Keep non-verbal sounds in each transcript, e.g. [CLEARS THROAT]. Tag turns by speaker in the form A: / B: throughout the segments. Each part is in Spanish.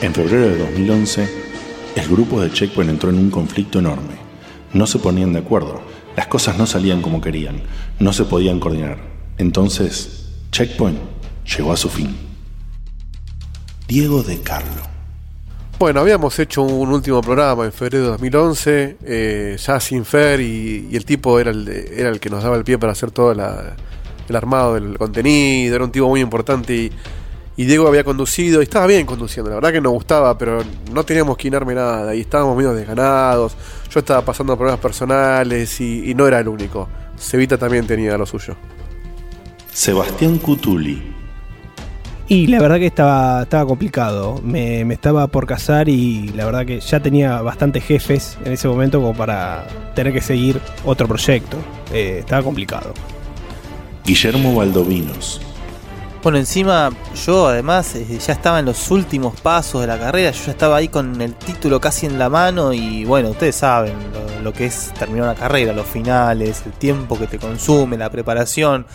A: En febrero de 2011, el grupo de Checkpoint entró en un conflicto enorme. No se ponían de acuerdo, las cosas no salían como querían, no se podían coordinar. Entonces, Checkpoint llegó a su fin. Diego de Carlo.
B: Bueno, habíamos hecho un último programa en febrero de 2011, eh, ya sin Fer, y, y el tipo era el, era el, que nos daba el pie para hacer todo la, el armado del contenido, era un tipo muy importante y, y, Diego había conducido, y estaba bien conduciendo, la verdad que nos gustaba, pero no teníamos que inarme nada, y estábamos medio desganados, yo estaba pasando problemas personales y, y no era el único, Cevita también tenía lo suyo.
A: Sebastián Cutuli.
C: Y la verdad que estaba, estaba complicado. Me, me, estaba por casar y la verdad que ya tenía bastantes jefes en ese momento como para tener que seguir otro proyecto. Eh, estaba complicado.
A: Guillermo Valdovinos.
D: Bueno, encima yo además eh, ya estaba en los últimos pasos de la carrera, yo ya estaba ahí con el título casi en la mano y bueno, ustedes saben lo, lo que es terminar una carrera, los finales, el tiempo que te consume, la preparación.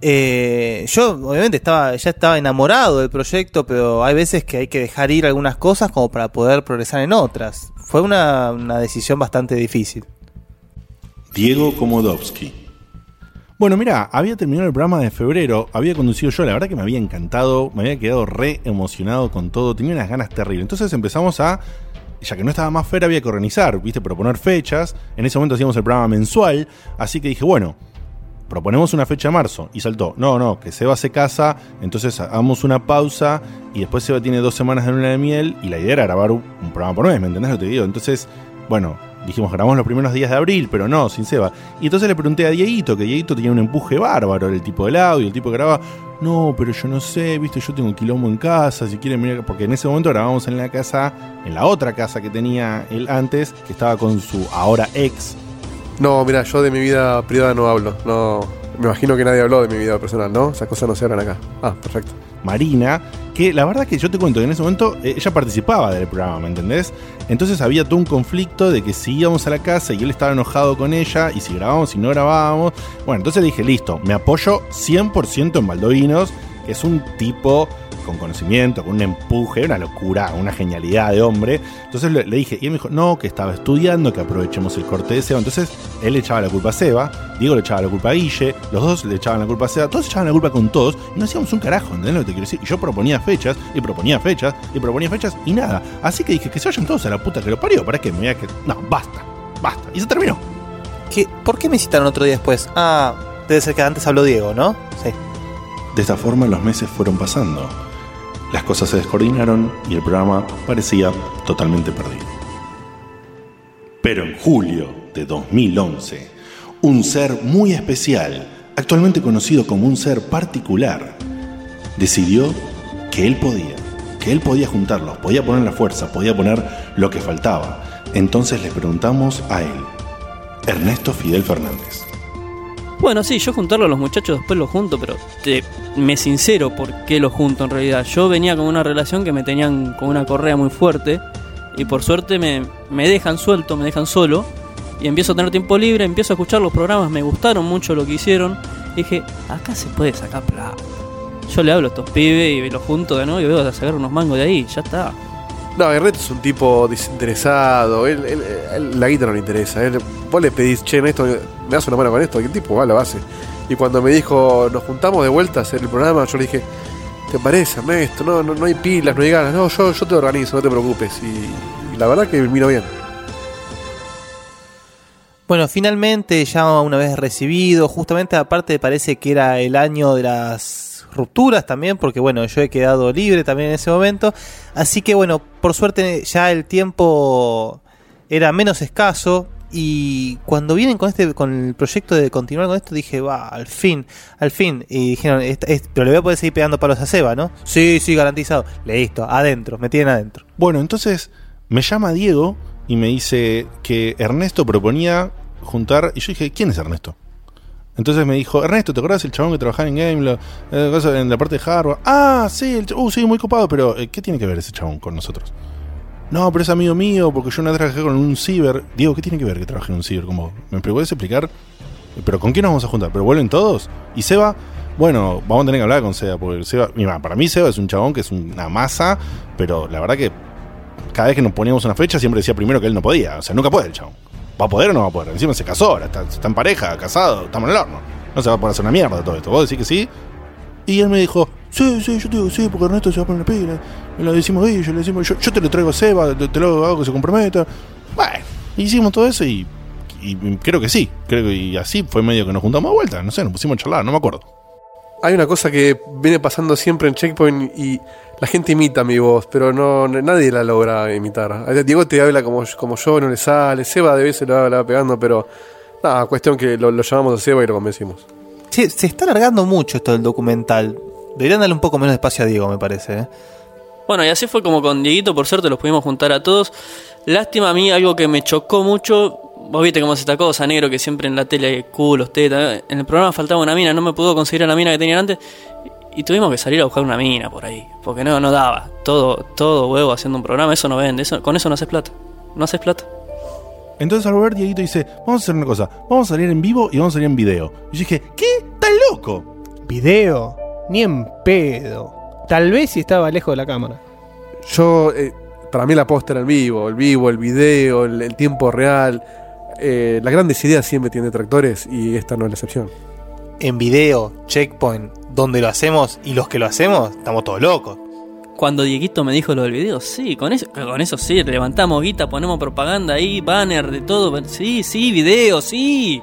D: Eh, yo obviamente estaba, ya estaba enamorado del proyecto, pero hay veces que hay que dejar ir algunas cosas como para poder progresar en otras. Fue una, una decisión bastante difícil.
A: Diego Komodowski.
E: Bueno, mira, había terminado el programa de febrero, había conducido yo, la verdad que me había encantado, me había quedado re emocionado con todo, tenía unas ganas terribles. Entonces empezamos a ya que no estaba más Fer, había que organizar, ¿viste? Proponer fechas. En ese momento hacíamos el programa mensual, así que dije, bueno, proponemos una fecha de marzo. Y saltó, no, no, que Seba se casa, entonces hagamos una pausa y después Seba tiene dos semanas de luna de miel y la idea era grabar un programa por mes, ¿me entendés lo que te digo? Entonces, bueno, dijimos, grabamos los primeros días de abril, pero no, sin Seba. Y entonces le pregunté a Dieguito, que Dieguito tenía un empuje bárbaro, el tipo del audio, el tipo que grababa, no, pero yo no sé, viste, yo tengo un quilombo en casa, si quieren mirar, porque en ese momento grabábamos en la casa, en la otra casa que tenía él antes, que estaba con su ahora ex,
B: no, mira, yo de mi vida privada no hablo. No, me imagino que nadie habló de mi vida personal, ¿no? Esas cosas no se hablan acá. Ah, perfecto.
E: Marina, que la verdad es que yo te cuento que en ese momento eh, ella participaba del programa, ¿me entendés? Entonces había todo un conflicto de que si íbamos a la casa y él estaba enojado con ella, y si grabábamos y no grabábamos. Bueno, entonces dije, listo, me apoyo 100% en Baldovinos, que es un tipo con conocimiento, con un empuje, una locura, una genialidad de hombre. Entonces le, dije, y él me dijo, no, que estaba estudiando, que aprovechemos el corte de Seba. Entonces él le echaba la culpa a Seba, Diego le echaba la culpa a Guille, los dos le echaban la culpa a Seba, todos echaban la culpa con todos y no hacíamos un carajo, ¿entendés lo que te quiero decir? Y yo proponía fechas, y proponía fechas, y proponía fechas, y nada. Así que dije, que se vayan todos a la puta que lo parió, para que me vea que. No, basta, basta. Y se terminó.
D: ¿Qué? ¿Por qué me citaron otro día después? Ah, debe ser que antes habló Diego, ¿no? Sí.
A: De esta forma los meses fueron pasando, las cosas se descoordinaron y el programa parecía totalmente perdido. Pero en julio de 2011, un ser muy especial, actualmente conocido como un ser particular, decidió que él podía, que él podía juntarlos, podía poner la fuerza, podía poner lo que faltaba. Entonces le preguntamos a él, Ernesto Fidel Fernández.
F: Bueno, sí, yo juntarlo a los muchachos después los junto, pero te, me sincero por qué los junto en realidad. Yo venía con una relación que me tenían con una correa muy fuerte y por suerte me, me, dejan suelto, me dejan solo y empiezo a tener tiempo libre, empiezo a escuchar los programas, me gustaron mucho lo que hicieron. Y dije, acá se puede sacar plata. Yo le hablo a estos pibes y los junto de nuevo y veo a sacar unos mangos de ahí, ya está.
B: No, Ernesto es un tipo desinteresado. Él, él, él, la guita no le interesa. Él, vos le pedís, che, en esto, me das una mano con esto. ¿Qué tipo va ah, la base? Y cuando me dijo, nos juntamos de vuelta a hacer el programa, yo le dije, ¿te parece, Ernesto? No, no, no hay pilas, no hay ganas. No, yo, yo te organizo, no te preocupes. Y, y la verdad que vino bien.
D: Bueno, finalmente, ya una vez recibido, justamente aparte parece que era el año de las rupturas también, porque bueno, yo he quedado libre también en ese momento. Así que bueno, por suerte ya el tiempo era menos escaso. Y cuando vienen con este, con el proyecto de continuar con esto, dije, va, al fin, al fin. Y dijeron, es, es, pero le voy a poder seguir pegando palos a Seba, ¿no? Sí, sí, garantizado. Listo, adentro, me tienen adentro.
E: Bueno, entonces me llama Diego y me dice que Ernesto proponía juntar. Y yo dije, ¿quién es Ernesto? Entonces me dijo, Ernesto, ¿te acordás el chabón que trabajaba en Game, lo, en la parte de hardware? Ah, sí, el, uh, sí, muy copado, pero ¿qué tiene que ver ese chabón con nosotros? No, pero es amigo mío, porque yo una vez trabajé con un ciber. Diego, ¿qué tiene que ver que trabajé en un ciber? Como, ¿Me podés explicar? Eh, ¿Pero con quién nos vamos a juntar? ¿Pero vuelven todos? ¿Y Seba? Bueno, vamos a tener que hablar con Seba, porque Seba, mira, para mí Seba es un chabón que es una masa, pero la verdad que cada vez que nos poníamos una fecha siempre decía primero que él no podía, o sea, nunca puede el chabón. ¿Va a poder o no va a poder? Encima se casó ahora, está, está en pareja, casado, estamos en el horno. No se va a poder hacer una mierda todo esto. ¿Vos decís que sí? Y él me dijo, sí, sí, yo te digo sí, porque Ernesto se va a poner la pila. Me lo decimos ellos, le decimos, yo, yo te lo traigo a Seba, te, te lo hago que se comprometa. Bueno, hicimos todo eso y, y creo que sí. Creo que y así fue medio que nos juntamos de vuelta. No sé, nos pusimos a charlar, no me acuerdo.
B: Hay una cosa que viene pasando siempre en Checkpoint y la gente imita mi voz, pero no nadie la logra imitar. Diego te habla como, como yo, no le sale. Seba de veces la, la va pegando, pero nada, cuestión que lo, lo llamamos a Seba y lo convencimos.
D: Che, se está alargando mucho esto del documental. Deberían darle un poco menos de espacio a Diego, me parece. ¿eh?
F: Bueno, y así fue como con Dieguito, por suerte los pudimos juntar a todos. Lástima a mí, algo que me chocó mucho. Vos viste cómo es esta cosa, negro, que siempre en la tele hay culos, tetas. En el programa faltaba una mina, no me pudo conseguir a la mina que tenían antes. Y tuvimos que salir a buscar una mina por ahí. Porque no, no daba. Todo, todo huevo haciendo un programa, eso no vende. Eso, con eso no haces plata. No haces plata.
E: Entonces al volver Dieguito dice, vamos a hacer una cosa, vamos a salir en vivo y vamos a salir en video. Y yo dije, ¿qué? ¿Estás loco?
C: Video, ni en pedo. Tal vez si estaba lejos de la cámara.
B: Yo, eh, para mí la posta era el vivo, el vivo, el video, el, el tiempo real. Eh, las grandes ideas siempre tienen detractores y esta no es la excepción.
D: En video, checkpoint, donde lo hacemos y los que lo hacemos, estamos todos locos.
F: Cuando Dieguito me dijo lo del video, sí, con eso, con eso sí, levantamos guita, ponemos propaganda ahí, banner de todo. Sí, sí, video, sí.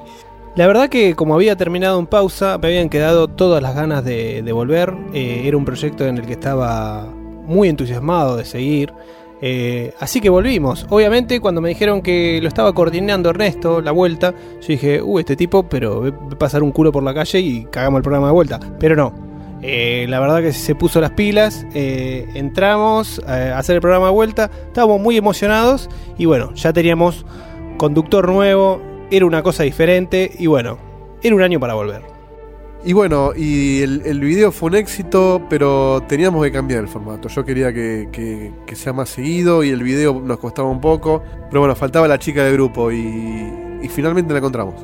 C: La verdad que como había terminado en pausa, me habían quedado todas las ganas de, de volver. Eh, era un proyecto en el que estaba muy entusiasmado de seguir. Eh, así que volvimos. Obviamente cuando me dijeron que lo estaba coordinando Ernesto, la vuelta, yo dije, uh, este tipo, pero ve ve pasar un culo por la calle y cagamos el programa de vuelta. Pero no. Eh, la verdad que se puso las pilas, eh, entramos eh, a hacer el programa de vuelta, estábamos muy emocionados y bueno, ya teníamos conductor nuevo, era una cosa diferente y bueno, era un año para volver.
B: Y bueno, y el, el video fue un éxito, pero teníamos que cambiar el formato. Yo quería que, que- que sea más seguido y el video nos costaba un poco. Pero bueno, faltaba la chica del grupo y, y finalmente la encontramos.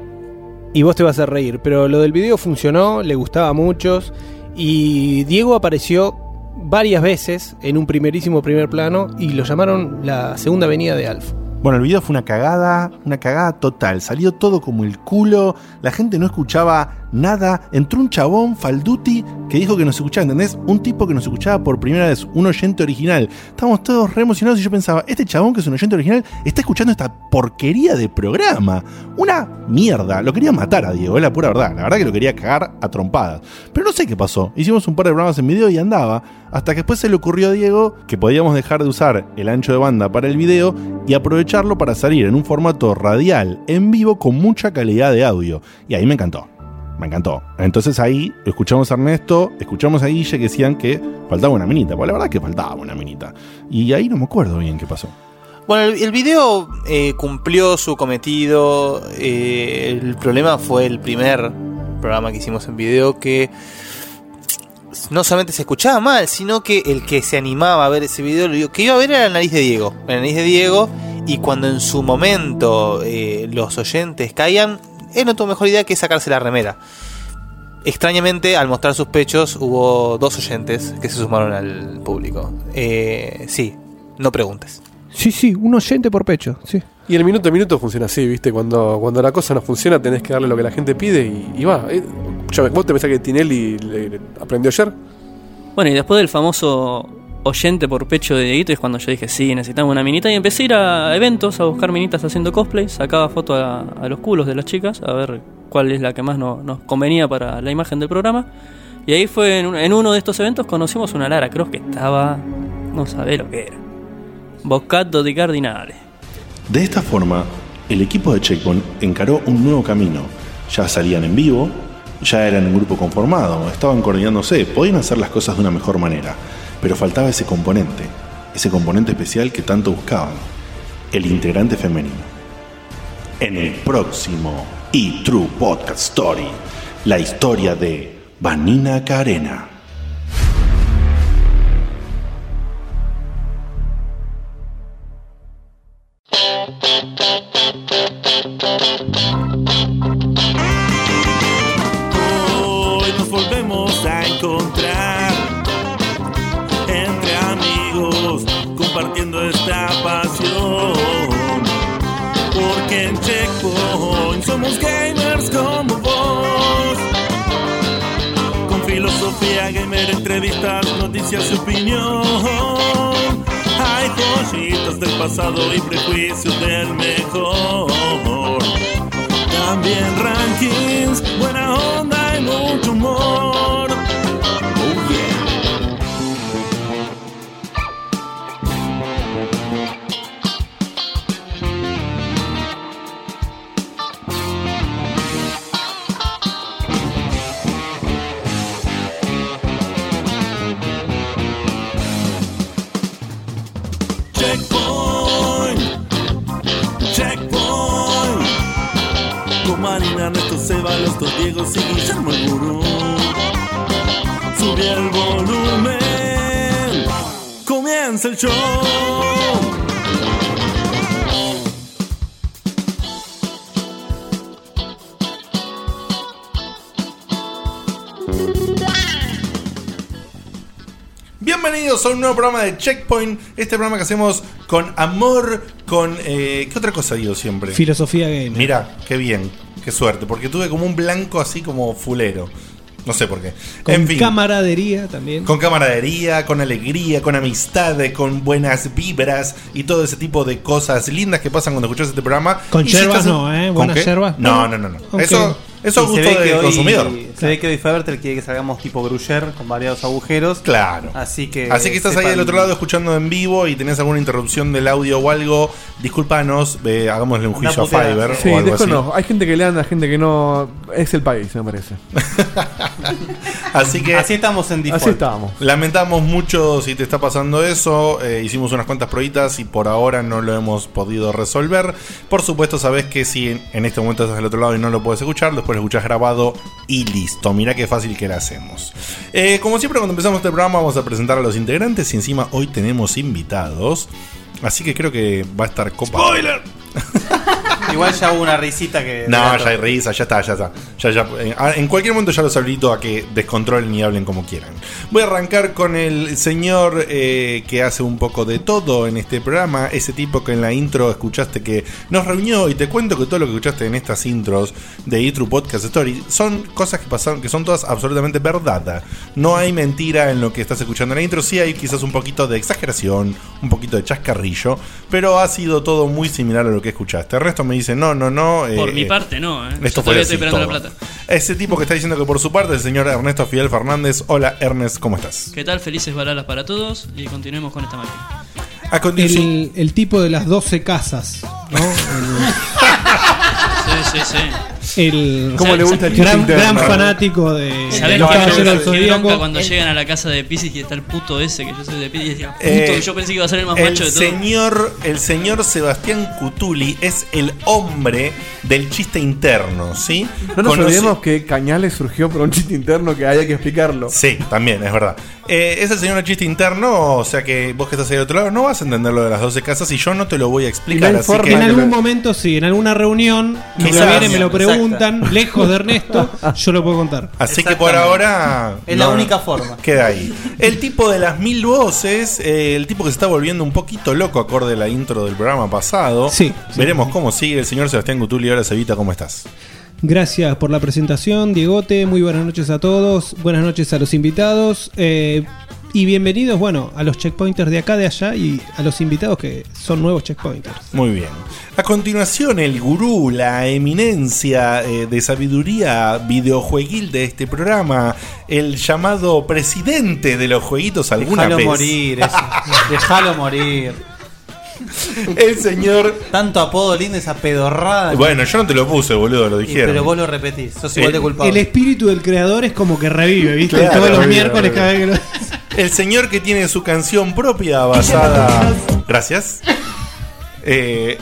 C: Y vos te vas a reír, pero lo del video funcionó, le gustaba a muchos. Y Diego apareció varias veces en un primerísimo primer plano y lo llamaron la segunda avenida de Alf.
E: Bueno, el video fue una cagada, una cagada total. Salió todo como el culo, la gente no escuchaba nada. Entró un chabón, Falduti, que dijo que nos escuchaba, ¿entendés? Un tipo que nos escuchaba por primera vez, un oyente original. Estábamos todos re emocionados y yo pensaba, este chabón que es un oyente original está escuchando esta porquería de programa. Una mierda. Lo quería matar a Diego, es la pura verdad. La verdad que lo quería cagar a trompadas. Pero no sé qué pasó. Hicimos un par de programas en video y andaba. Hasta que después se le ocurrió a Diego que podíamos dejar de usar el ancho de banda para el video y aprovecharlo para salir en un formato radial, en vivo, con mucha calidad de audio. Y ahí me encantó. Me encantó. Entonces ahí escuchamos a Ernesto, escuchamos a Guille que decían que faltaba una minita. Pues la verdad que faltaba una minita. Y ahí no me acuerdo bien qué pasó.
D: Bueno, el, el video eh, cumplió su cometido. eh, el problema fue el primer programa que hicimos en video que no solamente se escuchaba mal, sino que el que se animaba a ver ese video, lo que iba a ver era la nariz de Diego. La nariz de Diego, y cuando en su momento eh, los oyentes caían, él no tuvo mejor idea que sacarse la remera. Extrañamente, al mostrar sus pechos, hubo dos oyentes que se sumaron al público. Eh, sí, no preguntes.
C: Sí, sí, un oyente por pecho, sí.
B: Y el minuto a minuto funciona así, ¿viste? Cuando, cuando la cosa no funciona tenés que darle lo que la gente pide y, y va. Eh, yo- ¿Vos te pensás que Tinelli le- le aprendió ayer?
F: Bueno, y después del famoso oyente por pecho de Dieguito es cuando yo dije, sí, necesitamos una minita. Y empecé a ir a eventos, a buscar minitas haciendo cosplay. Sacaba fotos a, a los culos de las chicas, a ver cuál es la que más no- nos convenía para la imagen del programa. Y ahí fue, en, un- en uno de estos eventos, conocimos una Lara Cross que estaba... No sabés lo que era. Boccato di Cardinale.
G: De esta forma, el equipo de Checkpoint encaró un nuevo camino. Ya salían en vivo, ya eran un grupo conformado, estaban coordinándose, podían hacer las cosas de una mejor manera, pero faltaba ese componente, ese componente especial que tanto buscaban, el integrante femenino. En el próximo E True Podcast Story, la historia de Vanina Carena. encontrar entre amigos compartiendo esta pasión. Porque en Checkpoint somos gamers como vos. Con filosofía gamer, entrevistas, noticias y opinión. Hay cositas del pasado y prejuicios del mejor. También rankings, buena onda y mucho humor. Oh yeah. Checkpoint. Checkpoint. Con Marina, Néstor, Seba, los dos Diegos y Guillermo el Gurú. Sube el volumen. Comienza el show.
E: Bienvenidos a un nuevo programa de Checkpoint. Este programa que hacemos con amor, con. eh, ¿Qué otra cosa digo siempre?
H: Filosofía gamer.
E: Mira, qué bien, qué suerte, porque tuve como un blanco así como fulero. No sé por qué.
H: Con
E: en fin,
H: camaradería también.
E: con camaradería, con alegría, con amistades, con buenas vibras y todo ese tipo de cosas lindas que pasan cuando escuchas este programa.
H: Con
E: Y si
H: yerbas
E: estás-
H: no, ¿eh?
E: ¿Con
H: Buenas
E: qué?
H: yerbas.
E: No, no, no. no.
H: Ok.
E: Eso, eso es
I: Y se
E: gusto
I: ve que
E: del
I: hoy-
E: consumidor.
I: Se ve que hoy Fabertel quiere que salgamos tipo Gruyère con variados agujeros.
E: Claro.
I: Así que.
E: Así que estás ahí
I: sepan-
E: del otro lado escuchando en vivo y tenés alguna interrupción del audio o algo, discúlpanos, eh, hagámosle un
I: Una
E: juicio a
I: puteada.
E: Fiverr
B: Sí,
E: o algo así.
B: desconozco. Hay gente que le anda, gente que no. Es el país, me parece.
E: Así que
I: Así estamos en default.
B: Así estábamos.
E: lamentamos mucho si te está pasando eso. eh, hicimos unas cuantas pruebitas y por ahora no lo hemos podido resolver. Por supuesto, sabés que si en, en este momento estás del otro lado y no lo puedes escuchar, después lo escuchás grabado y listo. Mirá qué fácil que la hacemos. Eh, como siempre, cuando empezamos este programa, vamos a presentar a los integrantes y encima hoy tenemos invitados. Así que creo que va a estar copa. ¡Spoiler!
I: [LAUGHS] Igual ya hubo una risita que.
E: Eh, No, ya hay risa, ya está, ya está. Ya, ya. En- ah, En cualquier momento ya los habilito a que descontrolen y hablen como quieran. Voy a arrancar con el señor eh, que hace un poco de todo en este programa. Ese tipo que en la intro escuchaste que nos reunió y te cuento que todo lo que escuchaste en estas intros de E-True Podcast Story son cosas que pasaron, que son todas absolutamente verdad. No hay mentira en lo que estás escuchando en la intro. Sí hay quizás un poquito de exageración, un poquito de chascarrillo, pero ha sido todo muy similar a lo que escuchaste. El resto me dice no, no, no. eh,
F: Por mi
E: eh,
F: parte, no, ¿eh?
E: esto
F: Yo
E: fue
F: todavía
E: así,
F: estoy esperando
E: todo.
F: la plata.
E: Ese tipo que está diciendo que por su parte, el señor Ernesto Fidel Fernández. Hola, Ernest, ¿cómo estás?
F: ¿Qué tal? Felices baladas para todos y continuemos con esta
E: [LAUGHS]
F: máquina.
E: A continuación.
C: El, el tipo de las 12 casas, ¿no?
F: Sí, sí, sí.
C: El, el
B: ¿Cómo le gusta el chiste
C: gran, gran
B: interno?
C: fanático de, de
F: ¿Sabés
C: los
F: qué bronca-
C: caballeros del
F: qué bronca
C: Zodíaco.
F: cuando llegan a la casa de Pisces y está el puto ese que yo soy de Pisces y decía, puto,
E: Eh,
F: yo pensé que iba a ser el más
E: el
F: macho de todos?
E: señor, el señor Sebastián Cutuli es el hombre del chiste interno, ¿sí?
B: No nos
E: Conoce-
B: olvidemos que Cañales surgió por un chiste interno que haya que explicarlo.
E: Sí, también, es verdad. Eh, es el señor del chiste interno, o sea que vos que estás ahí del otro lado no vas a entender lo de las 12 casas y yo no te lo voy a explicar.
B: Y no hay
E: así
B: forma
E: que-
C: En algún momento, sí, en alguna reunión, me
E: Quizás.
C: lo vienen, me lo
I: Exacto.
C: preguntan, lejos de Ernesto, [LAUGHS] yo lo puedo contar.
E: Así que por
I: Exactamente.
E: ahora.
I: Es la única forma. [LAUGHS]
E: Queda ahí. El tipo de las mil voces, eh, el tipo que se está volviendo un poquito loco, acorde a la intro del programa pasado.
C: Sí, sí.
E: Veremos cómo sigue el señor Sebastián Gutuli. Ahora, Sevita, ¿cómo estás?
C: Gracias por la presentación, Diegote. Muy buenas noches a todos. Buenas noches a los invitados. eh, y bienvenidos, bueno, a los checkpointers de acá, de allá y a los invitados que son nuevos checkpointers.
E: Muy bien. A continuación, el gurú, la eminencia eh, de sabiduría videojueguil de este programa, el llamado presidente de los jueguitos alguna
I: Déjalo
E: vez.
I: morir,
E: [LAUGHS]
I: eso. Déjalo morir.
E: El señor.
I: Tanto apodo lindo, esa pedorrada.
E: Bueno, yo no te lo puse, boludo, lo
I: Y-
E: dijeron.
I: pero vos lo repetís, sos
E: El-
I: igual de
C: El
I: culpable.
C: espíritu del creador es como que revive, ¿viste?
E: Claro,
C: Todos los
E: revive,
C: miércoles
E: revive.
C: cada vez que lo
E: El señor que tiene su canción propia basada. Gracias. Eh,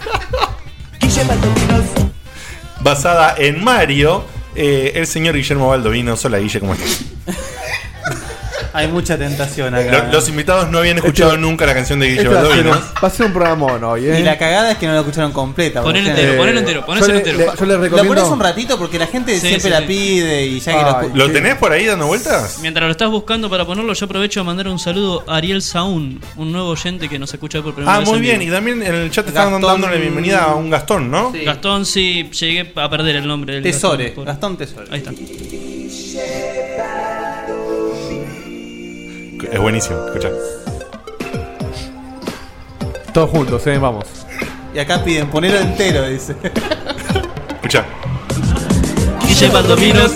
E: [LAUGHS] basada en Mario. eh, el señor Guillermo Baldovino. Hola Guille, ¿cómo estás?
D: Hay mucha tentación
E: Lo-
D: acá.
I: ¿eh?
E: los invitados no habían escuchado
B: Esto-
E: nunca la canción de
B: Este
E: Guillermo
B: va, a
E: Baldoví,
B: ser un,
E: ¿no?
B: va a ser un programón hoy, ¿eh?
D: Y la cagada es que no la escucharon completa.
F: Ponelo
D: porque-
F: entero,
B: Eh,
F: ponelo entero, ponelo
B: yo le-
F: entero.
B: le- Yo les
D: Lo
B: recomiendo.
D: pones un ratito porque la gente
F: Sí,
D: siempre
F: sí,
D: la
F: sí.
D: pide y ya que
B: Ay.
D: la escu-
E: ¿Lo tenés por ahí dando vueltas?
F: Mientras lo estás buscando para ponerlo, yo aprovecho a mandar un saludo a Ariel Saún, un nuevo oyente que nos escucha por primera
E: Ah,
F: vez.
E: muy
F: en
E: bien. Y
F: vivo.
E: también en el chat estaban
D: Gastón-
E: dando la bienvenida a un Gastón, ¿no?
D: Sí.
F: Gastón, sí, llegué a perder el nombre del
D: Tesore,
F: por-
D: Gastón Tesore.
F: Ahí está.
E: Es buenísimo, escuchá.
B: Todos juntos, ¿eh? Vamos.
D: Y acá piden ponelo entero, dice.
E: Escuchá.
F: Guille Baldovinos.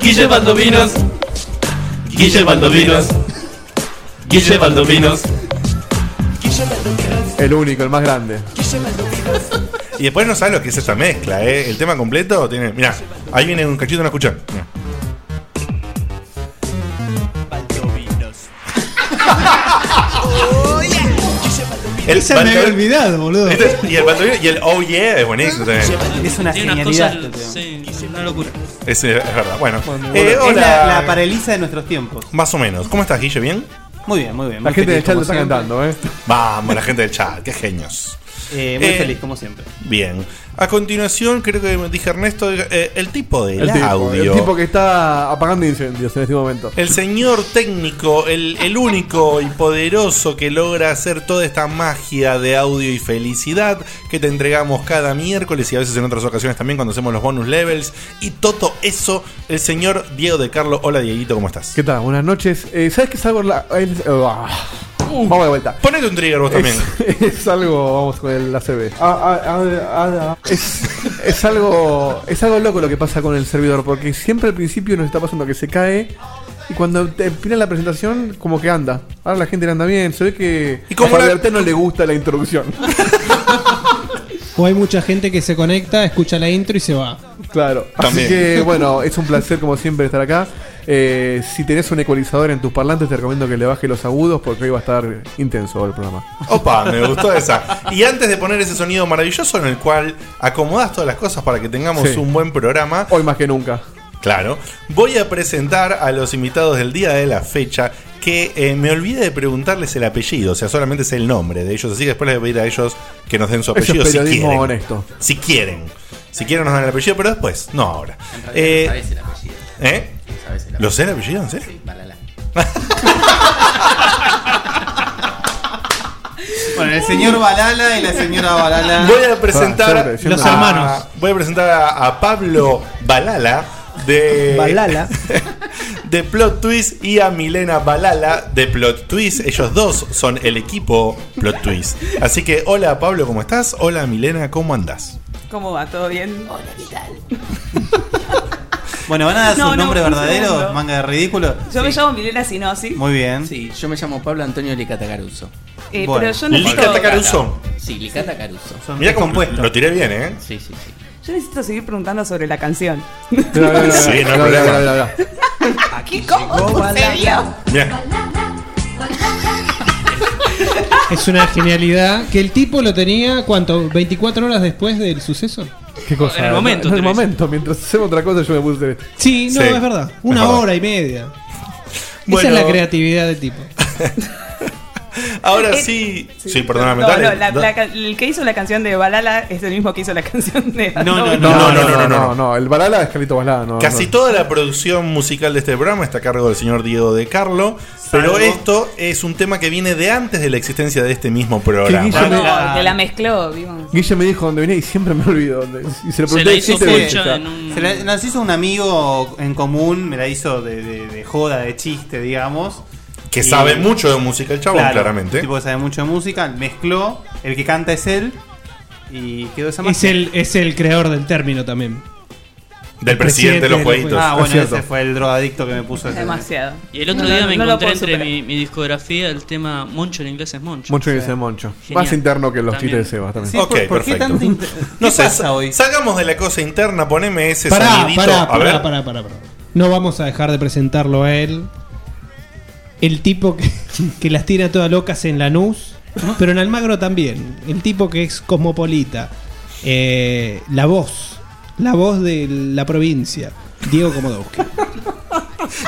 F: Guille Baldovinos. Guille Baldovinos. Guille Baldovinos.
B: El único, el más grande.
E: Y después no sabes lo que es esta mezcla, ¿eh? El tema completo tiene. Mirá, ahí viene un cachito, no escuchá. Mirá. El
C: Esa me había
E: Baldo-
C: olvidado, boludo.
E: Este es- y el Baldo- y el oh yeah es buenísimo también.
D: [LAUGHS] Es una
F: Tiene unas
D: genialidad.
F: cosas.
D: este tema.
F: Sí, una locura.
E: Es, eh, es verdad. Bueno, eh,
D: Es
E: hola.
D: la, la paraliza de nuestros tiempos.
E: Más o menos. ¿Cómo estás, Guille? ¿Bien?
D: Muy bien, muy bien.
B: La
D: muy
B: gente del
D: feliz,
B: chat
D: como
B: lo está
D: siempre.
B: cantando, ¿eh?
E: Vamos, la gente del chat, qué genios.
D: Eh, muy
E: Eh,
D: feliz, como siempre.
E: Bien. A continuación, creo que me dije Ernesto, eh, el tipo del
B: El tipo,
E: audio.
B: el tipo que está apagando incendios en este momento.
E: El señor técnico, el, el único y poderoso que logra hacer toda esta magia de audio y felicidad que te entregamos cada miércoles y a veces en otras ocasiones también cuando hacemos los bonus levels. Y todo eso, el señor Diego de Carlo. Hola Dieguito, ¿cómo estás?
B: ¿Qué tal? Buenas noches. Eh, ¿Sabes qué es algo? la- es- ah. vamos de vuelta.
E: Ponete un trigger vos Uh. también.
B: Es, [LAUGHS] es algo, vamos con el ACB. Ah, ah, ah, ah, ah. Es, es algo es algo loco lo que pasa con el servidor, porque siempre al principio nos está pasando que se cae y cuando termina la presentación, como que anda. Ahora la gente le anda bien, se ve que
E: Y como
B: a
E: la-
B: Alberto no le gusta la introducción.
C: O hay mucha gente que se conecta, escucha la intro y se va.
B: Claro.
E: También.
B: Así que bueno, es un placer como siempre estar acá. Eh, si tenés un ecualizador en tus parlantes, te recomiendo que le bajes los agudos porque hoy va a estar intenso el programa.
E: Opa, me gustó esa. Y antes de poner ese sonido maravilloso en el cual acomodás todas las cosas para que tengamos
B: Sí.
E: un buen programa,
B: Hoy más que nunca.
E: Claro. Voy a presentar a los invitados del día de la fecha que eh, me olvidé de preguntarles el apellido, o sea, solamente es el nombre de ellos, así que después les voy a pedir a ellos que nos den su
B: Eso
E: apellido
B: es
E: si
B: periodismo
E: quieren.
B: honesto.
E: Si quieren. Si quieren nos dan el apellido, pero después, no ahora. Eh,
J: Sabes el apellido.
E: ¿eh?
J: Sabes el apellido.
E: ¿Lo sé el apellido? ¿En serio?
J: Malala.
D: Bueno, el señor Balala y la señora Balala.
E: Voy a presentar
B: Ah, siempre, siempre.
E: a- Voy a presentar a, a Pablo Balala de
K: Balala.
E: de Plot Twist y a Milena Balala de Plot Twist. Ellos dos son el equipo Plot Twist. Así que hola Pablo, ¿cómo estás? Hola Milena, ¿cómo andás?
L: ¿Cómo va? ¿Todo bien?
D: Bueno, ¿van a dar
L: No,
D: sus
L: no,
D: nombres
L: un
D: verdaderos?
L: segundo.
D: Manga de ridículo.
L: Yo me llamo Milena Sinosi,
D: Muy bien.
J: Sí, yo me llamo Pablo Antonio Licata Caruso.
L: eh,
D: Bueno,
L: pero yo
E: Lica
L: necesito,
E: Tacaruso.
J: Sí, Licata Caruso.
D: Son
E: Mira cómo
D: descompuestos.
E: lo tiré bien, ¿eh?
J: Sí, sí, sí.
L: yo necesito seguir preguntando sobre la canción.
B: Mirá, mirá, mirá,
E: Sí, no hay
B: mirá,
E: problema.
B: mirá, mirá, mirá.
L: ¿Qué? ¿Cómo sucedió?
E: Mirá.
C: Es una genialidad que el tipo lo tenía, ¿cuánto? ¿24 horas después del suceso?
B: ¿Qué cosa?
F: En el momento,
B: En el
F: te lo hice.
B: momento, mientras hacemos otra cosa, yo me puse a hacer esto.
C: Sí, no,
E: Sí,
C: es verdad.
E: es
C: Una
E: verdad.
C: hora y media.
E: Bueno.
C: Esa es la creatividad del tipo.
E: Ahora
L: Eh,
E: sí. Sí, perdóname,
L: No,
E: dale.
L: no, la-
E: Da-
L: la ca- el que hizo la canción de Balala es el mismo que hizo la [LAUGHS] canción de
D: No, no,
L: Balala.
D: no.
E: no, no, no, no.
B: El balala es Carlito Balada, no.
E: Casi
B: no.
E: toda la producción musical de este programa está a cargo del señor Diego de Carlo, pero esto es un tema que viene de antes de la existencia de este mismo
B: Que
E: programa.
B: Guille-
L: No,
B: Claro.
L: que la mezcló, vimos.
B: Guille me dijo dónde venía y siempre me olvido dónde. Y se lo
F: Se
B: pregunté
F: la hizo
B: siete veces
F: mucha
B: ya.
F: en un.
D: Se la- nos hizo un amigo en común, me la hizo de, de- de joda, de chiste, digamos.
E: Que
D: Y-
E: sabe mucho de música el chabón,
D: Claro,
E: claramente.
D: un tipo que sabe mucho de música, mezcló, el que canta es él y quedó esa
C: Es
D: magia.
C: el, es el creador del término también.
E: Del presidente
C: presidente de
E: de los
C: los
E: jueguitos.
D: Ah,
B: Es
D: bueno,
B: cierto.
D: ese fue el drogadicto que me puso ese.
L: Demasiado.
F: Y el otro
L: No,
F: día
L: no,
F: me
L: no lo
F: encontré
L: puedo
F: entre
L: superar.
F: mi, mi discografía el tema Moncho en inglés es Moncho.
B: Moncho y ese Moncho.
F: Genial.
B: Más interno que los
F: También.
B: chistes de Seba también.
D: Sí,
E: Ok,
D: ¿por, por qué
E: perfecto.
D: tanto
E: [LAUGHS]
D: inter-
E: No
D: ¿Qué
E: sé,
D: pasa
E: sa-
D: hoy?
E: salgamos de la cosa interna, poneme ese
C: Pará,
E: sonidito.
C: pará,
E: a ver.
C: pará, pará, pará, pará. No vamos a dejar de presentarlo a él. El tipo que, [LAUGHS] que las tira todas locas en Lanús, pero en Almagro también. El tipo que es cosmopolita. Eh, la voz. La voz de la provincia. Diego Komodowski.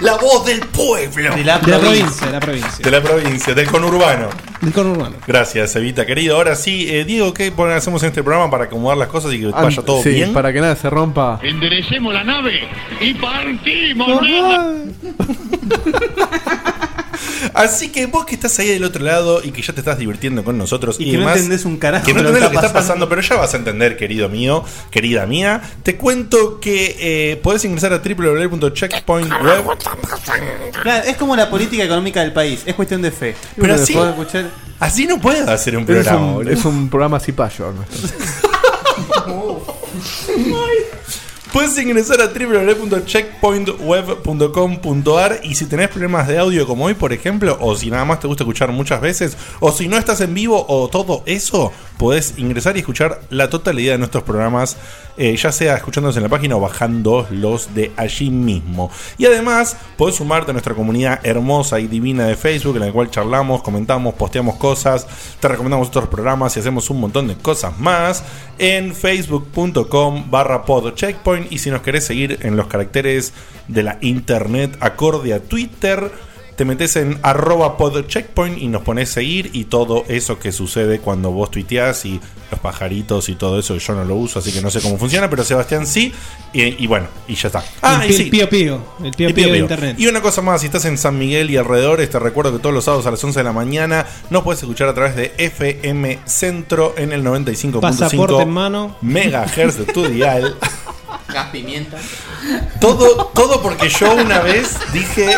D: La voz del pueblo.
F: De la
C: De la provincia. provincia, la provincia.
E: De la provincia, del conurbano.
C: Del conurbano.
E: Gracias, Evita, querido. Ahora sí, eh, Diego, ¿qué pon- hacemos en este programa para acomodar las cosas y que vaya todo
B: sí,
E: bien?
B: para que nada se rompa.
D: Enderecemos la nave y partimos.
E: Así que vos que estás ahí del otro lado y que ya te estás divirtiendo con nosotros y,
D: que no
E: demás,
D: entendés un carajo
E: Que no
D: de lo
E: entendés lo
D: que
E: que
D: está
E: está pasando, pero ya vas a entender, querido mío, querida mía. Te cuento que eh, podés ingresar a www.checkpointweb.
D: Claro, es como la política económica del país, es cuestión de fe.
E: Pero así-
D: Después de escuchar-
E: Así no puedes hacer un
B: Es
E: programa,
B: un,
E: boludo.
B: es un programa cipayo. Ernesto.
E: Puedes ingresar a www.checkpointweb.com.ar y si tenés problemas de audio como hoy, por ejemplo, o si nada más te gusta escuchar muchas veces, o si no estás en vivo o todo eso, podés ingresar y escuchar la totalidad de nuestros programas, eh, ya sea escuchándolos en la página o bajándolos de allí mismo. Y además, podés sumarte a nuestra comunidad hermosa y divina de Facebook, en la cual charlamos, comentamos, posteamos cosas, te recomendamos otros programas y hacemos un montón de cosas más en facebook.com barra podcheckpoint. Y si nos querés seguir en los caracteres de la internet acorde a Twitter, te metes en arroba podcheckpoint y nos pones seguir y todo eso que sucede cuando vos tuiteás y los pajaritos y todo eso, yo no lo uso, así que no sé cómo funciona, pero Sebastián sí. Y, y bueno, y ya está. Ah,
C: el
E: y
C: pi-
E: sí.
C: pío pío. El pío
E: Y
C: pío,
E: pido,
C: de
E: pido.
C: internet.
E: Y una cosa más, si estás en San Miguel y alrededores, te recuerdo que todos los sábados a las 11 de la mañana nos puedes escuchar a través de FM Centro en el
C: Pasaporte
E: 95.5
C: en mano.
E: megahertz de tu dial.
J: Gas pimienta.
E: Todo, todo porque yo una vez dije.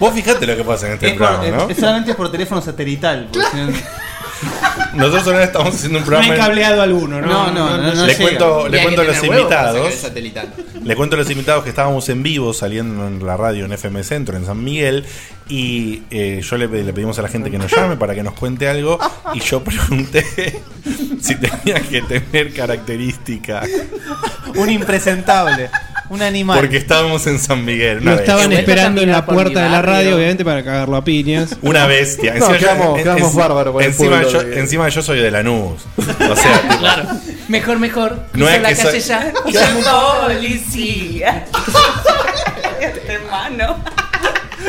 E: Vos fijate lo que pasa en este
D: es, por-
E: programa,
D: es-
E: ¿no?
D: es solamente por teléfono satelital. porque si no-
E: Nosotros ahora estamos haciendo un programa. en-
C: alguno,
D: No, no, no, no
E: le
D: llega.
E: cuento, le
D: Hay
E: cuento a
D: que
E: los
D: tener huevo para sacar
E: invitados.
D: el satelital.
E: Le cuento a los invitados que estábamos en vivo saliendo en la radio en FM Centro, en San Miguel, y eh, yo le, le pedimos a la gente que nos llame para que nos cuente algo, y yo pregunté [LAUGHS] si tenía que tener características,
D: Un impresentable, un animal.
E: porque estábamos en San Miguel. Una
C: Lo
E: vez.
C: estaban esperando en la
D: por
C: puerta
D: mi
C: de la
D: barrio.
C: radio, obviamente, para cagarlo a piñas.
E: [LAUGHS] Una bestia.
C: No,
E: yo-
C: quedamos- quedamos pues.
E: enci-
C: bárbaros con el
E: encima,
C: pueblo
E: yo,
C: de-
E: encima yo soy de Lanús. O sea, tipo,
J: Mejor, mejor.
E: No
J: No
E: es
J: la
E: que
J: calle
E: soy-
J: ya. Y
M: Claro.
J: ya- [LAUGHS]
M: Policía. Hermano.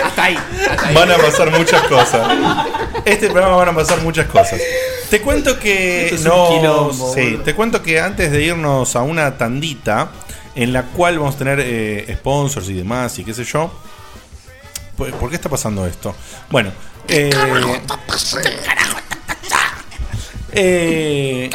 J: Hasta ahí. hasta ahí.
E: Van a pasar muchas cosas. Este programa van a pasar muchas cosas. Te cuento que
D: Esto es
E: Eh, no,
D: un quilombo,
E: sí,
D: boludo.
E: te cuento que antes de irnos a una tandita en la cual vamos a tener eh, sponsors y demás y qué sé yo. ¿Por por qué está pasando esto? Bueno, eh, eh,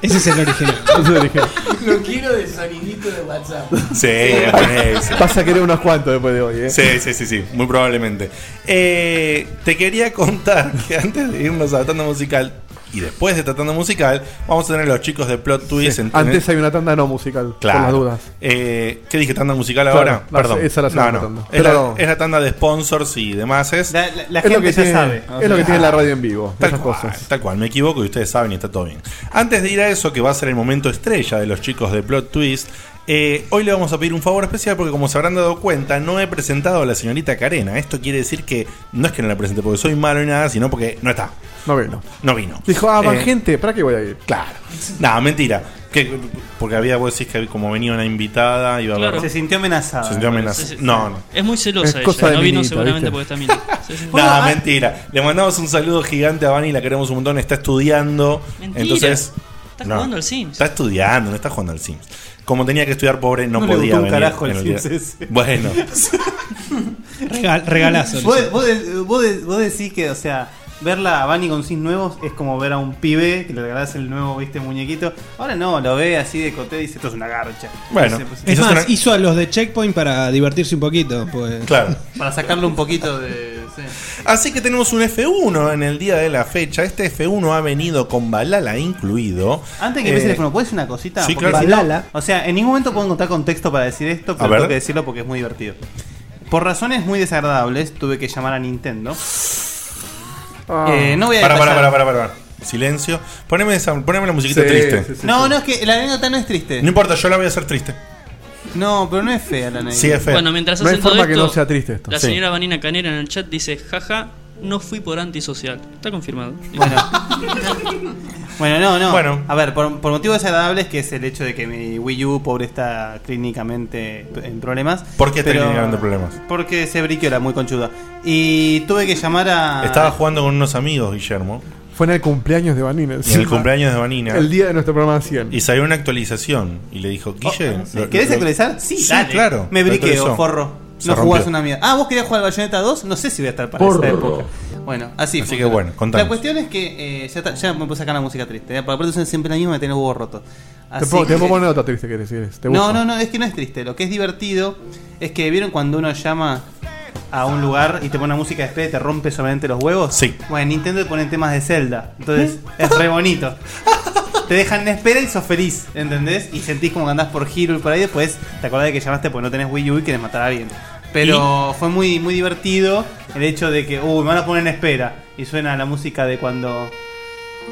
C: Ese [LAUGHS] es el original.
J: Lo quiero de sonidito de WhatsApp.
E: sí, ponele, sí.
B: Vas a querer unos cuantos después de hoy, ¿eh?
E: Sí, sí, sí, sí, muy probablemente. Eh, te quería contar [LAUGHS] que antes de irnos a Tratando Musical y después de Tratando Musical, vamos a tener a los chicos de Plot Twist. en-
B: Antes
E: en-
B: hay una tanda no musical,
E: Claro.
B: por las dudas.
E: Eh, ¿Qué dije? ¿Tanda musical
B: Claro,
E: ahora?
B: la-
E: Perdón.
B: esa la
E: no,
B: segunda
E: no.
B: tanda.
E: Es, la,
B: Perdón.
E: es la tanda de sponsors y demás. Es,
D: La, la- la
B: es lo
D: gente
B: que
D: ya
B: tiene,
D: sabe.
B: es lo que tiene la radio en vivo.
E: Tal cual, tal cual, me equivoco y ustedes saben y está todo bien. Antes de ir a eso, que va a ser el momento estrella de los chicos de Plot Twist, eh, hoy le vamos a pedir un favor especial porque como se habrán dado cuenta, no he presentado a la señorita Carena. Esto quiere decir que no es que no la presente porque soy malo ni nada, sino porque no está,
B: No vino.
E: no vino.
B: Dijo, ah, van
E: Eh,
B: gente, ¿para qué voy a ir?
E: Claro. No, mentira. Que, porque había, vos decís que como venía una invitada, iba a
N: Claro. Ah,
E: haber...
D: Se sintió amenazada.
E: Se sintió amenazada.
N: Sí, sí, sí.
E: No, no.
N: Es muy celosa
B: Es
N: ella.
B: cosa de
N: no vino
B: minita,
N: seguramente
B: ¿viste?
N: porque está mina.
B: [LAUGHS]
N: Sí, sí.
E: No, mentira. Le mandamos un saludo gigante a Vani, la queremos un montón, está estudiando.
N: Mentira.
E: Entonces.
N: Está
F: ah,
N: jugando al Sims.
E: Está estudiando, no está jugando al Sims. Como tenía que estudiar pobre, no,
D: No le
E: podía
D: gustó un
E: venir.
D: carajo el
E: en día.
D: Sims ese.
E: Bueno,
C: Regal- regalazo.
D: Vos, vos de- vos de- vos decís que, o sea, verla a Bunny con cis nuevos es como ver a un pibe que le regalás el nuevo, viste, muñequito. Ahora no, lo ve así de cote y dice, esto es una garcha.
E: Bueno,
D: Dice, pues,
C: Es
E: Quizás
C: más,
E: una-
C: hizo a los de Checkpoint para divertirse un poquito. Pues.
E: claro.
D: para sacarle un poquito de... sí.
E: Así que tenemos un F1 en el día de la fecha. Este F1 ha venido con Balala incluido.
D: Antes que
E: Eh,
D: me el teléfono, ¿puedes una cosita?
E: sí,
D: Porque
E: claro.
D: si no-
E: Balala.
D: o sea, en ningún momento puedo encontrar contexto para decir esto, pero
E: A ver.
D: tengo que decirlo porque es muy divertido. Por razones muy desagradables, tuve que llamar a Nintendo.
C: Ah.
D: Eh, no voy a
E: Para, para,
D: detallar.
E: para, para, para. Ah, Silencio. Poneme, esa- poneme la musiquita
B: Sí,
E: triste.
B: sí, sí.
D: No, no, es que la anécdota no es triste.
E: No importa, yo la voy a hacer triste.
D: No, pero no es fea la anécdota.
E: Sí, es fea.
N: Bueno, mientras
B: No hay
N: hacen todo
B: forma que
N: esto,
B: no sea triste esto.
N: la
E: Sí.
N: señora Vanina Canera en el
F: [LAUGHS]
N: chat dice, jaja, no fui por antisocial. Está confirmado.
D: Bueno. Bueno, no, no.
E: Bueno.
D: A ver, por, por motivos desagradables, que es el hecho de que mi Wii U pobre está clínicamente en problemas.
E: ¿Por qué está
D: Pero-
E: clínicamente en problemas?
D: Porque se briqueó, era muy conchuda. Y tuve que llamar a.
E: Estaba jugando con unos amigos, Guillermo.
B: Fue en el cumpleaños de Vanina.
E: En el cumpleaños de Vanina.
B: El día de nuestro programa 100.
E: Y salió una actualización y le dijo, Guille, lo-
D: Oh, ¿Querés
E: lo-
D: actualizar? Sí, dale.
E: claro.
D: Me
E: Lo
D: briqueo,
E: actualizó.
D: forro.
E: Se
D: no jugás
E: rompió.
D: una mierda. Ah, vos querías jugar al Bayonetta 2? No sé si voy a estar para
E: Porro.
D: esa época. Bueno, así.
E: Así
D: funciona.
E: que bueno, contanos.
D: La cuestión es que eh, ya, está- ya me puse acá la música triste. ¿eh? Porque aparte son siempre la misma, me tenés huevo roto.
B: Te
D: Así
B: puedo, te
D: que-
B: puedo poner otra triste que querés, si querés. Te
D: no,
B: busco.
D: no, no, es que no es triste. Lo que es divertido es que vieron cuando uno llama a un lugar y te pone una música de espera y te rompe solamente los huevos. Sí. Bueno, Nintendo te pone temas de Zelda.
B: [LAUGHS]
D: Entonces es re bonito. Te dejan en espera y sos feliz, ¿entendés? Y sentís como que andás por giro y por ahí. Después te acordás de que llamaste porque no tenés Wii U y querés matar a alguien. Pero fue muy, muy divertido el hecho de que, uy, me van a poner en espera. Y suena la música de cuando. [LAUGHS]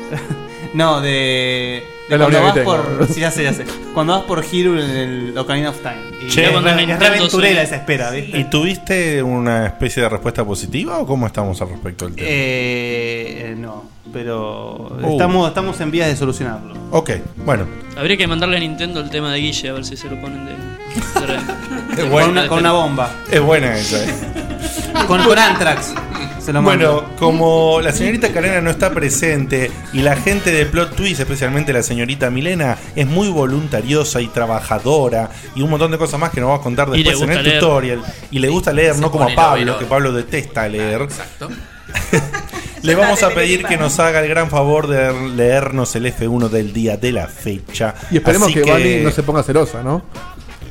D: no, de.
B: Es
D: de
B: la
D: cuando
B: única
D: vas
B: que tengo.
D: por. Sí, ya sé, ya sé. Cuando vas por Hero en el Ocarina of Time. Y
E: Che,
D: es,
E: cuando
D: re- es
E: Nintendo
D: re aventurera
E: suena.
D: esa espera, ¿viste?
E: ¿Y tuviste una especie de respuesta positiva o cómo estamos al respecto del tema?
D: Eh, no, pero
E: Uh.
D: estamos, estamos en vías de solucionarlo.
E: Ok, bueno.
F: Habría que mandarle a Nintendo el tema de Guille a ver si se lo ponen de.
D: Con
F: de-
E: [LAUGHS]
F: de-
D: una-
F: de-
D: con una bomba.
E: Es buena esa, eh. [LAUGHS]
D: Con, con Antrax. Se lo mando.
E: Bueno, como la señorita Carena no está presente y la gente de Plot Twist, especialmente la señorita Milena, es muy voluntariosa y trabajadora y un montón de cosas más que nos vas a contar
O: Y le
E: después en
O: gusta
E: el
O: leer.
E: tutorial. Y le gusta leer, no como a
O: pone el
E: Pablo,
O: overol.
E: que Pablo detesta leer. Ah, Exacto. Le vamos a pedir que nos haga el gran favor de leernos el F1 del día de la fecha.
B: Y esperemos
E: Así
B: que, Vani no se ponga celosa, ¿no?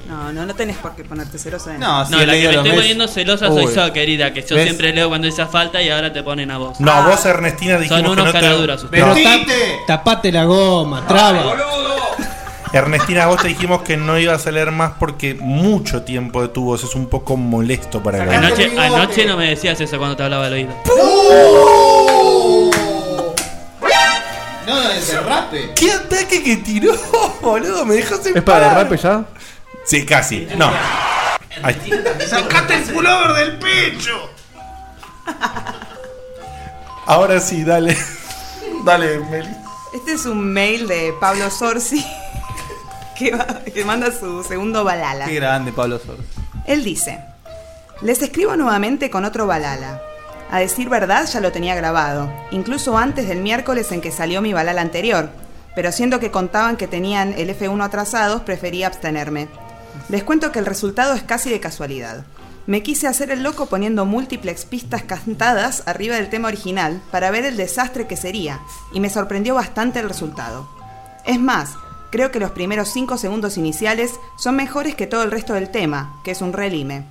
L: No, no, no tenés por qué ponerte celosa de
D: No,
L: nada.
F: No, la que me estoy poniendo celosa soy yo, querida, que yo
E: ¿Ves?
F: siempre leo cuando dice falta y ahora te ponen a vos.
E: No,
D: Ah.
E: vos Ernestina dijimos
F: Son unos
E: que no te-
F: caraduras ustedes.
E: No,
C: Tapate la goma, traba.
E: Ernestina, vos te dijimos que no ibas a leer más porque mucho tiempo de tu voz es un poco molesto para leer.
F: Anoche, anoche no me decías eso cuando te hablaba al oído.
D: No, es el rape.
E: ¿Qué ataque que tiró,
D: [LAUGHS]
E: boludo? Me dejó sin
B: ¿Es para
E: [LAUGHS]
B: derrape ya?
E: Sí, casi. No. Ay,
A: ¡Sacaste el pullover del pecho!
E: ahora sí, dale. dale, Meli.
L: Este es un mail de Pablo Sorsi [LAUGHS] que, va- que manda su segundo balala.
D: Qué grande, Pablo Soros.
L: Él dice, les escribo nuevamente con otro balala. A decir verdad ya lo tenía grabado, incluso antes del miércoles en que salió mi balala anterior, pero siendo que contaban que tenían el F1 atrasados, preferí abstenerme. Les cuento que el resultado es casi de casualidad. Me quise hacer el loco poniendo múltiples pistas cantadas arriba del tema original para ver el desastre que sería, y me sorprendió bastante el resultado. Es más, creo que los primeros 5 segundos iniciales son mejores que todo el resto del tema, que es un relime.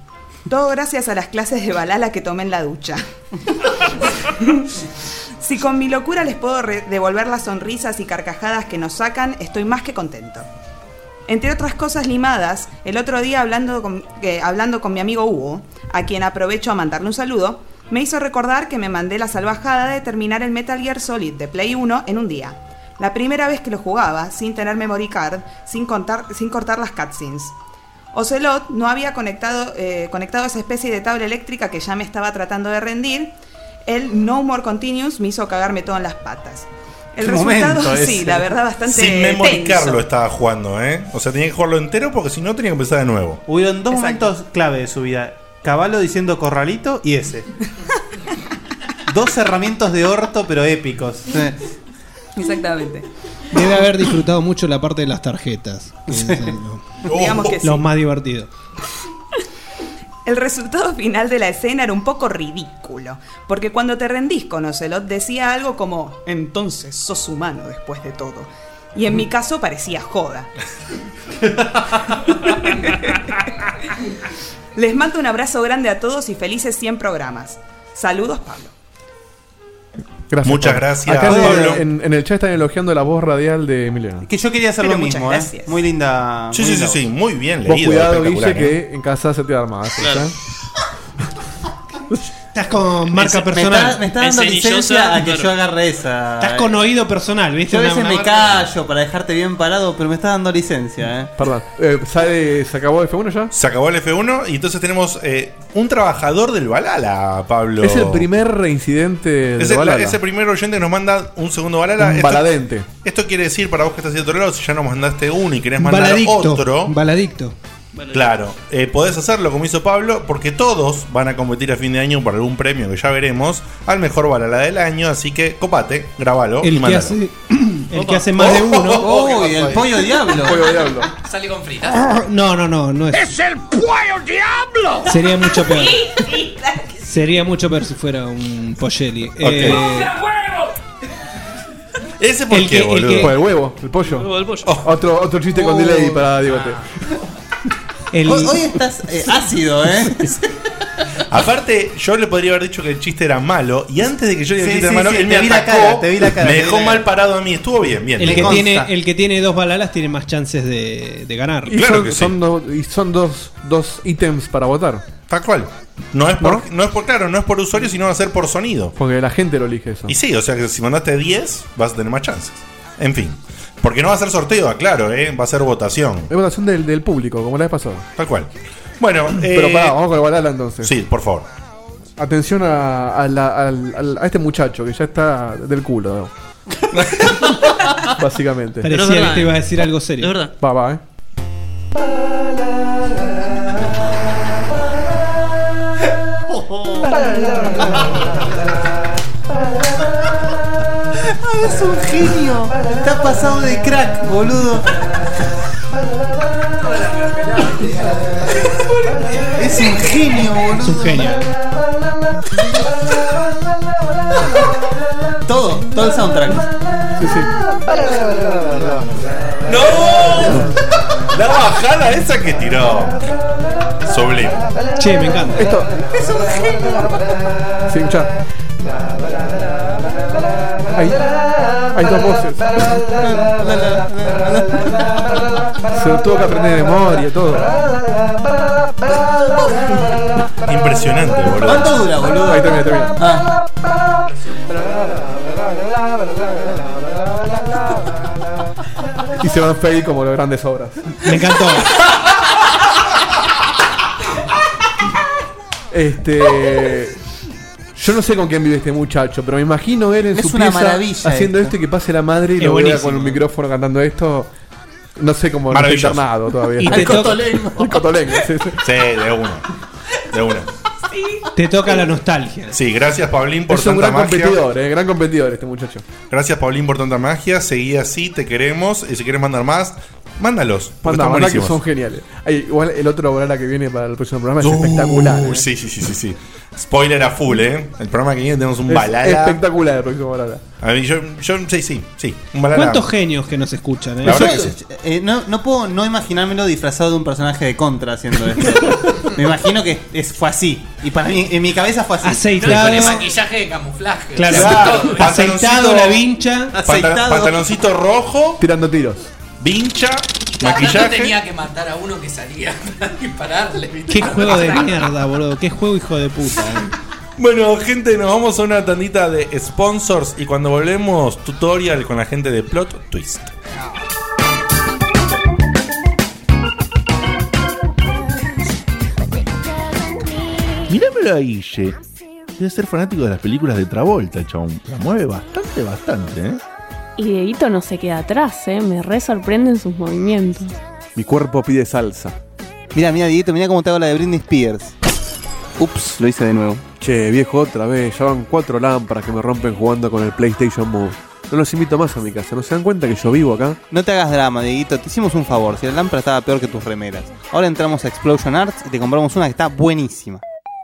L: Todo gracias a las clases de balala que tomé en la ducha. [LAUGHS] si con mi locura les puedo re- devolver las sonrisas y carcajadas que nos sacan, estoy más que contento. Entre otras cosas limadas, el otro día hablando con, que- hablando con mi amigo Hugo, a quien aprovecho a mandarle un saludo, me hizo recordar que me mandé la salvajada de terminar el Metal Gear Solid de Play 1 en un día. La primera vez que lo jugaba, sin tener memory card, sin, contar, sin cortar las cutscenes. Ocelot no había conectado, eh, conectado esa especie de tabla eléctrica que ya me estaba tratando de rendir. El No More Continuous me hizo cagarme todo en las patas. El
E: Qué
L: resultado,
E: momento
L: [LAUGHS] sí,
E: ese.
L: la verdad, bastante
E: Sin memory
L: tenso.
E: card lo estaba jugando, ¿eh? O sea, tenía que jugarlo entero porque si no tenía que empezar de nuevo.
D: Hubieron dos momentos clave de su vida. Caballo diciendo corralito y [LAUGHS] ese. dos herramientas de orto, pero épicos.
L: Exactamente.
C: Debe haber disfrutado mucho la parte de las tarjetas. que es, eh, [LAUGHS] lo,
L: Digamos que sí.
C: lo más divertido.
L: El resultado final de la escena era un poco ridículo, porque cuando te rendís con Ocelot decía algo como, entonces sos humano después de todo. Y en mi caso parecía
E: [LAUGHS]
L: joda. Les mando un abrazo grande a todos y felices 100 programas. Saludos, Pablo.
B: Gracias,
E: Muchas
B: Pablo.
E: gracias,
B: Acá en-
E: Pablo.
B: En, en el chat están elogiando la voz radial de Milena.
D: Que yo quería hacer
B: Pero
D: lo
B: muchas
D: mismo, ¿eh?
B: gracias.
D: Muy linda.
E: Sí, sí, sí, sí, muy bien
B: Vos
E: leído. ¿eh?
B: cuidado, Guille,
E: espectacular, ¿eh?
B: que en casa se te arma. ¿sí?
C: Estás con marca
D: Me- me
C: personal.
D: está- me está dando Es licencia cerillosa, a que claro. yo agarre esa.
C: Estás con oído personal, ¿viste?
D: Yo a
C: Una-
D: veces
C: una
D: me
C: marca-
D: callo para dejarte bien parado, pero me estás dando licencia, ¿eh?
B: Perdón. ¿sale, ¿Se acabó el F1 ya?
E: Se acabó el F1 y entonces tenemos eh, un trabajador del Balala, Pablo.
B: Es el primer reincidente de
E: Ese,
B: Balala.
E: ese primer oyente nos manda un segundo balala.
B: Un baladente.
E: Esto quiere decir para vos que estás de otro lado, si ya nos mandaste uno y querés mandar otro,
C: Baladicto.
E: Claro, eh, podés hacerlo como hizo Pablo, porque todos van a competir a fin de año por algún premio que ya veremos al mejor balala del año, así que copate, grabalo y
C: El que,
E: mandalo.
C: hace, el que hace más de uno.
D: Oh. Uy, el pollo diablo.
B: pollo diablo.
J: Sale con
C: [LAUGHS]
J: fritas.
C: No, no, no, [LAUGHS] no es.
J: el pollo diablo!
C: Sería mucho peor. Sería mucho peor si fuera un Poyeli.
E: Ese
C: por El qué, que- el boludo? que-
B: Por el huevo, el pollo.
N: El huevo, el pollo.
B: Otro, otro chiste con
D: Oh.
B: delay para Digote.
E: Ah.
C: El-
D: Hoy, hoy estás
C: [LAUGHS]
D: eh, ácido,
E: [LAUGHS]
D: ¿eh?
E: Aparte, yo le podría haber dicho que el chiste era malo, y antes de que yo diga
D: Sí,
E: el chiste
D: sí,
E: era malo,
D: sí,
E: él me
D: te vi la
E: atacó,
D: cara, te vi la cara,
E: me
D: te vi
E: dejó
D: la
E: mal parado a mí, estuvo bien, bien.
C: el,
E: me
C: que
E: consta.
C: tiene, el que tiene dos balalas tiene más chances de, de ganar.
B: Y, son, son dos, y son dos, dos ítems para votar.
E: Tal cual. No es por, ¿No? es por claro, no es por usuario, sino va a ser por sonido.
B: Porque la gente lo elige eso.
E: Y sí, o sea que si mandaste 10, vas a tener más chances. En fin. Porque no va a ser sorteo, aclaro, ¿eh? va a ser votación.
B: Es votación del, del público, como la vez pasada.
E: Tal cual. Bueno,
B: Pero
E: eh,
B: pará, vamos con el Balala entonces.
E: Sí, por favor.
B: Atención a, a la- al- al- a este muchacho que ya está del culo. ¿no?
E: [LAUGHS]
B: Básicamente.
C: Parecía Pero es verdad, que iba a decir algo serio.
N: es verdad.
B: Va, va, eh.
D: Ah, es un genio. Está pasado de crack, boludo. Es un genio, boludo. Es un
C: genio.
D: Todo, todo el soundtrack.
B: Sí, sí.
E: ¡No! La bajada esa que tiró. Sublime.
C: Che, me encanta.
B: Esto. Sí, escuchá. Hay, hay dos voces. Se lo tuvo que aprender de memoria y todo.
E: Impresionante, boludo.
D: ¿Cuánto dura, boludo?
B: Ahí termina, termina.
D: Ah.
B: Y se van fade como las grandes obras.
C: Me encantó.
B: Este. Yo no sé con quién vive este muchacho, pero me imagino él en
D: Es
B: su
D: una
B: pieza
D: maravilla
B: haciendo
D: esto.
B: esto y que pase la madre y
C: Es
B: lo vea
C: buenísimo.
B: con un micrófono cantando esto. No sé cómo no está
E: Maravilloso.
B: internado todavía.
C: Y te
B: [LAUGHS] El
C: toca-
B: cotolengo. El cotolengo, sí, sí.
E: Sí, de una. De una.
C: Te toca la nostalgia.
E: [LAUGHS] Sí, gracias Paulín por
B: Es un
E: tanta
B: gran
E: magia.
B: competidor, eh, gran competidor este muchacho.
E: Gracias Paulín por tanta magia. Seguí así, te queremos. Y si quieres mandar más, mándalos. porque
B: Panda,
E: están
B: verdad que
E: buenísimos.
B: son geniales. Ay, igual el otro Borala que viene para el próximo programa es
E: Uh,
B: espectacular. eh.
E: Sí, sí, sí, sí, sí. Spoiler a full, ¿eh? El programa que viene tenemos un
B: Es
E: balala.
B: espectacular el próximo Borala.
E: A mí, yo, yo, sí, sí, sí. Un balala.
C: ¿Cuántos genios que nos escuchan? eh?
E: La verdad que sí.
D: Eh, no, no puedo no imaginármelo disfrazado de un personaje de contra haciendo esto.
C: [LAUGHS]
D: Me imagino que es, fue así. Y para mí, en mi cabeza fue así.
C: Aceitado.
J: Con el maquillaje de camuflaje.
C: Claro.
E: Claro.
C: Aceitado
E: Pantaloncito-
C: la vincha.
E: Pantal- pantaloncito rojo,
B: Tirando tiros.
E: vincha,
J: Maquillaje.
E: maquillaje.
J: tenía que matar a uno que salía [LAUGHS] para dispararle. ¿viste?
C: Qué juego de mierda, boludo. Qué juego hijo de puta. eh.
E: Bueno, gente, nos vamos a una tandita de sponsors y cuando volvemos, tutorial con la gente de Plot Twist. Mirámelo a Guille. Debe ser fanático de las películas de Travolta, chabón. La mueve bastante, bastante, ¿eh?
P: Y Dieguito no se queda atrás, ¿eh? Me re sorprenden sus movimientos.
B: Mi cuerpo pide salsa.
D: Mira, mira, Dieguito, mira cómo te hago la de Britney Spears. Ups, lo hice de nuevo.
B: Che, viejo, otra vez. Ya van cuatro lámparas que me rompen jugando con el PlayStation Move. No los invito más a mi casa. ¿No se dan cuenta que yo vivo acá?
D: No te hagas drama, Dieguito. Te hicimos un favor. Si la lámpara estaba peor que tus remeras. Ahora entramos a Explosion Arts y te compramos una que está buenísima.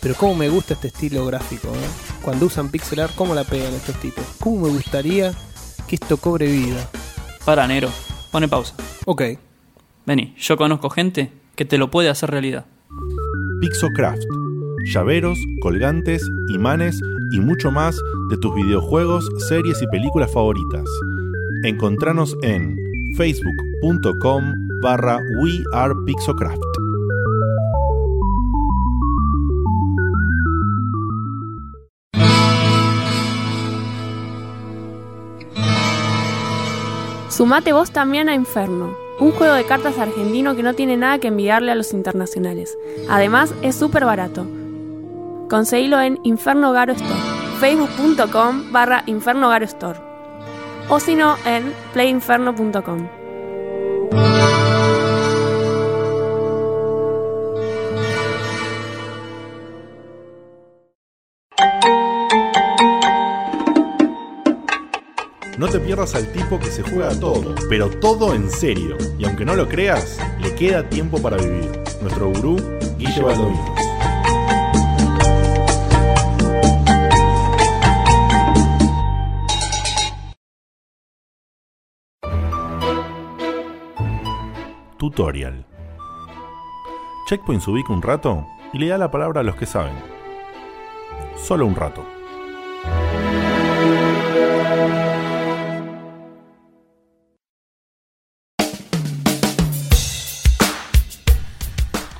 H: Pero cómo me gusta este estilo gráfico, ¿eh?
Q: cuando usan pixel art, cómo la pegan estos tipos. ¿Cómo me gustaría que esto cobre vida?
F: Para, negro. Pone pausa.
Q: Ok.
F: Vení, yo conozco gente que te lo puede hacer realidad.
E: Pixocraft. Llaveros, colgantes, imanes y mucho más de tus videojuegos, series y películas favoritas. Encontranos en facebook.com barra we are Pixocraft.
P: Sumate vos también a Inferno, un juego de cartas argentino que no tiene nada que enviarle a los internacionales. Además, es súper barato. Conseguilo en Inferno Garo Store, facebook.com barra Inferno Garo Store, o si no, en playinferno.com.
E: No te pierdas al tipo que se juega todo, pero todo en serio. Y aunque no lo creas, le queda tiempo para vivir. Nuestro gurú, Guille Baldovino. Tutorial. Checkpoint se ubica un rato y le da la palabra a los que saben. Solo un rato.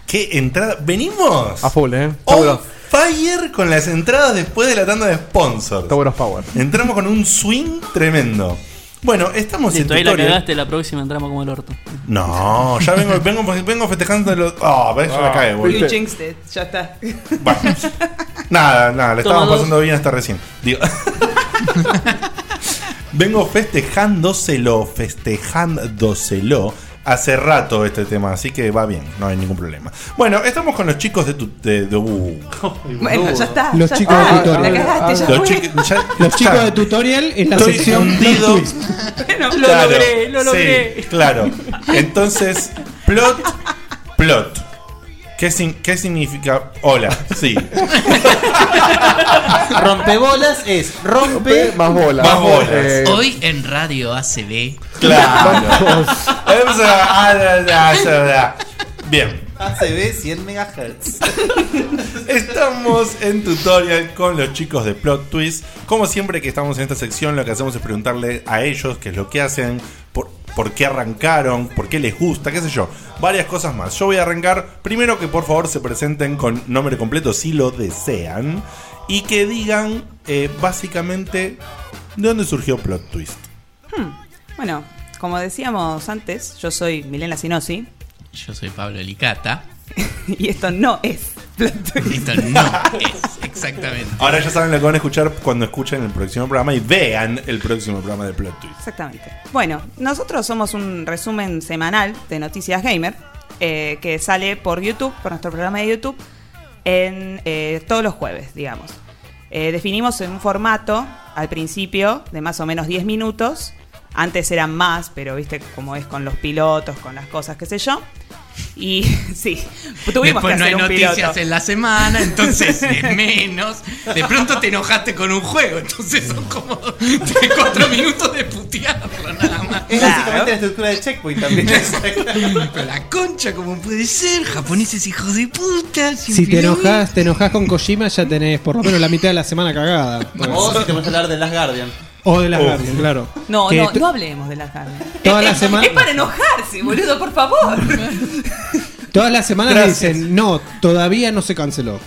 E: ¿Qué entrada? ¿Venimos?
B: A full, ¿eh?
E: On fire con las entradas después de la tanda de sponsors.
B: Tower of Power.
E: Entramos con un swing tremendo. Bueno, estamos
F: Si
E: en
F: todavía la
E: tutorial.
F: cagaste, la próxima entramos como el orto.
E: No, ya vengo, vengo, vengo festejando los. Ah, pero eso la cae,
L: You
E: boludo.
L: jinxed it, ya está.
E: Nada, nada, le
L: Toma
E: estábamos
L: dos.
E: pasando bien hasta recién. Digo. [LAUGHS] vengo festejándoselo, festejándoselo. Hace rato este tema, así que va bien, no hay ningún problema. Bueno, estamos con los chicos de tu. de- de- uh.
L: Bueno, ya está.
E: Los
L: Ah, ya
E: chicos
L: está.
E: de tutorial.
L: La cagaste, ya
E: Los
L: fue.
E: chiqui- ya-
C: Los chicos
E: ya.
C: de tutorial en la
E: Estoy
C: sección
E: hundido.
L: [LAUGHS]
C: plot twist.
L: Lo logré, lo logré.
E: claro. Entonces, plot, plot. ¿Qué, sin- qué significa? Hola, sí.
D: Rompebolas es rompe.
B: Más bolas.
E: Más bolas.
J: Eh,
D: Eh.
J: [LAUGHS]
A: Hoy en Radio ACB.
E: Claro. Vamos a- a- a- a- a- Bien.
D: ACB 100 MHz.
E: Estamos en tutorial con los chicos de Plot Twist. Como siempre que estamos en esta sección, lo que hacemos es preguntarle a ellos qué es lo que hacen, por, por qué arrancaron, por qué les gusta, qué sé yo. Varias cosas más. Yo voy a arrancar primero que por favor se presenten con nombre completo si lo desean. Y que digan eh, básicamente de dónde surgió Plot Twist.
L: Hmm. Bueno, como decíamos antes, yo soy Milena Sinosi [LAUGHS]
A: Yo soy Pablo Licata.
L: y esto no es Plot Twist.
A: Esto no es exactamente.
E: Ahora ya saben lo que van a escuchar cuando escuchen el próximo programa y vean el próximo programa de Plot Twist.
L: Exactamente. Bueno, nosotros somos un resumen semanal de Noticias Gamer eh, que sale por YouTube, por nuestro programa de YouTube, en eh, todos los jueves, digamos. Eh, definimos un formato al principio de más o menos 10 minutos. Antes eran más, pero viste cómo es con los pilotos, con las cosas, qué sé yo. Y [LAUGHS] sí, tuvimos
A: Después
L: que
A: no hay
L: hacer un
A: noticias
L: piloto.
A: en la semana, entonces es menos. De pronto te enojaste con un juego, entonces son como 3, 4 minutos de putearlo nada más.
D: Es básicamente la estructura de checkpoint también.
A: [LAUGHS] Pero la concha, como puede ser, japoneses hijos de puta. sin
C: Si te
A: filón.
C: enojas, te enojas con Kojima, ya tenés por lo menos la mitad de la semana cagada.
D: [LAUGHS] O si te Oh, vas a hablar de Last Guardian.
C: [LAUGHS] O de las
D: Uf.
C: Guardian, claro.
L: [LAUGHS] No,
C: Que
L: no,
C: to-
L: no hablemos de las ganas.
C: Toda
L: Es-
C: la
L: es-
C: semana-
L: Es para enojarse, boludo, por favor.
C: Todas las semanas le dicen, no, todavía no se canceló.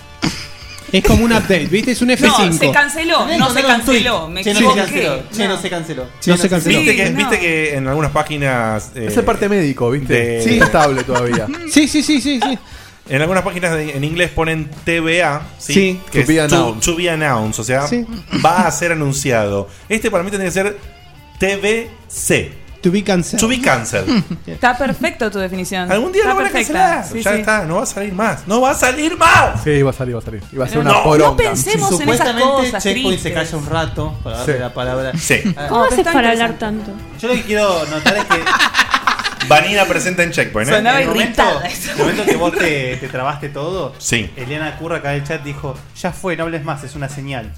C: Es como un update, ¿viste? Es un F5.
L: No, se canceló, no se canceló. Me
D: Che, no se
L: equivoqué.
D: canceló. Che,
L: No.
D: no se canceló.
C: no se canceló.
E: Viste, que,
L: no.
E: viste que en algunas páginas. eh,
B: Es el parte médico, ¿viste? Sí, estable todavía.
C: Sí, sí, sí, sí. sí.
E: En algunas páginas de- en inglés ponen TBA. Sí.
B: Sí.
E: que
B: To be
E: es to-
B: announced.
E: to be announced, O sea,
C: Sí.
E: va a ser anunciado. Este para mí tendría que ser TBC.
C: To be Hmm. canceled.
E: To be canceled.
L: Está perfecto tu definición.
E: Algún día
L: Está
E: lo van a
L: perfecta.
E: cancelar.
L: Sí,
E: ya
L: sí.
E: está, no va a salir más. ¡No va a salir
B: [LAUGHS]
E: más!
B: Sí, va a salir, va a salir. Iba a ser
L: Pero
B: una
L: no, no
B: poronga.
L: pensemos en esas
D: Supuestamente
L: cosas
D: Checkpoint
L: tristes.
D: se calla un rato para darle
B: Sí.
D: la palabra.
E: Sí.
D: Ah,
L: No,
P: ¿Cómo
L: pero
P: haces
L: está
P: para hablar tanto?
J: [LAUGHS]
D: Yo lo que quiero notar es que
E: Vanina presenta en Checkpoint, ¿eh?
D: En el momento- En el momento que [LAUGHS] vos te, te trabaste todo,
E: Sí.
D: Eliana Curra acá en el chat dijo: Ya fue, no hables más, es una señal.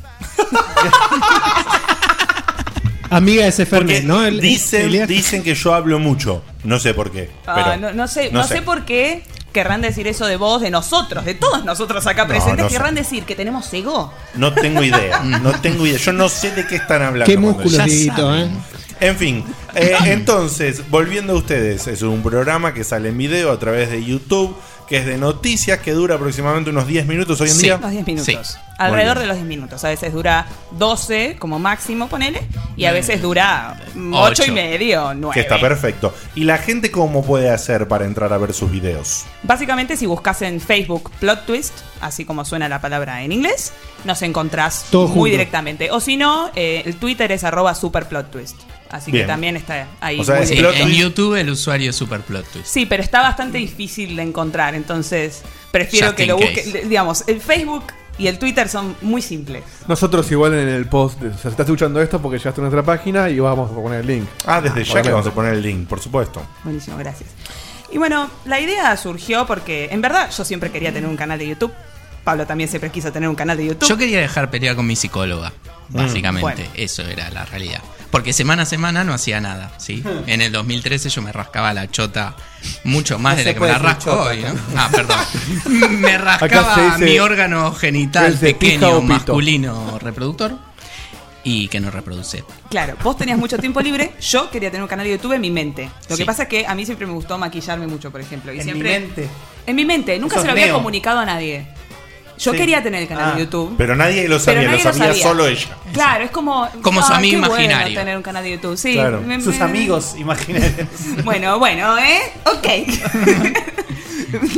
C: Amiga de ese
E: Porque
C: Fernet, ¿no? El-
E: dicen,
C: Elías-
E: dicen que yo hablo mucho. No sé por qué.
L: Ah,
E: pero-
L: no, no sé, no, sé. por qué querrán decir eso de vos, de nosotros, de todos nosotros acá
E: No,
L: presentes.
E: no sé.
L: querrán decir que tenemos ego.
E: No tengo
L: [LAUGHS]
E: idea. No tengo idea. Yo no sé de qué están hablando.
C: Qué
E: cuando-
C: músculos,
E: Ya
C: Dieguito, ¿eh?
E: saben. En fin, eh, entonces, volviendo a ustedes, es un programa que sale en video a través de YouTube, que es de noticias, que dura aproximadamente unos 10 minutos hoy en día.
L: Los 10 minutos.
E: Muy
L: Alrededor
E: bien.
L: de los 10 minutos. A veces dura 12 como máximo, ponele. Y a veces dura 8 y
E: Ocho.
L: medio,
E: Que
L: 9.
E: está perfecto. ¿Y la gente cómo puede hacer para entrar a ver sus videos?
L: Básicamente, si buscas en Facebook Plot Twist, así como suena la palabra en inglés, nos encontrás
E: Todo
L: muy
E: junto.
L: directamente. O si no, eh, el Twitter es arroba superplotTwist. Así
J: Bien.
L: que también está ahí. muy
J: Sí,
L: directo.
J: en YouTube el usuario es Super Plot Twist.
L: Sí, pero está bastante difícil de encontrar, entonces prefiero
J: Just
L: que
J: in
L: lo
J: case.
L: busquen. Digamos, el Facebook y el Twitter son muy simples.
B: Nosotros igual en el post, o sea, estás escuchando esto porque llegaste a nuestra página y vamos a poner el link.
E: Ah, desde ya que vamos a poner el link, por supuesto.
L: Buenísimo, gracias. Y bueno, la idea surgió porque, en verdad, yo siempre quería tener un canal de YouTube. Pablo también siempre quiso tener un canal de YouTube.
J: Yo quería dejar pelear con mi psicóloga, básicamente.
L: Bueno.
J: Eso era la realidad. Porque semana a semana no hacía nada,
L: [LAUGHS]
J: ¿sí? En el 2013 yo me rascaba la chota mucho más
D: No
J: de
D: se
J: la que me la
D: puede decir
J: rasco
D: chota
J: hoy, ¿no?
D: acá.
J: Ah,
L: [LAUGHS]
J: perdón.
D: Acá
J: me
D: se
J: rascaba
D: dice-
J: mi órgano genital
D: ¿Es de pija
J: pequeño
D: o pito?
J: masculino reproductor y que no reproduce.
L: Claro, vos tenías mucho tiempo libre, yo quería tener un canal de YouTube en mi mente. Lo
J: Sí.
L: que pasa es que a mí siempre me gustó maquillarme mucho, por ejemplo. Y
D: En mi
L: siempre,
D: mente.
L: En mi mente, nunca
D: Sos
L: se lo había
D: neo.
L: comunicado a nadie. Yo
D: Sí.
L: quería tener el canal
D: Ah.
L: de YouTube.
E: Pero nadie lo sabía,
L: Pero nadie
E: lo,
L: lo
E: sabía
L: sabía.
E: solo ella.
L: Claro, es como.
J: Como su
L: ah,
J: amigo
L: qué bueno
J: imaginario.
L: tener un canal de YouTube, sí.
D: Claro.
L: Me-
D: Sus
L: me-
D: amigos [LAUGHS] imaginarios.
L: [LAUGHS] Bueno, bueno, ¿eh? Ok.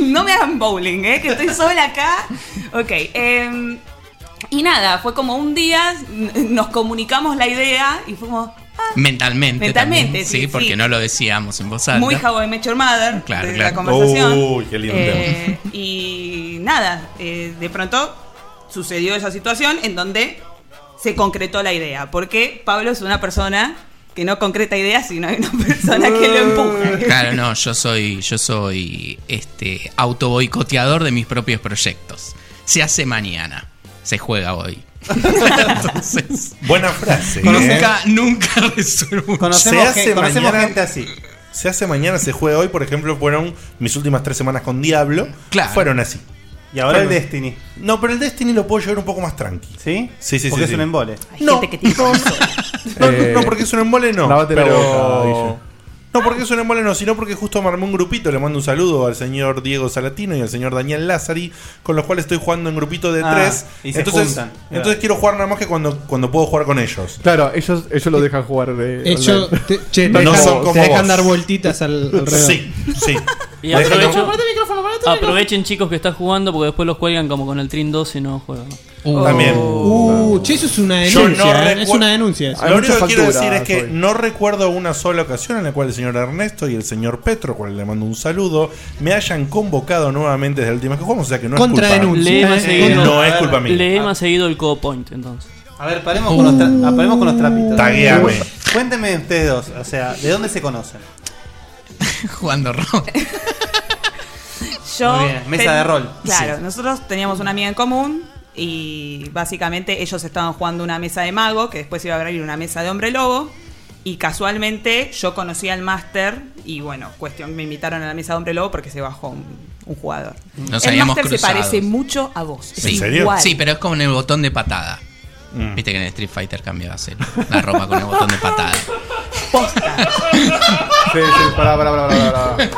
L: [LAUGHS] no me hagan bowling, ¿eh? Que estoy sola acá. Ok. em, y nada, fue como un día, n- nos comunicamos la idea y fuimos
J: Mentalmente.
L: Mentalmente,
J: también,
L: sí,
J: sí, porque
L: sí.
J: no lo decíamos en voz alta.
L: muy How I Met Your Mother
J: Claro,
L: de la
J: claro.
L: conversación.
J: Uy, qué lindo
L: Eh, y nada, eh, de pronto sucedió esa situación en donde se concretó la idea. Porque Pablo es una persona que no concreta ideas, sino una persona que lo empuja.
J: Claro, no, yo soy, yo soy este auto boicoteador de mis propios proyectos. Se hace mañana, se juega hoy.
E: Buena frase.
J: Nunca, nunca resuelvo.
E: se hace mañana, así. Se hace mañana, se juega hoy, por ejemplo, fueron mis últimas tres semanas con Diablo.
D: Claro.
E: Fueron así.
D: Y ahora el
E: Fueron-
D: Destiny.
E: No, pero el Destiny lo puedo llevar un poco más tranqui.
D: ¿Sí?
E: Sí, sí,
D: Porque
E: sí,
D: es un
E: sí.
D: embole.
E: No, no, no, no, no, porque es un embole Eh, no.
B: Lávate Eh, la
E: pero-
B: boca, Guille.
E: no, porque es un embole no, sino porque justo me armé un grupito. Le mando un saludo al señor Diego Salatino y al señor Daniel Lázari, con los cuales estoy jugando en grupito de
D: Ah,
E: tres.
D: y se
E: entonces,
D: juntan.
E: entonces quiero jugar nada más que cuando, cuando puedo jugar con ellos.
B: Claro, ellos, ellos lo dejan jugar de.
E: Ellos
B: online.
E: te- che, te No dejan- son como te dejan vos. dar
C: vueltitas al- alrededor.
E: Sí, sí.
F: Y aprovecho-
C: Aparte el micrófono, aparte el micrófono.
F: aprovechen chicos que están jugando porque después los cuelgan como con el Trin 2 y no juegan.
E: También.
C: Uh, che, eso es una
E: Yo
C: denuncia.
E: no
C: ¿eh? Es
E: recu-
C: una denuncia. eso.
E: Lo único que quiero decir es que no recuerdo una sola ocasión en la cual el señor Ernesto y el señor Petro, al cual le mando un saludo, me hayan convocado nuevamente desde la última vez que jugamos. O sea que no es culpa
F: Lee más
E: mía.
F: seguido,
E: No es culpa mía.
F: Lee más seguido el co point entonces. Uh.
D: A ver, paremos con, los tra- ah, paremos con los trapitos.
E: Tagueame.
D: Cuéntenme ustedes dos, o sea, ¿de dónde se
E: [LAUGHS]
D: conocen?
J: Jugando rol.
L: Yo
D: Muy bien, mesa de rol.
L: Claro,
D: Sí.
L: nosotros teníamos una amiga en común y básicamente ellos estaban jugando una mesa de mago, que después iba a abrir una mesa de hombre lobo. Y casualmente yo conocí al máster y bueno, cuestión, me invitaron a la mesa de hombre lobo porque se bajó un, un jugador.
J: Nos
L: el
J: habíamos
L: máster se
J: cruzado.
L: parece mucho a vos. es
J: Sí.
L: igual.
J: Sí, pero es como en el botón de patada. Viste que en el Street Fighter cambiabas el- la ropa con el botón de patada.
B: Sí, sí, pará, pará, pará, pará, pará.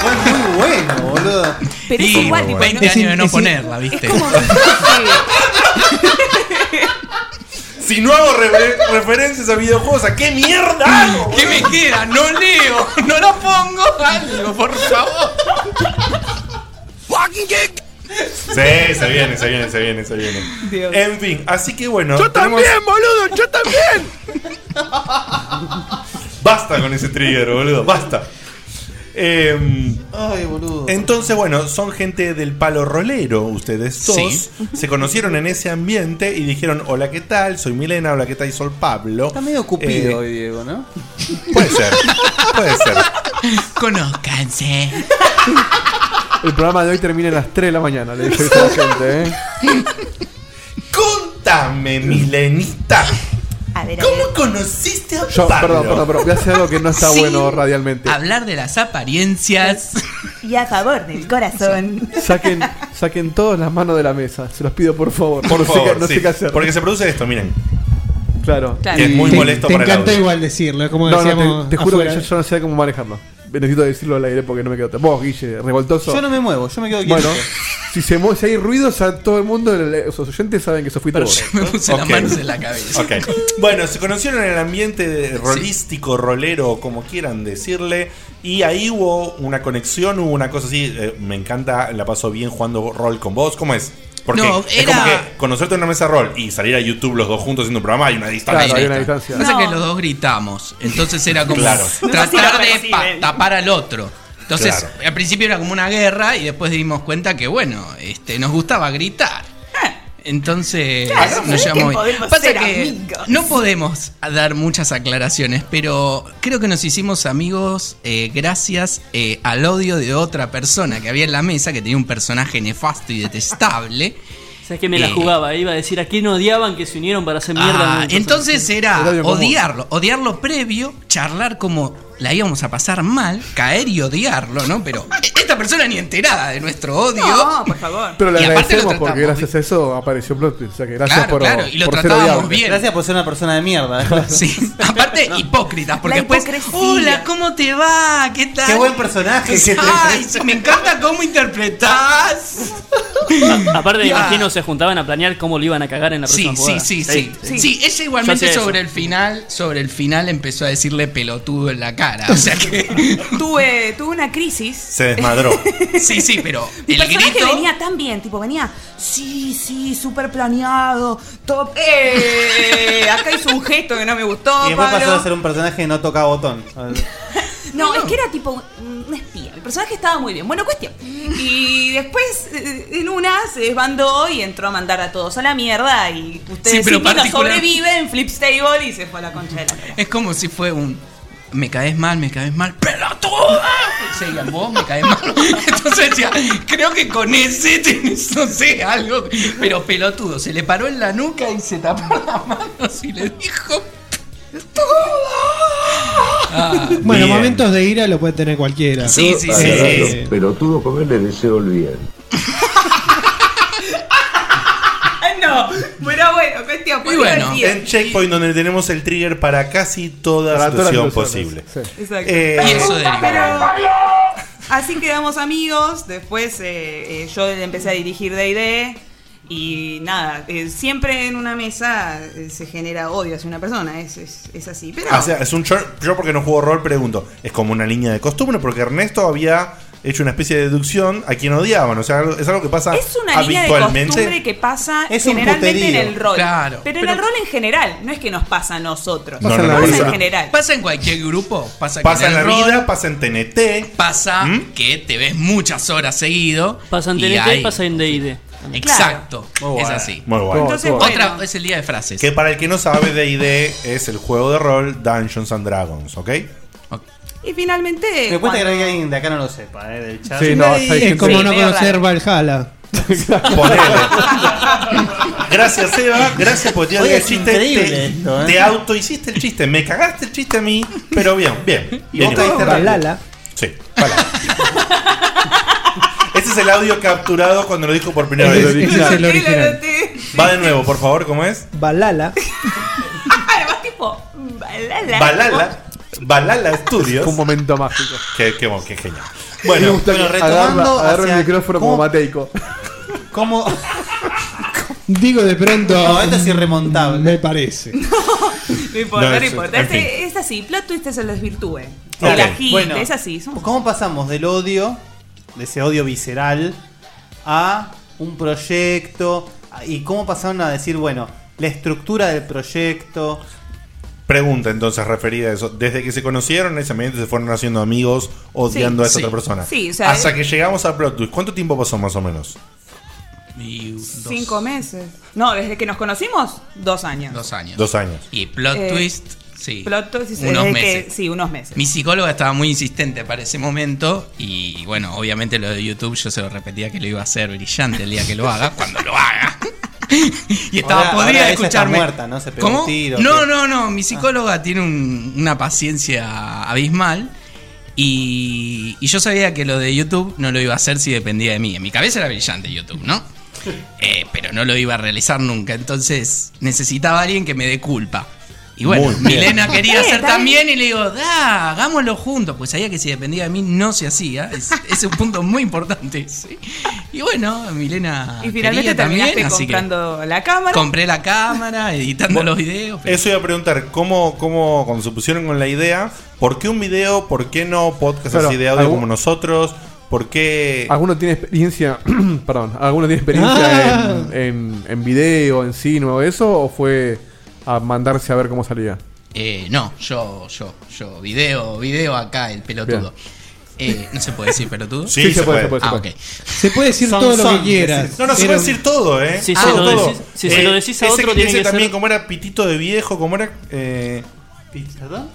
D: Fue muy bueno, boludo.
L: Pero es
J: Y
L: igual, tipo,
J: 20
L: no-
J: años de no
L: es-
J: ponerla, ¿viste?
L: Es
E: [LAUGHS]
L: como, sí,
E: Si no hago refer- referencias a videojuegos, ¿a qué mierda hago?
J: ¿Qué me queda? No leo, no lo pongo. Algo, por favor.
E: Sí, se viene, se viene, se viene, se viene. En fin, así que bueno. tenemos-
G: boludo! ¡Yo también!
E: Basta Em, con ese trigger, boludo, basta.
L: Ah.
E: Ay, boludo. Entonces, bueno, son gente del palo rolero, ustedes dos.
J: Sí.
E: Se conocieron en ese ambiente y dijeron: Hola, ¿qué tal? Soy Milena, hola, ¿qué tal? Soy Pablo. Está
D: medio
E: Eh,
D: Cupido hoy, Diego, ¿no?
E: puede ser, puede ser.
J: Conozcanse.
B: El programa de hoy termina a las 3 de la mañana, le dije a la gente, ¿eh?
E: Contame, Milenita. ¿Cómo conociste a
B: Yo,
E: Pablo?
B: perdón, perdón, pero voy a hacer algo que no está
J: Sí.
B: bueno radialmente.
J: Hablar de las apariencias.
R: Y a favor del
J: [LAUGHS]
R: corazón.
B: Saquen, saquen todas las manos de la mesa, se los pido por favor.
E: Por
B: no sé qué-
E: favor,
B: no sé
E: sí,
B: qué hacer.
E: Porque se produce esto, miren.
B: Claro.
E: Que es muy
B: Te-
E: molesto
C: Te
E: para el
C: encanta
E: audio.
C: igual decirlo, es como
B: No, no,
C: decíamos.
B: te, te juro que
C: afuera.
B: yo, yo no sé cómo manejarlo. Necesito decirlo al aire porque no me quedo otra. Vos, Guille, revoltoso.
D: Yo no me muevo, yo me quedo quieto.
B: Bueno, si, se mue- si hay ruido, ya todo el mundo, los oyentes saben que eso fuiste vos.
E: [LAUGHS] Ok.
J: [LAUGHS]
E: Ok. Bueno, se conocieron en el ambiente de- rolístico, rolero, como quieran decirle. Y ahí hubo una conexión, hubo una cosa así. eh, me encanta, la paso bien jugando rol con vos. ¿Cómo es? Porque
J: No,
E: es
J: era-
E: como que conocerte en una mesa de rol y salir a YouTube los dos juntos haciendo un programa hay una distancia.
J: Pasa que los dos gritamos. Entonces era como
E: Claro.
J: tratar de pa- tapar al otro. Entonces,
E: Claro.
J: al principio era como una guerra y después dimos cuenta que, bueno, este, nos gustaba gritar. Entonces,
R: Claro,
J: nos
R: ¿sabés
J: llamó
R: qué
J: bien.
R: podemos
J: Pasa
R: ser
J: que
R: amigos?
J: no podemos dar muchas aclaraciones, pero creo que nos hicimos amigos eh, gracias eh, al odio de otra persona que había en la mesa, que tenía un personaje nefasto y detestable.
F: ¿Sabes que me la
J: Eh.
F: jugaba? Iba a decir a quién odiaban que se unieron para hacer mierda.
J: Ah,
F: en un
J: entonces era
F: El odio como
J: odiarlo, odiarlo previo, charlar como la íbamos a pasar mal, caer y odiarlo, ¿no? Pero esta persona ni enterada de nuestro odio.
L: No, por favor.
B: Pero le
J: Y aparte lo
B: agradecemos porque
J: tratamos
B: gracias a eso apareció Plot Twist, O sea que gracias
J: Claro,
B: por,
J: claro, y lo
B: por ser
J: tratábamos
B: odiable.
J: bien.
D: Gracias por ser una persona de [LAUGHS] mierda. ¿eh?
J: Sí.
D: [LAUGHS]
J: Aparte, hipócritas, porque después. Hola, ¿cómo te va? ¿Qué tal?
D: Qué buen personaje que tenés.
J: Ay, me encanta cómo interpretás.
F: A- Aparte, me
J: Ya.
F: imagino, se juntaban a planear cómo lo iban a cagar en la
J: Sí,
F: próxima
J: sí,
F: jugada.
J: sí, sí, sí. ella igualmente
F: Yo sé
J: sobre
F: eso.
J: el final, sobre el final empezó a decirle pelotudo en la cara. O sea que.
L: Tuve, tuve una crisis.
E: Se desmadró.
J: Sí, sí, pero
L: Mi
J: el
L: personaje
J: grito.
L: venía tan bien, tipo, venía, sí, sí, súper planeado, top, eh, acá hizo un gesto que no me gustó,
D: Y después
L: Pablo.
D: pasó a ser un personaje que no toca
C: [LAUGHS]
D: botón.
L: No, es que era tipo un- un espía. El personaje estaba muy bien. Bueno, cuestión. Y después, eh, en una, se desbandó y entró a mandar a todos a la mierda. Y ustedes
J: Sí, pero
L: sí que no
J: particular-
L: sobreviven, flip stable y se fue a la concha de la lora.
J: Es como si fue un. Me caes mal, me caes mal, pelotuda. Seguían vos, me caes mal. [LAUGHS] Entonces decía, creo que con ese tenés, no sé, algo. Pero pelotudo, se le paró en la nuca y se tapó [LAUGHS] las manos y le dijo.
C: [LAUGHS]
J: "Pelotuda".
C: Bueno,
J: Ah, Bien.
C: momentos de ira lo puede tener cualquiera. Eh,
J: Sí, sí, sí, sí, sí.
S: Pero tuvo comer le deseo el bien.
L: [LAUGHS] No, pero bueno, cuestión.
J: Muy bueno.
E: En Checkpoint, donde tenemos el trigger para casi toda
B: Para todas las
E: situación posible.
B: situaciones,
L: Exacto.
E: Eh, Y eso derivó.
L: Así quedamos amigos. Después eh, eh, yo le empecé a dirigir D&D. Y nada, eh, siempre en una mesa eh, se genera odio hacia una persona. Es, es, es así. Pero
E: Ah, o sea, es un short. Yo, porque no juego rol, pregunto. Es como una línea de costumbre, porque Ernesto había hecho una especie de deducción a quien odiaban. O sea, es algo que pasa
L: Es una línea de
E: habitualmente.
L: costumbre que pasa
D: Es un
L: generalmente en
D: puterío.
L: el rol.
J: Claro.
L: Pero, en el rol en general, no es que nos pasa a nosotros.
E: No,
L: Pasa
E: no, no,
L: en
E: pasa.
L: general.
J: Pasa en cualquier grupo. Pasa, que
E: pasa en la
J: el rol
E: vida, pasa en TNT.
J: Pasa
E: ¿Mm?
J: que te ves muchas horas seguido.
F: Pasa en
J: y
F: TNT,
J: ahí-
F: pasa en DD.
J: Exacto.
E: Muy
J: Es
E: bueno.
J: así.
E: Muy bueno. Entonces,
J: Otra
E: bueno.
J: es el día de frases.
E: Que para el que no sabe, D&D es el juego de rol Dungeons and Dragons, ¿ok?
L: Y finalmente.
D: Me cuesta
L: cuando-
D: que alguien de acá no lo sepa, ¿eh? Del chat.
C: Sí, no, hay es gente- como no
D: [LAUGHS]
C: conocer Valhalla.
D: [LAUGHS]
E: Gracias, Eva. Gracias por tirar
D: Oye,
E: el
D: es
E: chiste.
D: increíble
E: te,
D: esto, ¿eh?
E: este te auto hiciste el chiste. Me cagaste el chiste a mí, pero bien, bien.
D: Y vos
E: Bien,
D: caíste
E: Iván.
D: rápido.
E: Sí, Valhalla. Ese Este es el audio capturado cuando lo dijo por primera
C: Ese
E: vez.
C: Este es-
A: Este
C: ese es el original.
E: Va de nuevo, por favor, ¿cómo es?
T: Balala.
L: Además, tipo. Balala.
E: Balala. Balala Studios.
B: Un momento mágico.
E: Qué, qué, qué genial.
B: me
E: Bueno,
B: gusta
E: bueno,
B: que
E: retomando
B: agarra, agarra
E: hacia
B: el micrófono como
E: cómo-
B: Mateico.
D: ¿Cómo?
C: [LAUGHS] Digo de pronto.
D: No, esto es irremontable. [LAUGHS]
C: Me parece.
L: No importa,
C: No,
L: no,
C: eso-
L: importa.
C: en
L: Este-
C: fin.
L: es así. Plot twist se lo desvirtúe.
D: Ok.
L: El ajite,
D: Bueno.
L: es así. somos-
D: ¿Cómo pasamos del odio, de ese odio visceral, a un proyecto? ¿Y cómo pasaron a decir, bueno, la estructura del proyecto?
E: Pregunta entonces referida a eso. Desde que se conocieron, en ese momento se fueron haciendo amigos
L: Sí,
E: odiando a esta
L: sí.
E: otra persona.
L: Sí, o sea,
E: Hasta
L: es-
E: que llegamos a Plot Twist. ¿Cuánto tiempo pasó más o menos?
L: Cinco meses. No, desde que nos conocimos, dos años.
J: Dos años.
E: Dos años.
J: Y plot
L: Eh,
J: twist, sí.
L: Plot twist, es
J: unos
L: desde que-
J: meses.
L: sí, unos meses.
J: Mi psicóloga estaba muy insistente para ese momento y bueno, obviamente lo de YouTube yo se lo repetía que lo iba a hacer brillante el día que
D: [LAUGHS]
J: lo haga, cuando lo haga. [LAUGHS] y estaba
D: Ahora-
J: podría
D: ahora ella está
J: escucharme.
D: muerta, ¿no? Se pegó un
J: ¿Cómo?
D: tiro, Ah.
J: no,
D: ¿qué?
J: no, no, mi psicóloga tiene un- una paciencia abismal. Y, y yo sabía que lo de YouTube no lo iba a hacer si dependía de mí. En mi cabeza era brillante YouTube, ¿no? Eh, pero no lo iba a realizar nunca. Entonces necesitaba a alguien que me dé culpa. Y bueno,
D: Muy bien.
J: Milena quería
D: Sí,
J: hacer
D: está bien.
J: también y le digo, da, Ah, hagámoslo juntos. Pues sabía que si dependía de mí no se hacía.
L: [LAUGHS]
J: Es, es un punto muy importante. ¿sí? Y bueno, Milena.
L: Y finalmente
J: quería también,
L: terminaste
J: así que
L: comprando la cámara.
J: Compré la cámara, editando los videos.
E: Eso iba a preguntar, ¿cómo, cómo, cuando se pusieron con la idea, ¿por qué un video? ¿Por qué no podcast
B: Claro,
E: así de audio
B: algún-
E: como nosotros? ¿Por qué
B: ¿Alguno tiene experiencia, [CLEARS THROAT] perdón, alguno tiene experiencia en, en- en video, en cine o eso? ¿O fue a mandarse a ver cómo salía?
J: Eh, no, yo, yo, yo, video, video acá, el pelotudo. Eh, no se puede decir pelotudo.
B: Sí, Sí, se se puede, puede. se
J: Ah,
B: puede, se
J: ok.
C: Se puede decir
J: Son-
C: todo lo
J: son,
C: que quieras.
E: No, no, se
C: Pero-
E: puede decir todo, ¿eh?
C: Si
E: Todo,
C: se lo
E: todo. Eh,
C: decís- si se lo decís a
E: ese
C: otro,
E: que
C: tiene
E: dice
C: que ser-
E: también cómo era pitito de viejo, cómo era... Eh,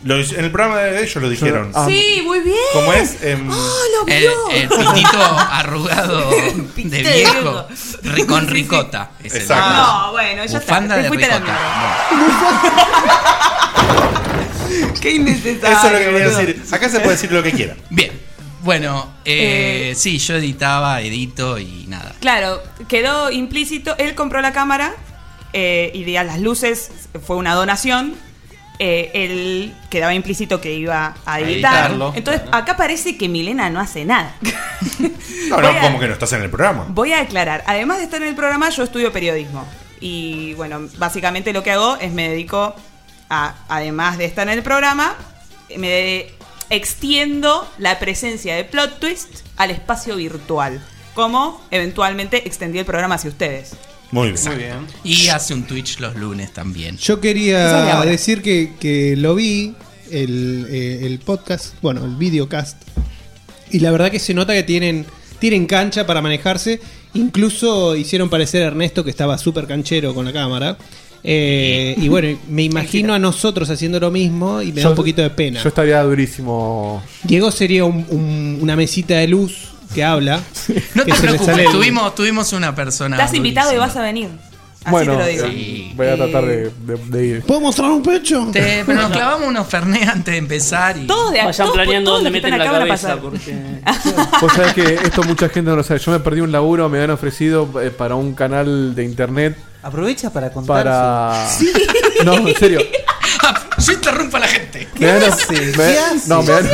E: lo hice- en el programa de ellos lo dijeron.
L: Sí, muy bien. Ah,
E: ¿Cómo es? Em,
J: El,
L: [LAUGHS]
J: el pitito [LAUGHS] arrugado de
L: Pitito.
J: viejo ri- con ricota. Es el-
E: Exacto.
L: No, bueno, ya está.
J: Bufanda de
L: Te fuiste a la
J: ricota.
L: Qué innecesario.
E: Eso es lo que quería
L: boludo.
E: decir. Acá se puede decir lo que quiera.
J: Bien. Bueno, eh, sí, yo editaba, edito y nada.
L: Claro, quedó implícito. Él compró la cámara eh, y de a las luces fue una donación. Eh, él quedaba implícito que iba a editar.
E: editarlo,
L: Entonces, acá parece que Milena no hace
J: [LAUGHS]
L: nada.
E: No, no, como que no estás en el programa.
L: Voy a aclarar. Además de estar en el programa, yo estudio periodismo. Y bueno, básicamente lo que hago es me dedico a, además de estar en el programa, me de- extiendo la presencia de Plot Twist al espacio virtual. Como eventualmente extendí el programa hacia ustedes.
E: Muy
J: bien. Y hace un Twitch los lunes también.
C: Yo
J: Esa es la
C: quería
J: hora.
C: decir que, que lo vi, el, eh, el podcast, bueno, el videocast. Y la verdad que se nota que tienen, tienen cancha para manejarse. Incluso hicieron parecer a Ernesto que estaba súper canchero con la cámara. Eh,
J: [LAUGHS]
C: y bueno, me imagino a nosotros haciendo lo mismo y me da un poquito de pena.
B: Yo estaría durísimo.
C: Diego sería un- un- una mesita de luz que habla.
J: [LAUGHS] No
L: [LAUGHS]
J: te
C: que se le
J: preocupes,
C: sale el-
J: tuvimos, tuvimos una persona.
L: Estás invitado y
J: durísima.
L: vas a venir. Así
B: bueno,
L: te lo digo.
B: eh, voy a tratar de, de- de ir.
C: ¿Puedo mostrar un pecho?
J: Te- pero nos clavamos unos fernés antes de empezar y.
L: Todos de a-
F: Vayan
L: todos-
F: planeando
L: todos
F: dónde
L: los que
F: meten
L: están
F: la
L: acá van a
F: cabeza.
L: pasar.
F: Porque...
B: Vos sabés que esto mucha gente no lo sabe. Yo me perdí un laburo, me han ofrecido eh, para un canal de internet.
T: Aprovecha para contar.
B: Para.
T: su- Sí.
B: No, en serio.
J: [LAUGHS] Yo interrumpo a la gente.
B: Me dan- me-
T: ¿Qué haces?
B: No, me dan-
J: [LAUGHS]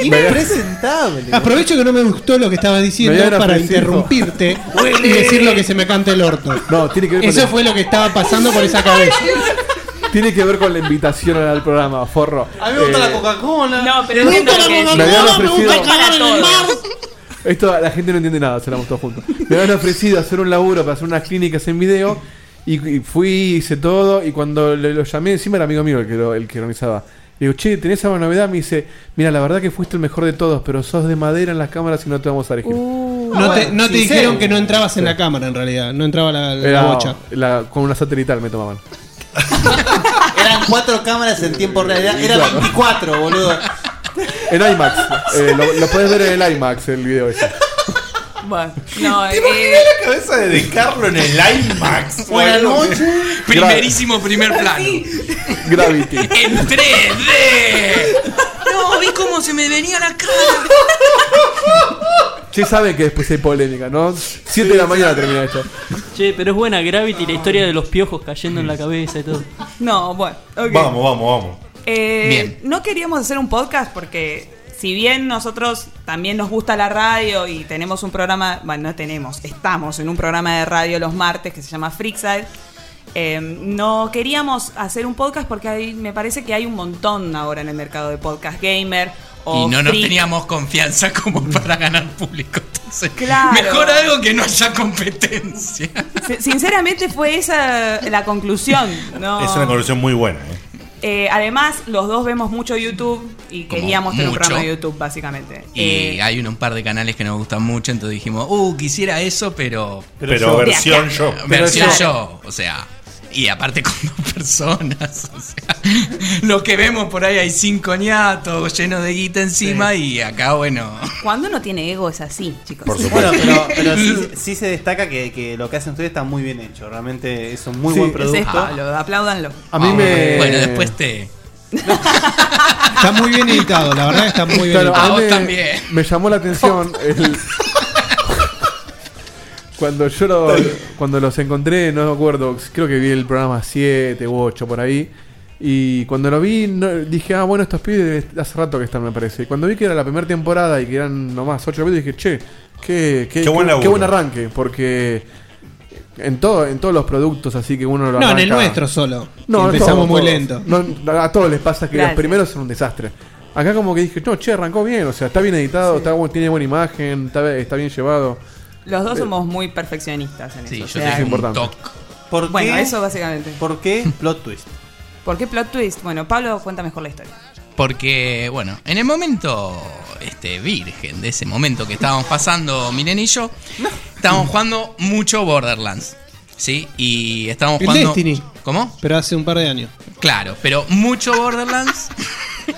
B: Me-
T: Impresentable.
C: Aprovecho que no me gustó lo que estabas diciendo
B: Me habían
C: para
B: ofrecido.
C: interrumpirte y
B: Huele.
C: decir lo que se me canta el orto.
B: No, tiene que ver con
C: Eso
B: el-
C: fue lo que estaba pasando por esa cabeza.
B: Tiene que ver con la invitación al programa, forro.
D: A mí me gusta
B: Eh,
D: la Coca-Cola.
L: No, pero Me entiendo gusta lo la que-
B: Me habían ofrecido.
L: Para todos.
B: Esto la gente no entiende nada, se la todos juntos. Me habían ofrecido hacer un laburo para hacer unas clínicas en video. Y, y fui, hice todo. Y cuando le- lo llamé, encima era amigo mío el que, lo- el que organizaba. Le digo, che, ¿tenés alguna novedad? Me dice, mira, la verdad que fuiste el mejor de todos, pero sos de madera en las cámaras y no te vamos a elegir.
C: No te, no te dijeron que no entrabas en la cámara en realidad, no entraba la, la
B: Era
C: bocha.
B: la- con una satelital me tomaban.
T: Eran cuatro cámaras en tiempo real. Era, era
B: Claro.
T: 24, boludo.
B: En IMAX. eh, lo, lo podés ver en el IMAX el video ese.
L: Bueno, no, eh,
E: la cabeza de dedicarlo en el IMAX?
J: [LAUGHS] Buenas
E: boludo?
J: noches. Primerísimo primer plano.
B: Gravity.
J: En 3D. No, vi cómo se me venía la cara.
B: Che, saben que después hay polémica, ¿no? 7 de la mañana termina esto.
F: Che, pero es buena Gravity, la historia de los piojos cayendo en la cabeza y todo.
L: no, bueno. ok.
E: Vamos, vamos, vamos.
L: Eh,
F: Bien.
L: No queríamos hacer un podcast porque si bien nosotros también nos gusta la radio y tenemos un programa, bueno, no tenemos, estamos en un programa de radio los martes que se llama Freakside, eh, no queríamos hacer un podcast porque hay- me parece que hay un montón ahora en el mercado de podcast gamer. O
J: Y no nos
L: Oh, freak.
J: teníamos confianza como para ganar público. Entonces,
L: Claro.
J: mejor algo que no haya competencia.
L: Si- Sinceramente fue esa la conclusión. ¿no?
E: [LAUGHS] Es una conclusión muy buena, ¿eh?
L: Eh, además, los dos vemos mucho YouTube y
J: Como
L: queríamos tener un
J: mucho.
L: programa de YouTube, básicamente. Eh,
J: Y hay un, un par de canales que nos gustan mucho, entonces dijimos, uh, quisiera eso, pero.
U: Pero Pero yo. versión yo.
J: Versión
U: Pero
J: yo. O sea. Y aparte [LAUGHS] con dos personas. O sea, lo que vemos por ahí hay cinco ñatos llenos de guita encima y acá, bueno.
L: Cuando uno tiene ego es así, chicos. [LAUGHS]
D: Bueno, pero, pero sí,
T: [LAUGHS]
D: sí se destaca que, que lo que hacen ustedes está muy bien hecho. Realmente es un muy
L: Sí,
D: buen
L: es
D: producto.
L: esto, lo- aplaudanlo.
D: A mí me-
J: Ah, Bueno, después te.
C: Está muy bien editado, la verdad está muy bien
B: Claro,
C: editado.
B: a mí me, me llamó la atención el- cuando yo lo- cuando los encontré, no me acuerdo, creo que vi el programa 7 u 8 por ahí. Y cuando lo vi, no- dije, ah, bueno, estos pibes hace rato que están, me parece. Y cuando vi que era la primera temporada y que eran nomás 8 capítulos, dije, che, qué, qué,
U: Qué buen laburo.
B: buen arranque. Porque en, todo, en todos los productos así que uno lo
C: No, en
B: arranca-
C: el nuestro solo.
B: no,
C: que
B: no
C: empezamos
B: todos,
C: muy
B: todos.
C: lento.
B: No, a todos les pasa que
C: Gracias.
B: los primeros son un desastre. Acá como que dije, no, che, arrancó bien, o sea, está bien editado, está bu- tiene buena imagen, está, está bien llevado.
L: Los
D: Eh.
L: dos somos muy perfeccionistas en eso. o sea,
B: Es importante.
D: ¿Por
L: Bueno,
D: qué?
L: eso básicamente.
D: ¿Por qué plot twist?
L: ¿Por qué plot twist? Bueno, Pablo cuenta mejor la historia.
J: Porque, bueno, en el momento este, virgen de ese momento que estábamos pasando, Miren y yo, estábamos jugando mucho Borderlands. ¿Sí? Y estábamos
C: El
J: jugando.
C: Destiny.
J: ¿Cómo?
C: Pero hace un par de años.
J: Claro, pero mucho Borderlands.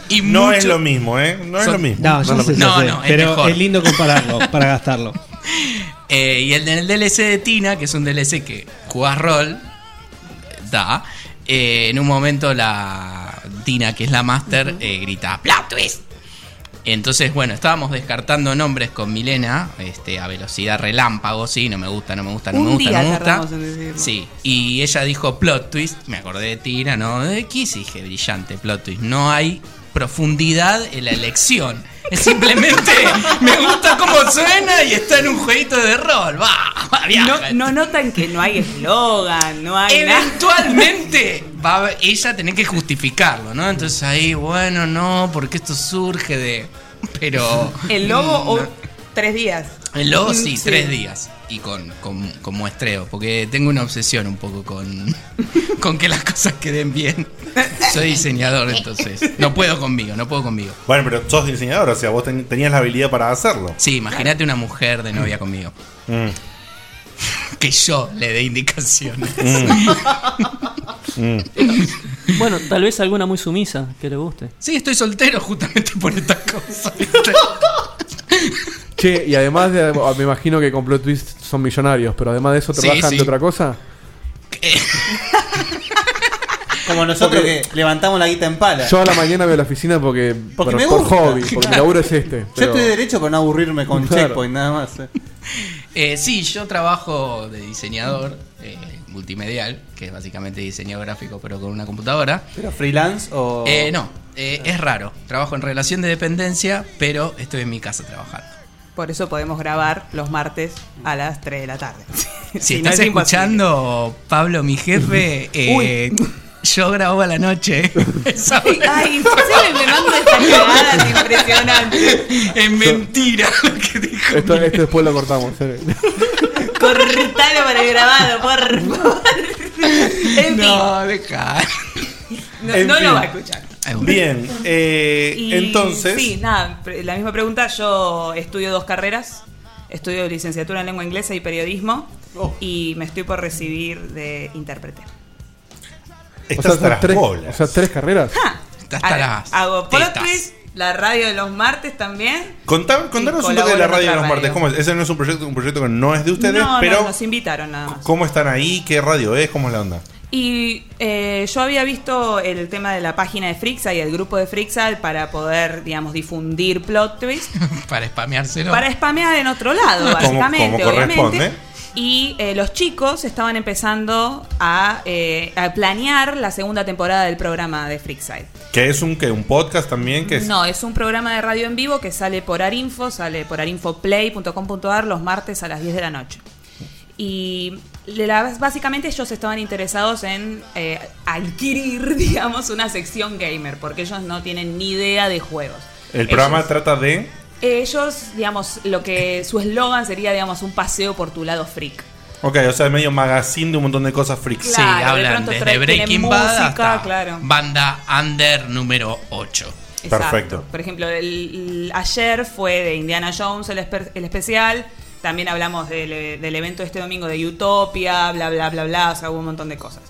J: Y
U: No
J: mucho-
U: es lo mismo, ¿eh? No es
J: Son-
U: lo mismo.
C: No, yo
U: es lo
C: sé,
U: mismo.
C: yo sé,
J: no, es
C: pero
J: mejor.
C: es lindo compararlo
U: [LAUGHS]
C: para gastarlo.
J: Eh, y el, el DLC de Tina, que es un DLC que jugás rol, da. eh, en un momento la Tina, que es la master, eh, grita ¡Plot twist! Entonces, bueno, estábamos descartando nombres con Milena este, a velocidad relámpago, sí, no me gusta, no me gusta, no
L: Un
J: me gusta,
L: día
J: no me gusta.
L: tardamos en decirlo.
J: Sí, y ella dijo plot twist, me acordé de Tina, ¿no? ¿De qué dije brillante plot twist? No hay profundidad en
L: [LAUGHS]
J: la elección. Es simplemente me gusta cómo suena y está en un jueguito de rol. Va, va,
L: No,
J: viaja.
L: no notan que no hay eslogan, no hay nada.
J: Eventualmente va a- ella tiene que justificarlo, ¿no? Entonces ahí, bueno, no, porque esto surge de. Pero.
L: El logo
J: Mm,
L: o
J: no.
L: tres días. Mm,
J: El logo sí,
L: Sí.
J: tres días. Y con, con, con muestreo, porque tengo una obsesión un poco con, [LAUGHS] con que las cosas queden bien. Soy diseñador, entonces. No puedo conmigo, no puedo conmigo.
U: Bueno, pero sos diseñador, o sea, vos ten- tenías la habilidad para hacerlo.
J: Sí, imagínate una mujer de novia conmigo.
E: Mm,
J: Que yo le dé indicaciones.
B: Mm,
F: Mm. Bueno, tal vez alguna muy sumisa que le guste.
J: Sí, estoy soltero justamente por estas cosas.
B: Che, y además de- ah, me imagino que con Plot Twist son millonarios, pero además de eso
J: Sí,
B: trabajan
J: sí.
B: de otra cosa.
D: Como nosotros
B: Porque-
D: que levantamos la guita en pala.
B: Yo a la mañana veo la oficina porque,
D: Porque
B: por,
D: me
B: por
D: gusta.
B: hobby, porque mi
D: Claro.
B: laburo es este.
D: Yo estoy de derecho para no aburrirme con
B: Claro.
D: Checkpoint, nada más. eh.
J: Eh, sí, yo trabajo de diseñador eh, multimedial, que es básicamente diseño gráfico pero con una computadora.
D: ¿Pero freelance o.?
J: Eh, no, eh, es raro. Trabajo en relación de dependencia, pero estoy en mi casa trabajando.
L: Por eso podemos grabar los martes a las 3 de la tarde. [LAUGHS]
J: Si
L: no
J: estás
L: es imposible.
J: escuchando, Pablo, mi jefe, eh, yo grabo a la noche. [LAUGHS]
L: Ay, ay, imposible, me mando estas cagadas impresionantes.
J: es mentira.
B: Esto, esto después lo cortamos.
D: [LAUGHS]
B: eh.
L: Cortalo para el grabado, por favor. En
J: No, deja.
L: No,
U: En
L: no
U: fin.
L: lo va a escuchar.
U: Bien, eh,
L: Y,
U: entonces.
L: Sí, nada, pre- la misma pregunta. Yo estudio dos carreras. Estudio licenciatura en lengua inglesa y periodismo.
U: Oh.
L: Y me estoy por recibir de intérprete.
U: Estás hasta las
B: tres,
U: bolas.
B: o sea, tres carreras.
J: Estás hasta las
L: Ah, Hago plot
J: tetas.
L: twist, la radio de los martes también.
U: Contá- contanos un poco de
L: colaboro
U: la
L: en
U: radio
L: otra
U: de los martes.
L: radio.
U: ¿Cómo es? Ese no es un proyecto, un proyecto que no es de ustedes,
L: no, no,
U: pero
L: nos invitaron nada más.
U: ¿cómo están ahí? ¿Qué radio es? ¿Cómo es la onda?
L: Y eh, yo había visto el tema de la página de Frixa y el grupo de Frixa para poder, digamos, difundir plot twist.
J: Para spameárselo.
L: Para spamear en otro lado,
J: Como-
L: básicamente,
J: como corresponde.
L: obviamente. Y eh, los chicos estaban empezando a, eh, a planear la segunda temporada del programa de Freakside.
U: Que es un, que un podcast también que es.
L: No, es un programa de radio en vivo que sale por Arinfo, sale por arinfoplay.com.ar los martes a las 10 de la noche. Y la- básicamente ellos estaban interesados en eh, adquirir, [LAUGHS] digamos, una sección gamer, porque ellos no tienen ni idea de juegos.
U: El programa
L: Ellos-
U: trata de.
L: ellos, digamos, lo que su eslogan sería, digamos, un paseo por tu lado freak.
E: Ok, o sea, es medio magazine de un montón de cosas freaks.
J: Sí, hablan desde Breaking Bad
L: música,
J: hasta
L: claro.
J: banda under número 8.
L: Exacto. Por ejemplo, el- el- ayer fue de Indiana Jones el, esper- el especial. También hablamos del, del evento este domingo de Utopia, bla, bla, bla, bla. O sea, hubo un montón de cosas.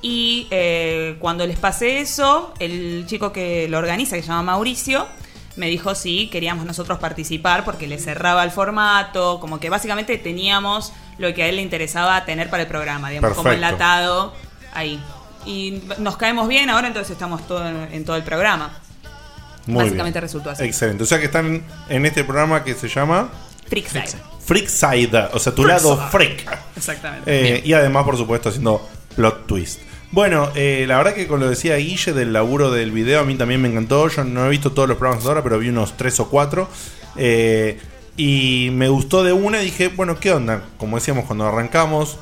L: Y eh, cuando les pasé eso, el chico que lo organiza, que se llama Mauricio, me dijo si queríamos nosotros participar porque le cerraba el formato. Como que básicamente teníamos lo que a él le interesaba tener para el programa, digamos, como
A: Perfecto.
L: enlatado ahí. Y nos caemos bien ahora, entonces estamos todo en- en todo el programa. Básicamente resultó así.
E: Excelente. O sea que están en este programa que se llama
L: Freakside.
E: Freakside, o sea, tu lado freak.
L: Exactamente.
E: Eh, y además, por supuesto, haciendo plot twist. Bueno, eh, la verdad que con lo que decía Guille del laburo del video, a mí también me encantó. Yo no he visto todos los programas hasta ahora, pero vi unos tres o cuatro. Eh, y me gustó de una y dije, bueno, ¿qué onda? Como decíamos cuando arrancamos,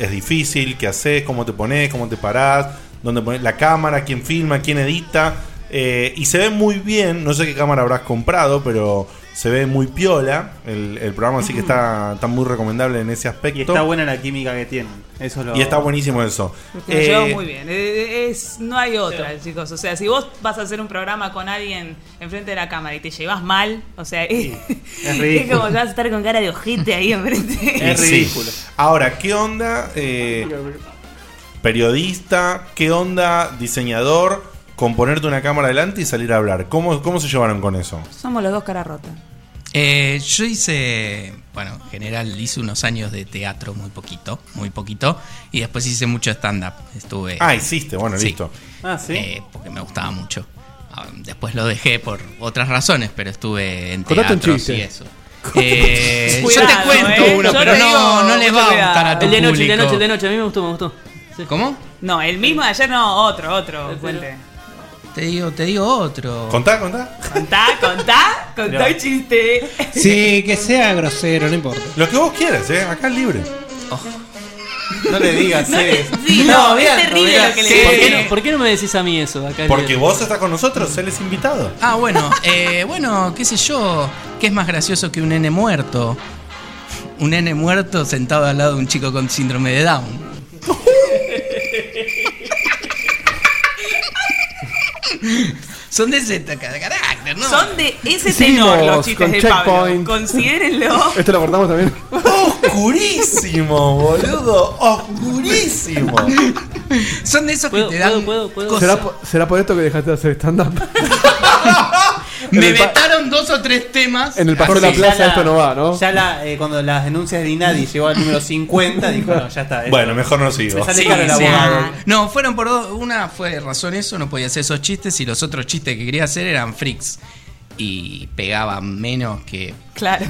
E: es difícil, qué haces, cómo te pones, cómo te parás, dónde pones la cámara, quién filma, quién edita. Eh, y se ve muy bien, no sé qué cámara habrás comprado, pero se ve muy piola el, el programa, así que está, está muy recomendable en ese aspecto. Y
D: Está buena la química que tienen. Eso lo...
E: está buenísimo eso.
L: Lo
E: Eh,
L: llevamos muy bien. Eh, Es, no hay otra, chicos. O sea, si vos vas a hacer un programa con alguien enfrente de la cámara y te llevas mal, o sea, [LAUGHS] es,
E: ridículo.
L: como que vas a estar con cara de ojete ahí enfrente.
E: y sí. Ahora, ¿qué onda? eh, periodista, ¿qué onda? Diseñador, con ponerte una cámara delante y salir a hablar. ¿Cómo, cómo se llevaron con eso?
L: Somos los dos cara rota.
J: Eh, yo hice, bueno, en general hice unos años de teatro, muy poquito, muy poquito, y después hice mucho stand-up. Estuve.
E: Ah, hiciste, bueno,
J: Sí.
E: listo.
D: Ah, sí.
J: Eh, porque me gustaba mucho. Ah, Después lo dejé por otras razones, pero estuve en
D: Contate un
J: teatros
D: chiste.
J: y eso. Eh,
F: Cuidado,
J: yo te cuento
F: eh.
J: uno,
F: Yo
J: pero
F: te
J: no,
F: digo,
J: no les va a
F: cuidado.
J: gustar a tu
F: Ah, El de noche, el de
J: público.
F: noche, el de noche. A mí me gustó, me gustó.
J: ¿Cómo?
L: No, el mismo de ayer no, otro, otro. Cuente.
J: Te digo, te digo otro.
E: Contá, contá.
L: Contá, contá, contá el chiste.
C: Sí, que sea grosero, no importa.
E: Lo que vos quieras, ¿eh? Acá es libre.
D: No le digas, eh.
L: Sí, no, es terrible lo que le
F: ¿Por
L: digo.
F: qué, no, por qué no me decís a mí eso? Acá
E: Porque vos estás con nosotros, él es invitado.
J: Ah, bueno, eh, bueno, qué sé yo, ¿qué es más gracioso que un nene muerto? Un nene muerto sentado al lado de un chico con síndrome de Down. [LAUGHS] Son de ese toca- carácter, ¿no?
L: Son de ese tenor los chistes de Pablo. Considérenlo.
B: [LAUGHS] Esto lo cortamos también.
E: ¡Oscurísimo, boludo! ¡Oscurísimo!
J: Son de esos que te dan. cosas.
B: ¿Será, po- será por esto que dejaste de hacer stand-up?
J: Me vetaron dos o tres temas.
B: En el paseo de la
J: Así.
B: plaza esto no va, ¿no?
D: Ya la, eh, cuando las denuncias de Inadi llegó al número 50, dijo, no, ya está. eh.
E: Bueno, mejor no sigo.
D: Me sale
J: Sí,
D: caro el
J: o sea,
D: abogado.
J: no, fueron por dos. Una fue razón eso, no podía hacer esos chistes y los otros chistes que quería hacer eran freaks. Y pegaban menos que...
L: Claro.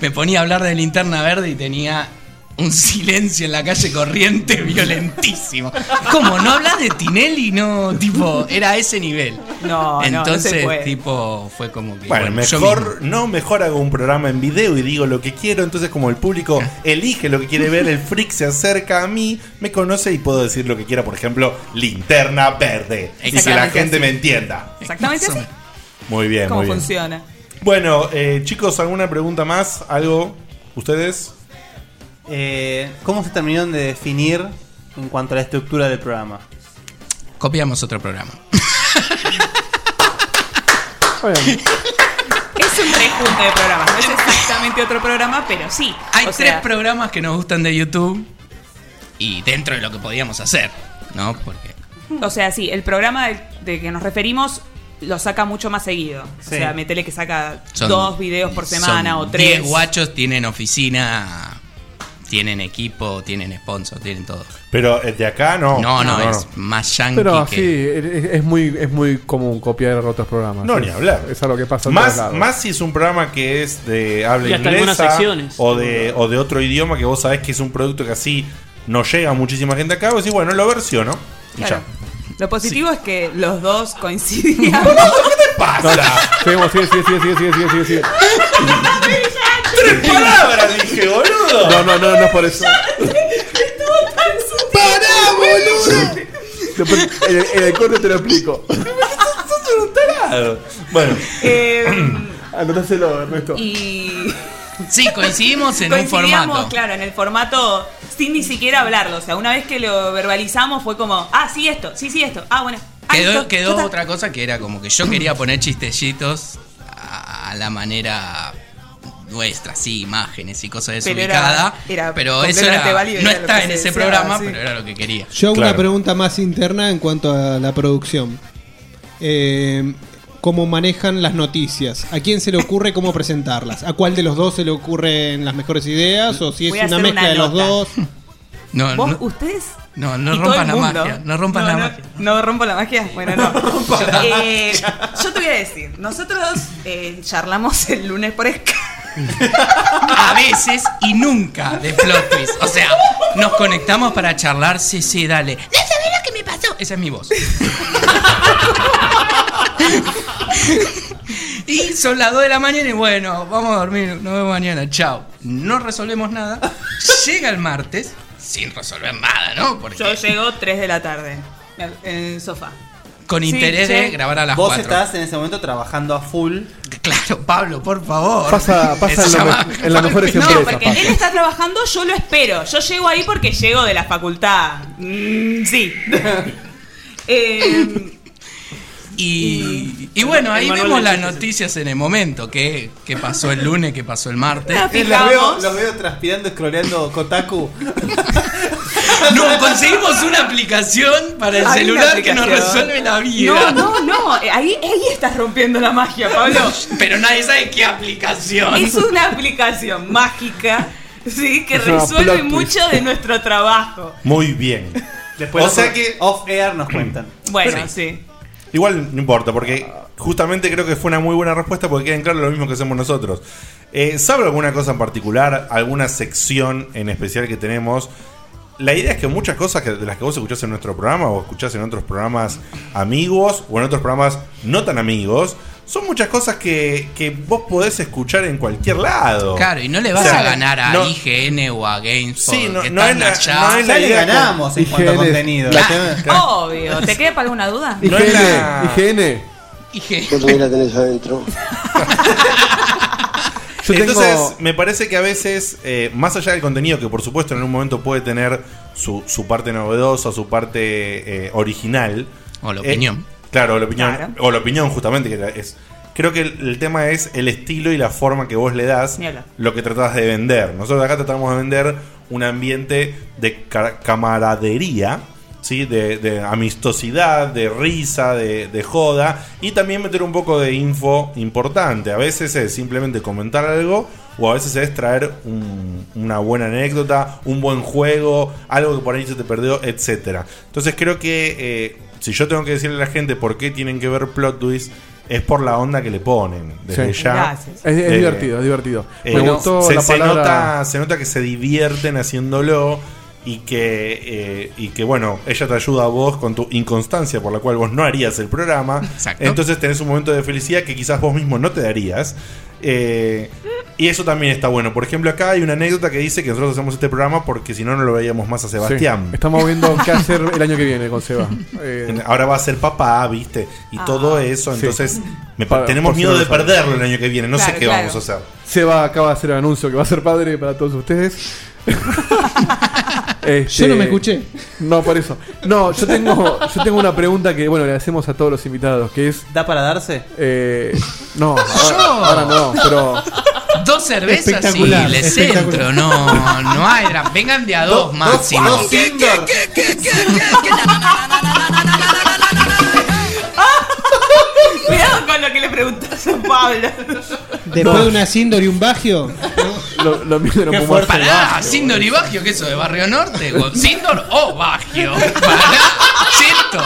J: Me ponía a hablar de linterna verde y tenía un silencio en la calle corriente [LAUGHS] violentísimo. ¿Cómo? ¿No hablas de Tinelli? No, tipo, era a ese nivel.
L: No,
E: no, no se
J: Entonces,
E: puede.
J: tipo, fue como que...
E: Bueno,
J: bueno, yo
E: mejor, no, mejor hago un programa en video y digo lo que quiero. Entonces, como el público elige lo que quiere ver, el freak se acerca a mí, me conoce y puedo decir lo que quiera. Por ejemplo, linterna verde. Y que la
L: Exactamente
E: gente
L: así.
E: me entienda.
L: Exactamente así.
E: Muy bien,
L: ¿Cómo
E: muy bien.
L: funciona?
E: Bueno, eh, chicos, ¿alguna pregunta más? ¿Algo? ¿Ustedes?
D: Eh, ¿Cómo se terminaron de definir en cuanto a la estructura del programa?
J: Copiamos otro programa.
L: Es un rejunte de programas. No
J: [LAUGHS]
L: es exactamente otro programa, pero sí.
J: Hay
L: O
J: tres
L: sea,
J: programas que nos gustan de YouTube y dentro de lo que podíamos hacer, ¿no? Porque
L: O sea, sí, el programa del- de, que nos referimos lo saca mucho más seguido. O
J: Sí.
L: sea, metele que saca
J: son-
L: dos videos por semana
J: son
L: o tres.
J: 10 guachos tienen oficina, tienen equipo, tienen sponsor, tienen todo.
E: Pero el de acá no.
J: No, no,
B: No, no,
J: es más yankee
B: Pero
J: que...
B: sí, es, es muy, es muy común copiar otros programas.
E: No,
B: Es-
E: ni hablar.
B: Es algo que pasa en todos
E: Más,
B: lados.
E: más si es un programa que es de habla
B: Y hasta algunas
E: inglesa
B: secciones.
E: o de, o de otro idioma que vos sabés que es un producto que así no llega a muchísima gente acá, vos decís, bueno, lo versiono. Y
L: Claro.
E: ya.
L: Lo positivo es que los dos coincidían.
E: No,
B: seguimos, sigue, sigue, sigue, sigue, sigue, sigue, sigue, sigue.
E: ¡Tres palabras dije, boludo!
B: No, no, no, no es por eso.
E: ¡Pará, boludo!
B: Después, en, el, en el corte te lo explico.
E: Bueno.
L: Eh,
B: [CLEARS THROAT] Anotáselo, Ernesto.
L: y.
J: Sí, coincidimos en un
L: Coincidíamos,
J: formato.
L: claro, en el formato sin ni siquiera hablarlo. O sea, una vez que lo verbalizamos fue como, ah, sí, esto, sí, sí, esto. Ah, bueno. Ah,
J: Quedó,
L: esto,
J: quedó
L: ya está.
J: otra cosa que era como que yo quería poner chistecitos a, a la manera nuestra, sí, imágenes y cosas
L: Pero era-
J: desubicadas.
L: era
J: pero eso
L: completamente
J: era-
L: válido,
J: no
L: era lo
J: está
L: que
J: en
L: se
J: ese
L: deseaba,
J: programa,
L: sí.
J: pero era lo que quería.
C: Yo hago una
J: Claro.
C: pregunta más interna en cuanto a la producción. Eh, ¿Cómo manejan las noticias? ¿A quién se le ocurre cómo presentarlas? ¿A cuál de los dos se le ocurren las mejores ideas? ¿O si es
L: Voy a
C: una
L: hacer
C: mezcla
L: una
C: de los
L: nota.
C: dos?
J: [LAUGHS] No,
L: Vos, ustedes.
J: No, no
L: y todo
J: rompas
L: el
J: la
L: mundo.
J: magia, no rompas la magia.
L: ¿No rompo la magia? Bueno,
J: [LAUGHS]
L: no. Eh, yo te voy a decir, nosotros eh, charlamos el lunes por Skype.
J: [LAUGHS] A veces y nunca de plot twist. O sea, nos conectamos para charlar. Sí, sí, dale. ¿No sabés lo que me pasó? Esa es mi voz. y son las 2 de la mañana y bueno, vamos a dormir. Nos vemos mañana. Chao. No resolvemos nada. Llega el martes sin resolver nada, ¿no? Porque
L: Yo llego 3 de la tarde en el sofá.
J: con
L: Sí,
J: interés
L: sí.
J: de grabar a las
D: Vos
J: 4.
D: estás en ese momento trabajando a full.
J: Claro, Pablo, por favor. [LAUGHS]
B: Pasa- pasa en lo me- en las mejores
L: No,
B: empresas,
L: porque
B: pasa.
L: él está trabajando, yo lo espero. Yo llego ahí porque llego de la facultad. Mm,
J: [LAUGHS]
L: sí. Eh,
J: Y, y bueno, ahí
L: El manual
J: vemos
L: de
J: las
L: noticias.
J: noticias en el momento. ¿Qué, qué pasó el lunes? ¿Qué pasó el martes?
D: Los veo, los veo transpirando, scrolleando Kotaku.
J: [LAUGHS] No, conseguimos una aplicación para el
L: Hay una
J: celular que nos
L: aplicación.
J: resuelve la vida.
L: No, no, no. Eh, Ahí, ahí estás rompiendo la magia, Pablo.
J: Pero nadie sabe qué aplicación.
L: Es una aplicación mágica, sí, que
E: Es una
L: resuelve
E: plot twist.
L: mucho de nuestro trabajo.
E: Muy bien.
D: Después
E: o
D: off-
E: sea que
D: off air nos cuentan.
L: Bueno, sí.
E: Igual no importa, porque justamente creo que fue una muy buena respuesta porque queda en claro lo mismo que hacemos nosotros. Eh, ¿Sabe alguna cosa en particular, alguna sección en especial que tenemos? La idea es que muchas cosas que- de las que vos escuchás en nuestro programa o escuchás en otros programas amigos o en otros programas no tan amigos, son muchas cosas que, que vos podés escuchar en cualquier lado.
J: Claro, y no le vas
E: O sea,
J: a ganar a
E: no-
J: IGN o a GameSpot.
E: Sí, no-
J: que
E: no
J: están
E: es la-
J: allá.
E: no es la Ya le idea que- ganamos
J: pues.
E: en cuanto a IGN. contenido.
J: Claro.
L: Obvio. ¿Te queda para alguna duda?
B: IGN,
J: ¿Qué
B: IGN.
S: también la tenés adentro?
B: Yo tengo-
E: Entonces, me parece que a veces, eh, más allá del contenido, que por supuesto en un momento puede tener su, su parte novedosa, su parte eh, original.
J: O la
E: eh,
J: opinión.
E: claro, o la opinión.
J: Claro.
E: O la opinión, justamente, que la- es. Creo que el, el tema es el estilo y la forma que vos le das
J: Ni hablar.
E: lo que tratás de vender. Nosotros acá tratamos de vender un ambiente de ca- camaradería, ¿sí? de, de amistosidad, de risa, de, de joda y también meter un poco de info importante. A veces es simplemente comentar algo o a veces es traer un- una buena anécdota, un buen juego, algo que por ahí se te perdió, etc. Entonces creo que eh, si yo tengo que decirle a la gente por qué tienen que ver plot twists, es por la onda que le ponen desde
B: Sí.
E: ya.
B: Gracias. Es- es divertido, es divertido.
E: eh,
B: Me gustó
E: se,
B: la
E: se
B: palabra-
E: nota, se nota que se divierten haciéndolo y que, eh, y que, bueno, ella te ayuda a vos con tu inconstancia por la cual vos no harías el programa. Entonces tenés un momento de felicidad que quizás vos mismo no te darías. Eh, y eso también está bueno. Por ejemplo, acá hay una anécdota que dice que nosotros hacemos este programa porque si no, no lo veíamos más a Sebastián.
B: Sí. Estamos viendo qué hacer el año que viene con Seba. Eh,
E: Ahora va a ser papá, ¿viste? Y
B: Ah.
E: todo eso.
B: Sí.
E: Entonces, me pa-
B: Para-
E: tenemos
B: por si
E: miedo
B: no lo
E: de
B: sabes.
E: perderlo el año que viene. No sé
B: Claro,
E: qué
B: claro.
E: vamos a hacer.
B: Seba acaba de hacer el anuncio que va a ser padre para
C: [LAUGHS]
B: todos ustedes. Este,
C: Yo no me escuché.
B: No, por eso. No, yo tengo, yo tengo una pregunta que, bueno, le hacemos a todos los invitados, que es...
D: ¿Da para darse?
B: Eh,
C: [LAUGHS]
B: no, ahora,
J: Yo.
B: ahora no, pero...
J: Dos cervezas y
B: Espectacular,
J: les
B: espectacular.
J: entro. No, no hay. drama. Vengan de a
B: Do-
J: dos
B: dos-
J: máximo.
B: dos
L: Cuidado con lo que le preguntas a Pablo.
C: Después de una Sindor y un Bagio.
B: lo, lo mismo
C: Qué
B: como
C: fuerte
B: hace
C: va.
J: Ah, Sindor y Bagio, ¿qué eso? ¿De Barrio Norte? ¿O ¿Sindor o Bagio? Pará, ¿cierto?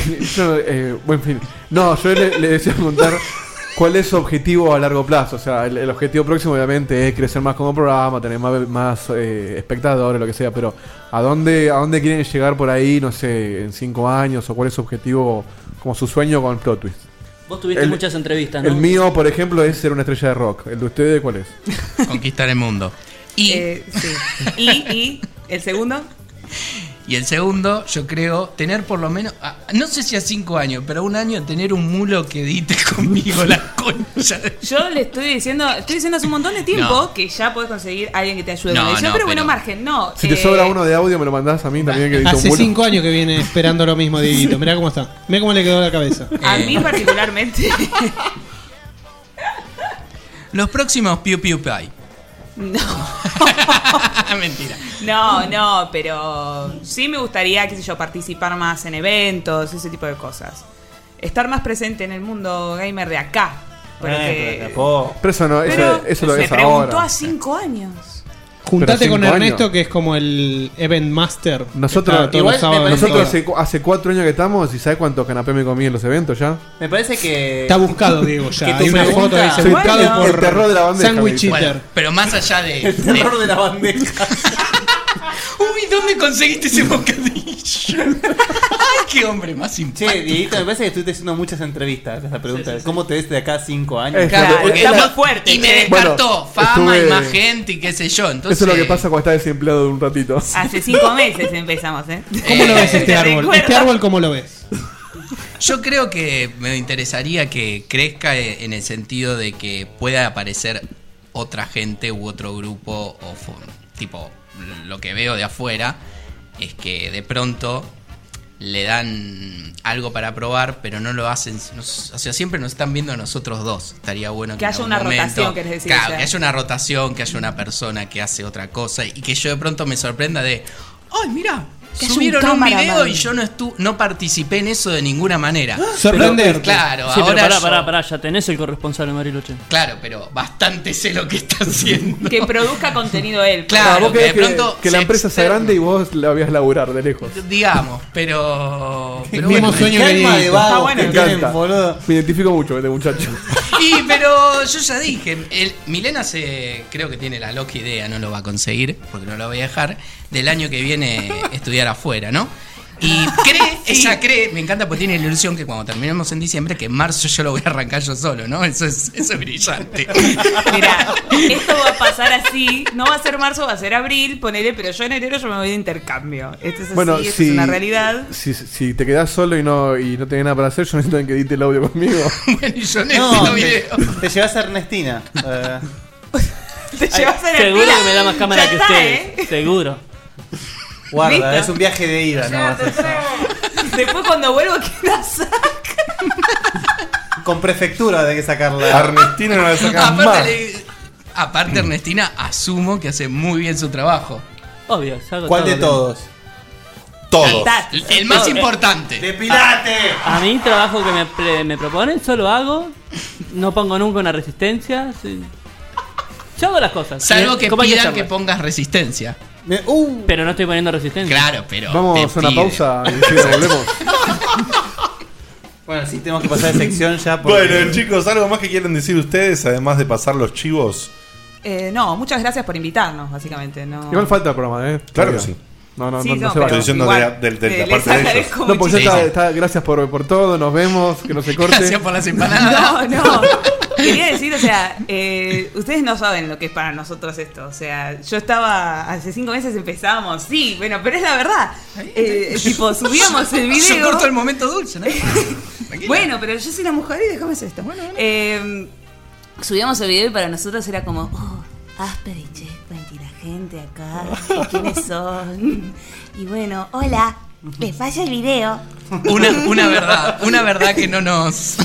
B: [LAUGHS] Yo, eh, bueno, en fin. No, yo le, le deseo preguntar cuál es su objetivo a largo plazo. O sea, el, el objetivo próximo obviamente es crecer más como programa, tener más, más eh, espectadores, lo que sea, pero ¿a dónde, ¿a dónde quieren llegar por ahí, no sé, en cinco años? ¿O cuál es su objetivo, como su sueño con Plot Twist?
F: Vos tuviste
B: El-
F: muchas entrevistas, ¿no?
B: El mío, por ejemplo, es ser una estrella de rock. ¿El de ustedes cuál es?
L: Eh,
J: Conquistar el mundo.
L: Y. sí. y, y, el segundo.
J: [LAUGHS] Y el segundo, yo creo, tener por lo menos, ah, no sé si a cinco años, pero un año tener un mulo que edite [LAUGHS] conmigo la concha. de-
L: Yo le estoy diciendo, estoy diciendo hace un montón de tiempo
J: No.
L: que ya podés conseguir a alguien que te ayude
J: No,
L: con eso.
J: no,
L: pero bueno,
J: pero-
L: margen, no.
B: Si te
L: eh,
B: sobra uno de audio, me lo mandás a mí también. Que edito un
C: Hace
B: vuelo.
C: cinco años que viene esperando lo mismo, Dieguito. Mirá cómo está. Mirá cómo le quedó la cabeza.
L: A
J: Eh.
L: mí
J: [LAUGHS]
L: particularmente.
J: Los próximos Piu Piu Pie.
C: [LAUGHS]
L: no.
J: Mentira.
L: No, no, pero sí me gustaría, qué sé yo, participar más en eventos, ese tipo de cosas. Estar más presente en el mundo gamer de acá.
F: Eh,
L: Porque
B: Pero eso no, eso,
L: Pero
B: Ah, eso lo
L: se
B: ves
L: preguntó
B: ahora.
L: a cinco años.
C: Juntate
B: Pero
C: con
B: cinco
C: Ernesto,
B: años.
C: que es como el Event Master.
B: Nosotros,
C: Está todos
B: igual
C: los sábados en
B: me parece-
C: todas.
B: nosotros hace, cu- hace cuatro años que estamos y ¿sabes cuántos canapés me comí en los eventos ya?
D: Me parece que.
C: Está buscado, Diego, ya.
D: que tu
C: Hay una
D: pregunta-
C: foto que dice
B: Soy
C: buscado
B: tal-
C: por
B: el terror de la bandeja,
C: Sandwich
B: me dice.
C: Eater.
J: Pero más allá de. El
D: terror
J: de, la bandeja. Uy, ¿dónde conseguiste ese bocadillo? Ay, qué hombre más simpático.
D: Che, Dieguito, me parece que estuviste haciendo muchas entrevistas. Esa pregunta, ¿cómo te ves de acá a cinco años?
B: Eso, Claro, porque está
J: muy fuerte, Y me descartó
B: Eh, Bueno,
J: fama
B: estuve-
J: y más gente y qué sé yo. Entonces,
B: Eso es lo que pasa cuando estás desempleado de un ratito.
L: Hace cinco meses empezamos, ¿eh?
C: ¿Cómo lo ves
L: [LAUGHS]
C: este árbol? ¿Este árbol cómo lo ves?
J: Yo creo que me interesaría que crezca eh, en el sentido de que pueda aparecer otra gente u otro grupo o fo- tipo lo que veo de afuera es que de pronto le dan algo para probar pero no lo hacen nos- o sea siempre nos están viendo a nosotros dos estaría bueno que,
L: Que
J: en
L: haya
J: algún
L: una
J: momento-
L: rotación, querés decir,
J: Claro,
L: o sea.
J: que haya una rotación que haya una persona que hace otra cosa y que yo de pronto me sorprenda de ay mira
L: Que haya un
J: subieron un,
L: cámara,
J: video
L: man.
J: y yo no estu no participé en eso de ninguna
B: Ah,
J: manera eh,
F: Sorprenderte.
J: claro,
F: Sí, pero
J: ahora
F: pará,
J: yo-
F: pará, pará, ya tenés el corresponsal en Mariloche.
J: Claro, pero bastante sé lo que está haciendo.
L: Que produzca contenido él.
J: Claro,
B: vos
J: que
B: querés
J: de pronto
B: que, la
J: se
B: empresa sea grande y vos la veas laburar de lejos.
J: Digamos, pero.
B: El
J: pero bueno.
B: me encanta. Me identifico mucho con este muchacho.
J: Y pero yo ya dije, el, Milena se creo que tiene la loca idea, no lo va a conseguir, porque no lo voy a dejar, del año que viene estudiar afuera, ¿no? Y
F: [LAUGHS]
J: cree, ella cree, me encanta porque tiene la ilusión que cuando terminemos en diciembre, que en marzo yo lo voy a arrancar yo solo, ¿no? Eso es, eso es
B: [LAUGHS]
J: brillante.
L: Esto va a pasar así. No va a ser marzo, va a ser abril, ponele, pero yo en enero yo me voy de intercambio. Esto es así,
B: Bueno,
L: esto
B: si-
L: es una realidad.
B: Si, si te quedás solo y no, y no tenés nada para hacer, yo necesito que edite el audio conmigo.
J: yo este
D: no, te, te llevas a Ernestina.
J: [LAUGHS]
D: eh.
L: Te llevas a
F: Seguro
L: Ernestina.
F: que me da más cámara
L: Ya
F: que
L: está,
J: ¿eh?
F: ustedes. Seguro.
D: Guarda,
L: ¿Listo?
D: es un viaje de ida nomás eso.
L: Después cuando vuelvo, [LAUGHS] ¿qué vas a-
D: Con prefectura de que
J: [LAUGHS]
D: sacarla.
B: Ernestina no la
J: aparte, le-
B: Mm.
J: aparte Ernestina asumo que hace muy bien su trabajo.
F: Obvio, salgo
D: ¿Cuál
F: todo
D: de
F: bien.
D: todos?
J: Todos. El más importante.
D: ¡Depilate!
F: A mí trabajo que me, pre- me proponen, solo hago. No pongo nunca una resistencia. sí. Yo hago las cosas.
J: Salvo que
F: ¿Cómo hay
J: pidan que
F: hacerlas?
J: pongas resistencia.
E: uh.
F: Pero no estoy poniendo resistencia.
J: Claro, pero.
B: Vamos a una pausa
J: [LAUGHS]
B: y enseguida volvemos.
D: Bueno, sí, tenemos que pasar de sección ya. porque-
E: Bueno, chicos, ¿algo más que quieren decir ustedes, además de pasar los chivos?
L: Eh, no, muchas gracias por invitarnos, básicamente. No.
B: Igual falta el programa, ¿eh?
E: Claro
B: Todavía.
E: que sí.
B: No, no,
L: Sí,
B: no,
L: no,
B: no se va.
E: Estoy diciendo de la- de- de la
L: les
E: parte de ellos.
L: agradezco
B: No, pues ya
L: muchísimo.
B: está, está- gracias por, por todo, nos vemos, que no se corte.
J: Gracias por las
L: No, no. Quería decir, o sea, eh, ustedes no saben lo que es para nosotros esto. O sea, yo estaba, hace cinco meses empezamos, sí, bueno, pero es la verdad. Eh, tipo, subíamos el video.
J: [LAUGHS] Yo corto el momento
L: [LAUGHS]
J: dulce, ¿no?
L: Bueno, pero yo soy la mujer y déjame hacer esto. Eh, subíamos el video y para nosotros era como, oh, Asper y Checkpoint y la gente acá, ¿y ¿quiénes son?
R: Y bueno, hola, me falla el video.
J: Una, una verdad, una verdad que no nos.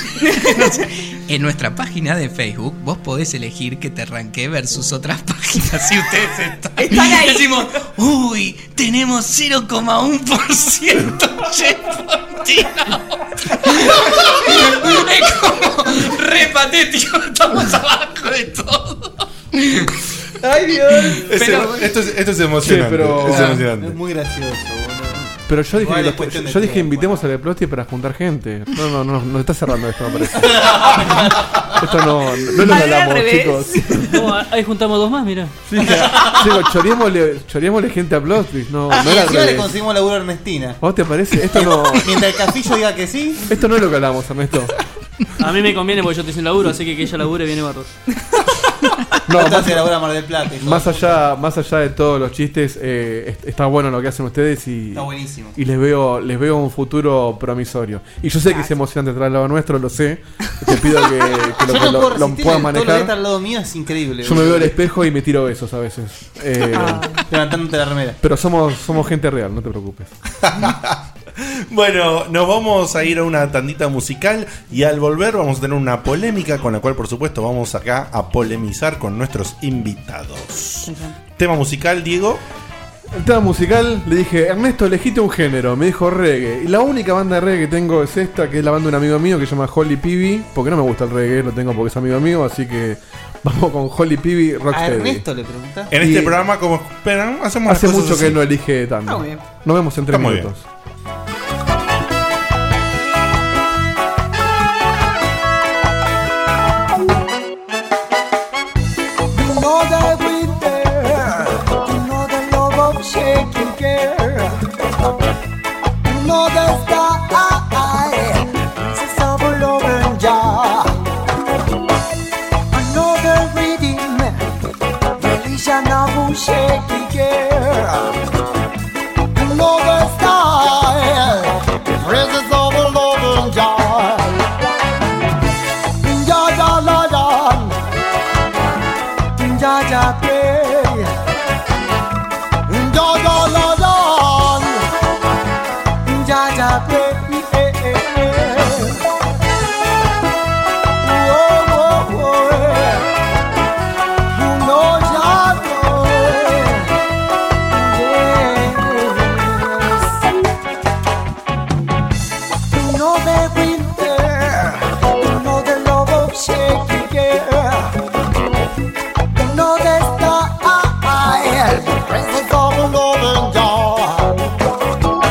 J: En nuestra página de Facebook, vos podés elegir que te ranquee versus otras [LAUGHS] páginas. Si ustedes están,
L: Están ahí.
J: Decimos, uy, tenemos 0,1% Chepontino. es como re patético, estamos abajo de todo.
D: Ay, Dios.
E: Es emo- esto, es, esto es emocionante.
B: Sí, pero-
E: es
B: Ah,
E: emocionante.
D: Es muy gracioso, boludo.
B: Pero yo dije,
D: Igual
B: que
D: es
B: los- yo,
D: cuestión de
B: dije
D: tiempo.
B: invitemos a Leplosti para juntar gente. No, no, no, nos está cerrando esto, me parece.
F: [LAUGHS]
B: esto no, no lo
F: Vale, al
B: hablamos,
F: revés.
B: chicos.
F: No, ahí juntamos dos
D: Ah,
F: más, mira.
B: Sí, ya. Chicos, choreémosle, choreémosle gente a Plostis. No, no
D: y
B: era al
D: encima le
B: revés.
D: conseguimos laburo a Ernestina.
B: ¿Vos te parece? Esto no,
D: Mientras el castillo diga que sí.
B: esto no es lo que hablamos, Ernesto.
F: A mí me conviene porque yo estoy sin laburo, así que que ella labure viene barro.
B: No,
D: Hasta
B: más-
D: se elabora Mar del Plata, hijo
B: Más
D: de
B: allá, más allá de todos los chistes, eh, est- está bueno lo que hacen ustedes y,
D: Está buenísimo.
B: y les veo, les veo un futuro promisorio. Y yo sé que es emocionante traer al lado nuestro, lo sé. Te pido que, que
D: Yo no puedo
B: lo, lo- lo
D: resistir, el
B: puedas
D: todo lo que
B: manejar.
D: está al lado mío es increíble,
B: Yo me veo
D: boludo.
B: al espejo y me tiro besos a veces. Eh,
D: Ah. Levantándote la remera.
B: Pero somos, somos gente real, no te preocupes.
E: Bueno, nos vamos a ir a una tandita musical y al volver vamos a tener una polémica con la cual, por supuesto, vamos acá a polemizar con nuestros invitados. Tema musical, Diego.
B: El tema musical, le dije, Ernesto, elegite un género. Me dijo reggae. Y la única banda de reggae que tengo es esta, que es la banda de un amigo mío que se llama Holly Peavy. Porque no me gusta el reggae, lo tengo porque es amigo mío, así que vamos con Holly Peavy
D: A
B: Rocksteady.
D: Ernesto le pregunta.
B: En este Y-
E: Programa como esperan, hacemos las
B: Hace
E: cosas
B: mucho que
E: así.
B: no elige tanto.
D: Ah, muy bien.
B: Nos vemos en tres
E: Está muy
B: minutos.
A: You know that we there. You know the love of shaking girl. You know the sky. It's a summer love and jar. Another rhythm. Religion of a shaking girl. You know the style. Praises of a love and jar. Ja, ja, la, ja. Jaja play. Jaja la don. Jaja play. Whoa, whoa, whoa. You know Jaja. Yes. You know the winter. You know the love of shaking girl. You know that's the I Princess of a Northern Dawn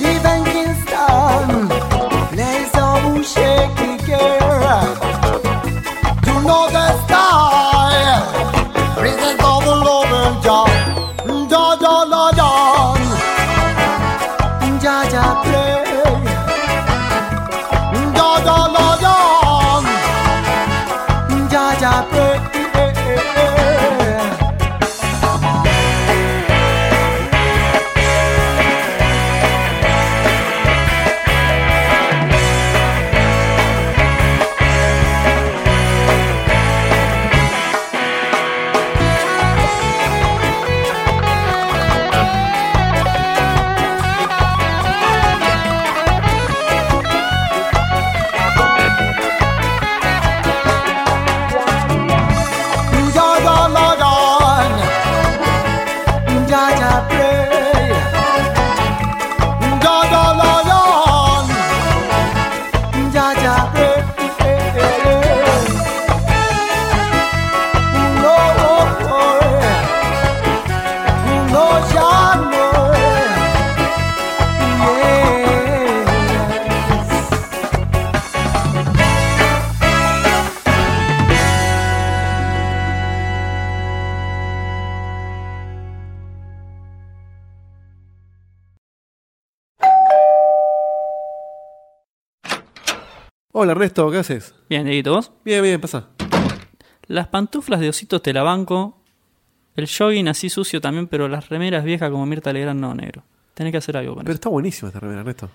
A: Living Kingston Lays of a shaky girl You know that's the Princess of a Northern Dawn Da da da dawn Ja ja play Da da da dawn Ja ja play Ja ja la don. Ja ja play. Ja ja la don. Ja ja play. No oh, oh, eh. No ja no. Yeah.
B: Hola Ernesto, ¿qué haces?
F: Bien, Dieguito, ¿vos?
B: Bien, bien, pasa.
F: Las pantuflas de ositos te la banco. El jogging así sucio también, pero las remeras viejas como Mirta Legrand no, negro. Tenés que hacer algo con
B: Pero está buenísima esta remera, Ernesto.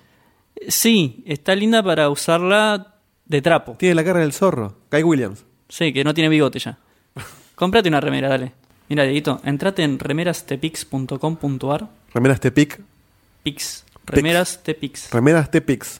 F: eso. Sí, está linda para usarla de trapo.
B: Tiene la cara del zorro. Guy Williams.
F: Sí, que no tiene bigote
B: [LAUGHS]
F: ya. Cómprate una remera, dale. Mira, Dieguito, entrate en remerastepix.com.ar.
B: Remeras Tepic.
F: Pix. Remeras Tepix.
B: Remeras Tepix. Ah.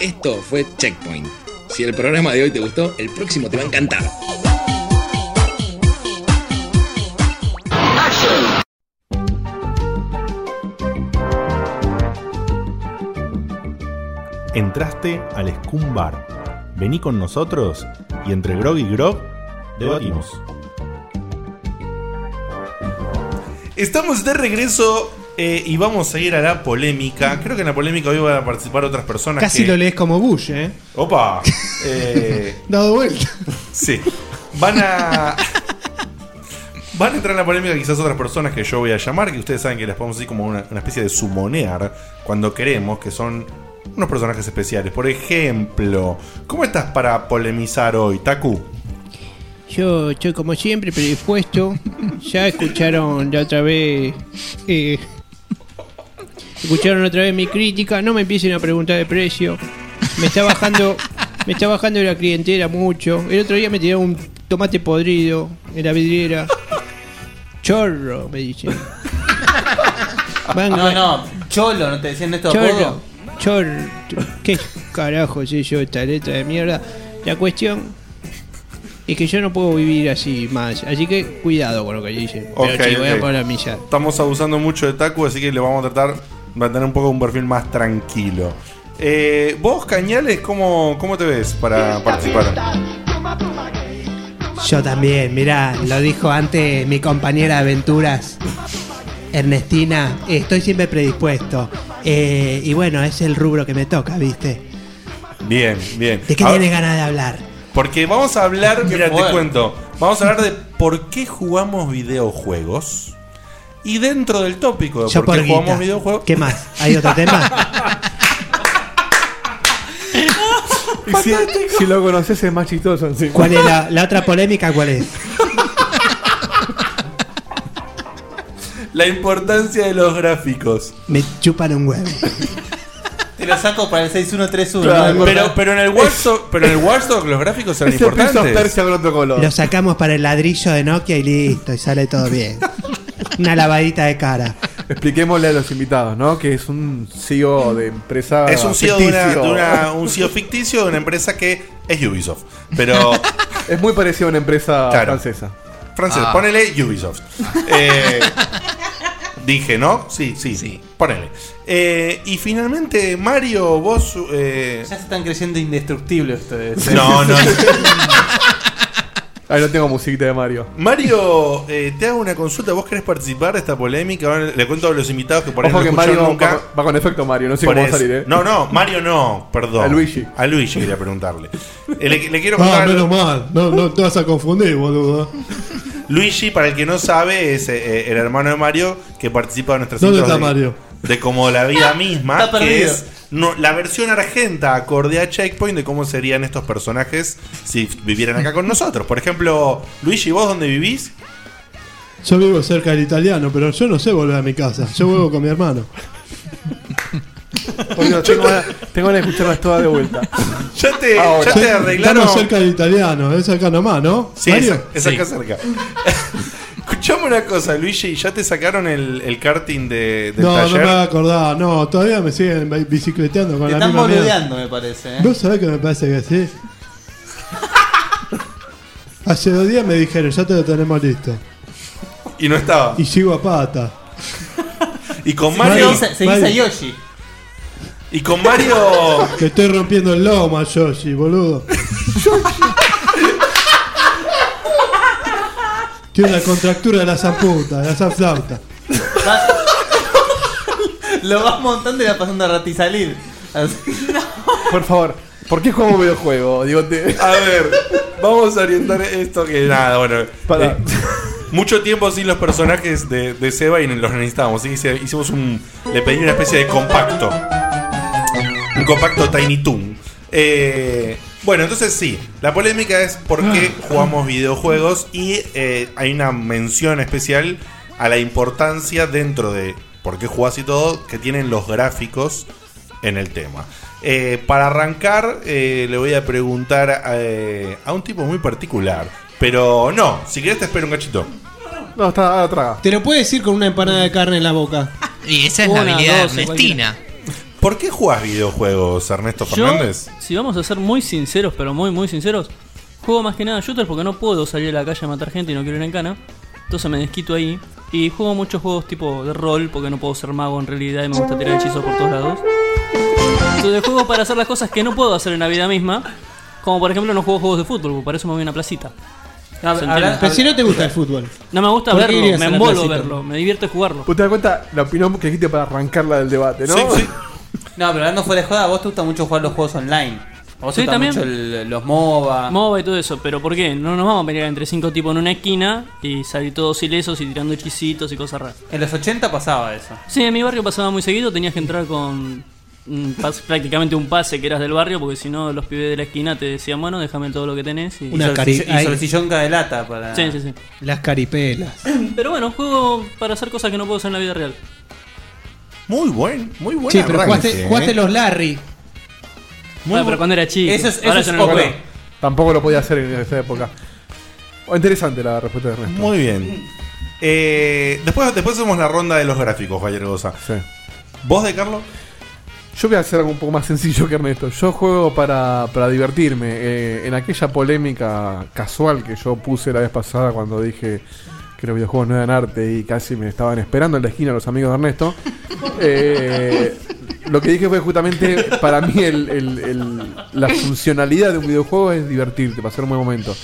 V: Esto fue Checkpoint. Si el programa de hoy te gustó, el próximo te va a encantar.
E: Entraste al Scum Bar. Vení con nosotros Y entre Grog y Grog, debatimos. Estamos de regreso eh, y vamos a ir a la polémica. Creo que en la polémica hoy van a participar otras personas.
C: Casi
E: que-
C: lo lees como Bush, ¿eh?
E: Opa. [LAUGHS] Eh,
C: Dado vuelta.
E: Sí. Van a. Van a entrar en la polémica quizás otras personas que yo voy a llamar, que ustedes saben que las podemos decir como una, una especie de sumonear cuando queremos, que son unos personajes especiales. Por ejemplo, ¿cómo estás para polemizar hoy, Taku?
T: Yo estoy como siempre predispuesto. Ya escucharon la otra vez. eh, escucharon otra vez mi crítica. No me empiecen a preguntar de precio. Me está bajando. Me está bajando la clientela mucho. El otro día me tiraron un tomate podrido en la vidriera. Chorro, me dicen.
J: No, no, cholo, ¿no te decían esto
T: Chorro, chorro. ¿Qué carajo sé yo esta letra de mierda? La cuestión es que yo no puedo vivir así más. Así que cuidado con lo que dicen. Pero
E: Ok,
T: sí, voy
E: ok.
T: a poner a millar.
E: Estamos abusando mucho de Taku, así que le vamos a tratar va a tener un poco un perfil más tranquilo. Eh, vos, Cañales, ¿cómo, ¿cómo te ves para participar?
W: Yo también, mirá, lo dijo antes mi compañera de aventuras, Ernestina. Eh, Estoy siempre predispuesto. Eh, y bueno, es el rubro que me toca, ¿viste?
E: Bien, bien.
W: ¿De qué
E: A ver,
W: tienes ganas de hablar?
E: Porque vamos a hablar, mira, te
W: poder.
E: cuento. Vamos a hablar de por qué jugamos videojuegos. Y dentro del tópico de
W: Yo
E: por qué
W: por
E: jugamos
W: guita.
E: videojuegos.
W: ¿Qué más? ¿Hay otro tema?
B: Y si, si lo conoces es más chistoso encima.
W: ¿Cuál es la, la otra polémica? ¿Cuál es?
E: La importancia de los gráficos.
W: Me chupan un huevo.
J: Te lo saco para el 6131.
E: Claro,
J: ¿no?
E: pero, pero en el Watchdog, pero en el Watchdog los gráficos eran importantes.
B: con otro color.
W: Lo sacamos para el ladrillo de Nokia y listo, y sale todo
E: [LAUGHS]
W: bien. Una lavadita de cara.
B: Expliquémosle a los invitados, ¿no? Que es un CEO de empresa.
E: Es un CEO, de una-
B: ficticio.
E: de una- un CEO ficticio de una empresa que es Ubisoft. Pero
B: [LAUGHS] es muy parecido a una empresa
E: Claro.
B: francesa.
E: Francés,
B: Ah.
E: ponele Ubisoft. Eh, dije, ¿no? Sí, sí, sí. Ponele. Eh, y finalmente, Mario, vos. eh,
J: Ya se están creyendo indestructibles
D: [LAUGHS]
J: ustedes. ¿eh?
E: No,
B: [LAUGHS]
E: no.
B: Ahí no tengo musiquita de Mario.
E: Mario, eh, te hago una consulta. ¿Vos querés participar de esta polémica? Ahora Le cuento a los invitados que por ahí
B: Ojo
E: no
B: que
E: escucharon
B: Mario
E: nunca.
B: va, va con efecto Mario, no sé
E: Por
B: cómo va a
E: eso.
B: salir, ¿eh?
E: No, no, Mario no, perdón.
B: A Luigi.
E: A Luigi
B: [LAUGHS]
E: quería preguntarle. Eh, le, le quiero
X: Ah,
E: contar.
W: mal. No, no te vas a confundir, boludo.
E: Luigi, para el que no sabe, es eh, el hermano de Mario que participa de nuestras
W: ¿Dónde
E: intros
W: está
E: de-
W: Mario?
E: de como la
W: [LAUGHS]
E: vida misma,
W: Está
E: que
W: perdido.
E: es no, la versión argenta acorde a Checkpoint de cómo serían estos personajes si vivieran acá con nosotros. Por ejemplo, Luigi, ¿vos dónde vivís?
X: Yo vivo cerca del italiano, pero yo no sé volver a mi casa. Yo vuelvo con mi hermano.
B: Bueno, tengo ganas tengo ganas de escucharlas todas de vuelta.
E: Eh, Ya te,
B: Ahora.
E: ya te arreglaron.
X: Estamos cerca del italiano, es acá nomás, ¿no?
E: Sí,
X: Mario.
E: es, es acá cerca. [LAUGHS] Escuchame una cosa, Luigi, ¿ya te sacaron el, el karting de, del
X: No, no
E: taller?
X: me va a acordar. No, todavía me siguen bi- bicicleteando con
J: Te
X: la
J: están
X: misma mierda.
J: boludeando, me parece. ¿eh?
X: ¿Vos sabés que me parece que sí? Hace dos días me dijeron, ya te lo tenemos listo.
E: Y no estaba.
X: Y sigo a pata.
E: Y con
X: Mario-
E: Mario.
X: Seguís a- seguís a Mario.
J: Yoshi.
E: Y
X: [LAUGHS]
E: con Mario.
X: Te estoy rompiendo el lomo a Yoshi, boludo. Tiene una contractura de la zamputa, de la zanflauta.
J: Lo vas montando y vas pasando a ratizalir. Así-
B: Por favor, ¿por qué jugamos videojuegos? Digo, te-
E: A ver, vamos a orientar esto que nada, bueno. eh, mucho tiempo sin los personajes de, de Seba y los necesitábamos. Así que hice- hicimos un. Le pedí una especie de compacto. Un compacto Tiny Toon. Eh, bueno, entonces sí, la polémica es por qué jugamos videojuegos y eh, hay una mención especial a la importancia dentro de por qué jugás y todo que tienen los gráficos en el tema. Eh, para arrancar, eh, le voy a preguntar eh, a un tipo muy particular. Pero no, si querés te espero un cachito.
B: No, está, ahora traga.
C: Te lo puedes decir con una empanada de carne en la boca.
Y: Y esa es
C: Una,
Y: la habilidad
C: dos,
Y: de Ernestina.
E: ¿Por qué jugás videojuegos, Ernesto
F: Yo,
E: Fernández?
F: si vamos a ser muy sinceros, pero muy, muy sinceros, juego más que nada shooters porque no puedo salir a la calle a matar gente y no quiero ir en cana. Entonces me desquito ahí. Y juego muchos juegos tipo de rol porque no puedo ser mago en realidad y me gusta tirar hechizos por todos lados. Entonces juego para hacer las cosas que no puedo hacer en la vida misma.
N: Como por ejemplo no juego juegos de fútbol, porque para eso me voy a una placita. ¿Se entiende?
C: Pero si no te gusta el fútbol.
N: No me gusta
C: ¿Por qué
N: verlo,
C: irías
N: me
C: a la
N: envuelvo
C: placita?
N: verlo, me divierte jugarlo.
B: ¿Vos te das cuenta la opinión que dijiste para arrancarla del debate, no?
D: Sí, sí. No, pero hablando fuera de joda, a vos te gusta mucho jugar los juegos online. A vos te
N: Sí,
D: gustan
N: también.
D: mucho el- los MOBA.
N: MOBA y todo eso, pero ¿por qué? No nos vamos a pelear entre cinco tipos en una esquina y salir todos ilesos y tirando hechicitos y cosas raras.
D: En los 80 pasaba eso.
N: Sí, en mi barrio pasaba muy seguido, tenías que entrar con mm, pas- prácticamente un pase que eras del barrio, porque si no los pibes de la esquina te decían, bueno, déjame todo lo que tenés. Y... [CLEARS THROAT]
D: Una Hizo el cari- si- hizo el ay. sillón de lata para-
N: Sí, sí, sí.
C: Las caripelas.
N: Pero bueno, juego para hacer cosas que no puedo hacer en la vida real.
E: Muy buen, muy buen
C: Sí, pero
E: arranque,
C: jugaste-
E: eh.
C: jugaste los Larry.
N: Ah, pero cuando era chico.
D: Eso es- eso
N: Ahora
D: es
N: ya no lo
D: OP.
N: juego.
B: Tampoco lo podía hacer en esa época. Oh, Interesante la respuesta de Ernesto.
E: Muy bien. Eh, después, después hacemos la ronda de los gráficos, Valle Goza. ¿Vos de Carlos?
B: Yo voy a hacer algo un poco más sencillo que Ernesto. Yo juego para, para divertirme. Eh, en aquella polémica casual que yo puse la vez pasada cuando dije que los videojuegos no eran arte y casi me estaban esperando en la esquina los amigos de Ernesto, eh, lo que dije fue justamente para mí el- el- el- la funcionalidad de un videojuego es divertirte, pasar un buen momento.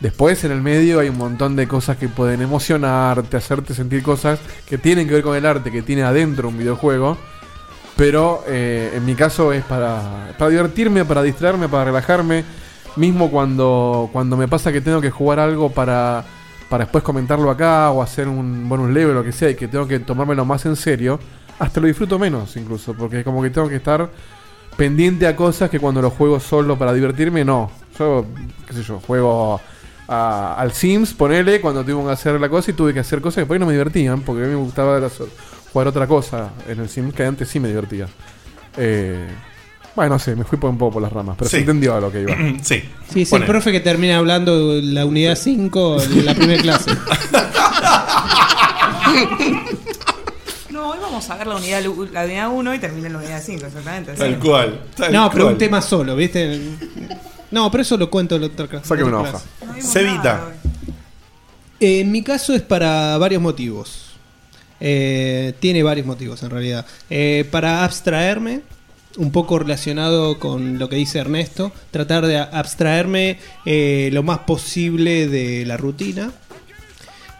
B: Después en el medio hay un montón de cosas que pueden emocionarte, hacerte sentir cosas que tienen que ver con el arte, que tiene adentro un videojuego. Pero eh, en mi caso es para, para divertirme, para distraerme, para relajarme. Mismo cuando, cuando me pasa que tengo que jugar algo para, para después comentarlo acá o hacer un bonus level o lo que sea y que tengo que tomármelo más en serio, hasta lo disfruto menos incluso, porque como que tengo que estar pendiente a cosas que cuando lo juego solo para divertirme, no. Yo, qué sé yo, juego a- al Sims, ponele, cuando tuve que hacer la cosa y tuve que hacer cosas que por ahí no me divertían, porque a mí me gustaba la- jugar otra cosa en el Sims que antes sí me divertía. Eh, bueno, no sé, me fui por un poco por las ramas, pero
E: Sí.
B: se entendió a lo que iba.
E: [CLEARS THROAT] sí.
C: Sí, es el profe que termina hablando de la unidad 5 de la primera clase.
L: No, hoy vamos a ver la unidad lu- la unidad 1 y termina en la unidad 5, exactamente.
E: [LAUGHS] Tal
L: sí.
E: cual. tal
C: no, pero
E: cual.
C: un tema solo, ¿viste? No, pero eso lo cuento en la otra clase.
E: Sáqueme
C: otra
E: una
C: clase.
E: hoja. Cevita.
C: Eh, En mi caso es para varios motivos. Eh, tiene varios motivos en realidad. Eh, para abstraerme, un poco relacionado con lo que dice Ernesto, tratar de a- abstraerme eh, lo más posible de la rutina.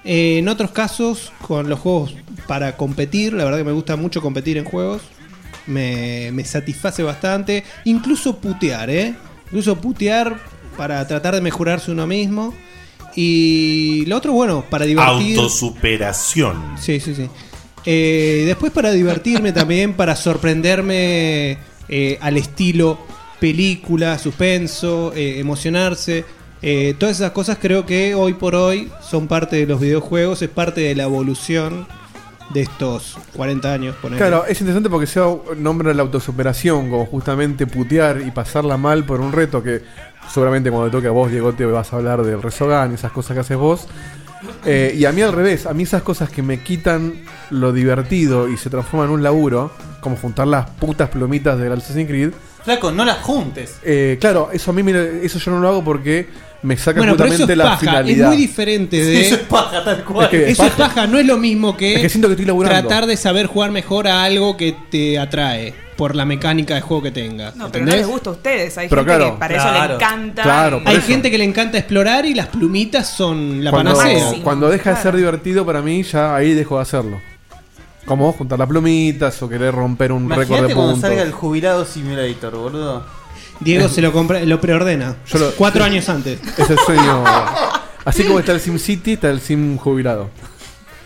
C: Eh, en otros casos, con los juegos para competir, la verdad que me gusta mucho competir en juegos. Me, me satisface bastante. Incluso putear, ¿eh? Incluso putear para tratar de mejorarse uno mismo. Y lo otro, bueno, para divertir.
E: Autosuperación.
C: Sí, sí, sí. Eh, después para divertirme también, para sorprenderme eh, al estilo película, suspenso, eh, emocionarse. eh, todas esas cosas creo que hoy por hoy son parte de los videojuegos, es parte de la evolución de estos 40 años. ponele.
B: Claro, es interesante porque se nombra la autosuperación, como justamente putear y pasarla mal por un reto que seguramente cuando te toque a vos, Diego, te vas a hablar del Resogan y esas cosas que haces vos. Eh, y a mí al revés, a mí esas cosas que me quitan lo divertido y se transforman en un laburo, como juntar las putas plumitas del Assassin's Creed.
D: Flaco, no las juntes.
B: eh, claro, eso a mí me- eso yo no lo hago porque me saca
C: Bueno, pero eso
B: justamente
C: es
B: la
C: paja,
B: finalidad.
C: es muy diferente
B: [LAUGHS]
C: de...
B: Eso es
D: paja, tal
B: cual. Es que es
C: eso es
B: paja.
C: paja, no es lo mismo que,
B: Es que siento que estoy laburando.
C: tratar de saber jugar mejor a algo que te atrae por la mecánica de juego que tenga.
L: No, pero no les gusta a ustedes. Hay gente que para eso le encanta.
C: Hay gente que le encanta explorar y las plumitas son la
B: cuando,
C: panacea.
B: cuando deja de ser divertido para mí, ya ahí dejo de hacerlo. Como juntar las plumitas o querer romper un récord
D: Imagínate
B: de
D: cuando
B: puntos.
D: salga el jubilado simulator, boludo.
C: Diego se lo compra, lo preordena.
B: Yo lo-
C: Cuatro años antes.
B: Es el sueño. Así como está el Sim City, está el Sim jubilado.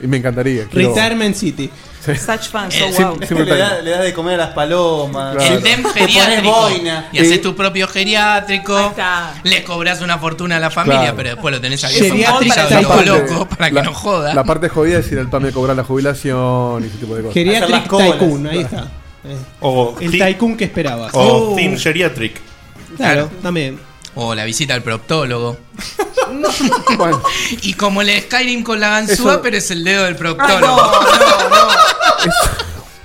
B: Y me encantaría. quiero-
C: Retirement City.
B: Sí.
L: Such fans,
B: Eh,
L: so
B: sim-
L: wow.
B: simple
D: Ah, [LAUGHS] le,
B: time.
D: da- le das de comer a las palomas.
B: Claro. El
J: Ten
D: Te pones
J: geriátrico
D: boina.
J: y haces tu propio geriátrico. Les cobras una fortuna a la familia,
B: Claro.
J: pero después lo tenés ahí
B: Geriátrico
J: a
B: está
J: lo
B: la parte-
J: loco para que
B: la-
J: no joda.
B: La parte jodida es ir al PAM y cobrar la jubilación y ese tipo de cosas.
C: Geriatric Tycoon, ahí está. Eh,
E: O
C: El
E: thi-
C: Tycoon que esperabas.
E: O
J: Uh.
C: Oh.
E: Team Geriatric.
C: Claro, también.
J: O la visita al proctólogo. [LAUGHS] Y como el Skyrim con la ganzúa,
L: Eso-
J: pero es el dedo del proctólogo.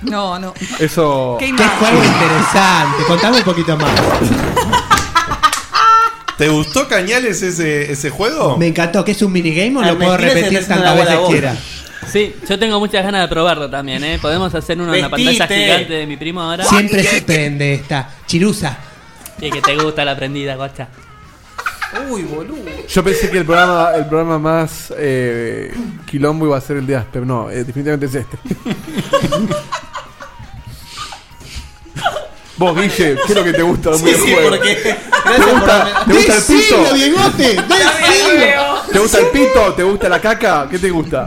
L: No, no.
B: Eso.
L: Qué
C: Qué juego interesante. Contame un poquito más.
E: ¿Te gustó Cañales ese, ese juego?
C: Me encantó. ¿Que es un minigame o lo puedo repetir tantas veces quiera?
N: Sí, yo tengo muchas ganas de probarlo también, ¿eh? Podemos hacer uno en la
C: Vestite.
N: pantalla gigante de mi primo ahora.
C: Siempre se prende esta. Chirusa.
N: Sí, que te gusta la prendida, guacha.
J: Uy, boludo.
B: Yo pensé que el programa, el programa más eh, quilombo iba a ser el de Asper. No, eh, definitivamente
A: [LAUGHS]
B: es este. Vos, Guille, ¿qué es lo que te gusta de un
A: Sí, sí,
B: videojuego?
A: porque-
B: ¿Te
A: gracias
B: gusta,
A: por-
B: te gusta el
A: Decilo,
B: pito?
A: Diegote,
J: [LAUGHS]
A: decilo.
B: ¿Te gusta el pito? ¿Te gusta la caca? ¿Qué te gusta?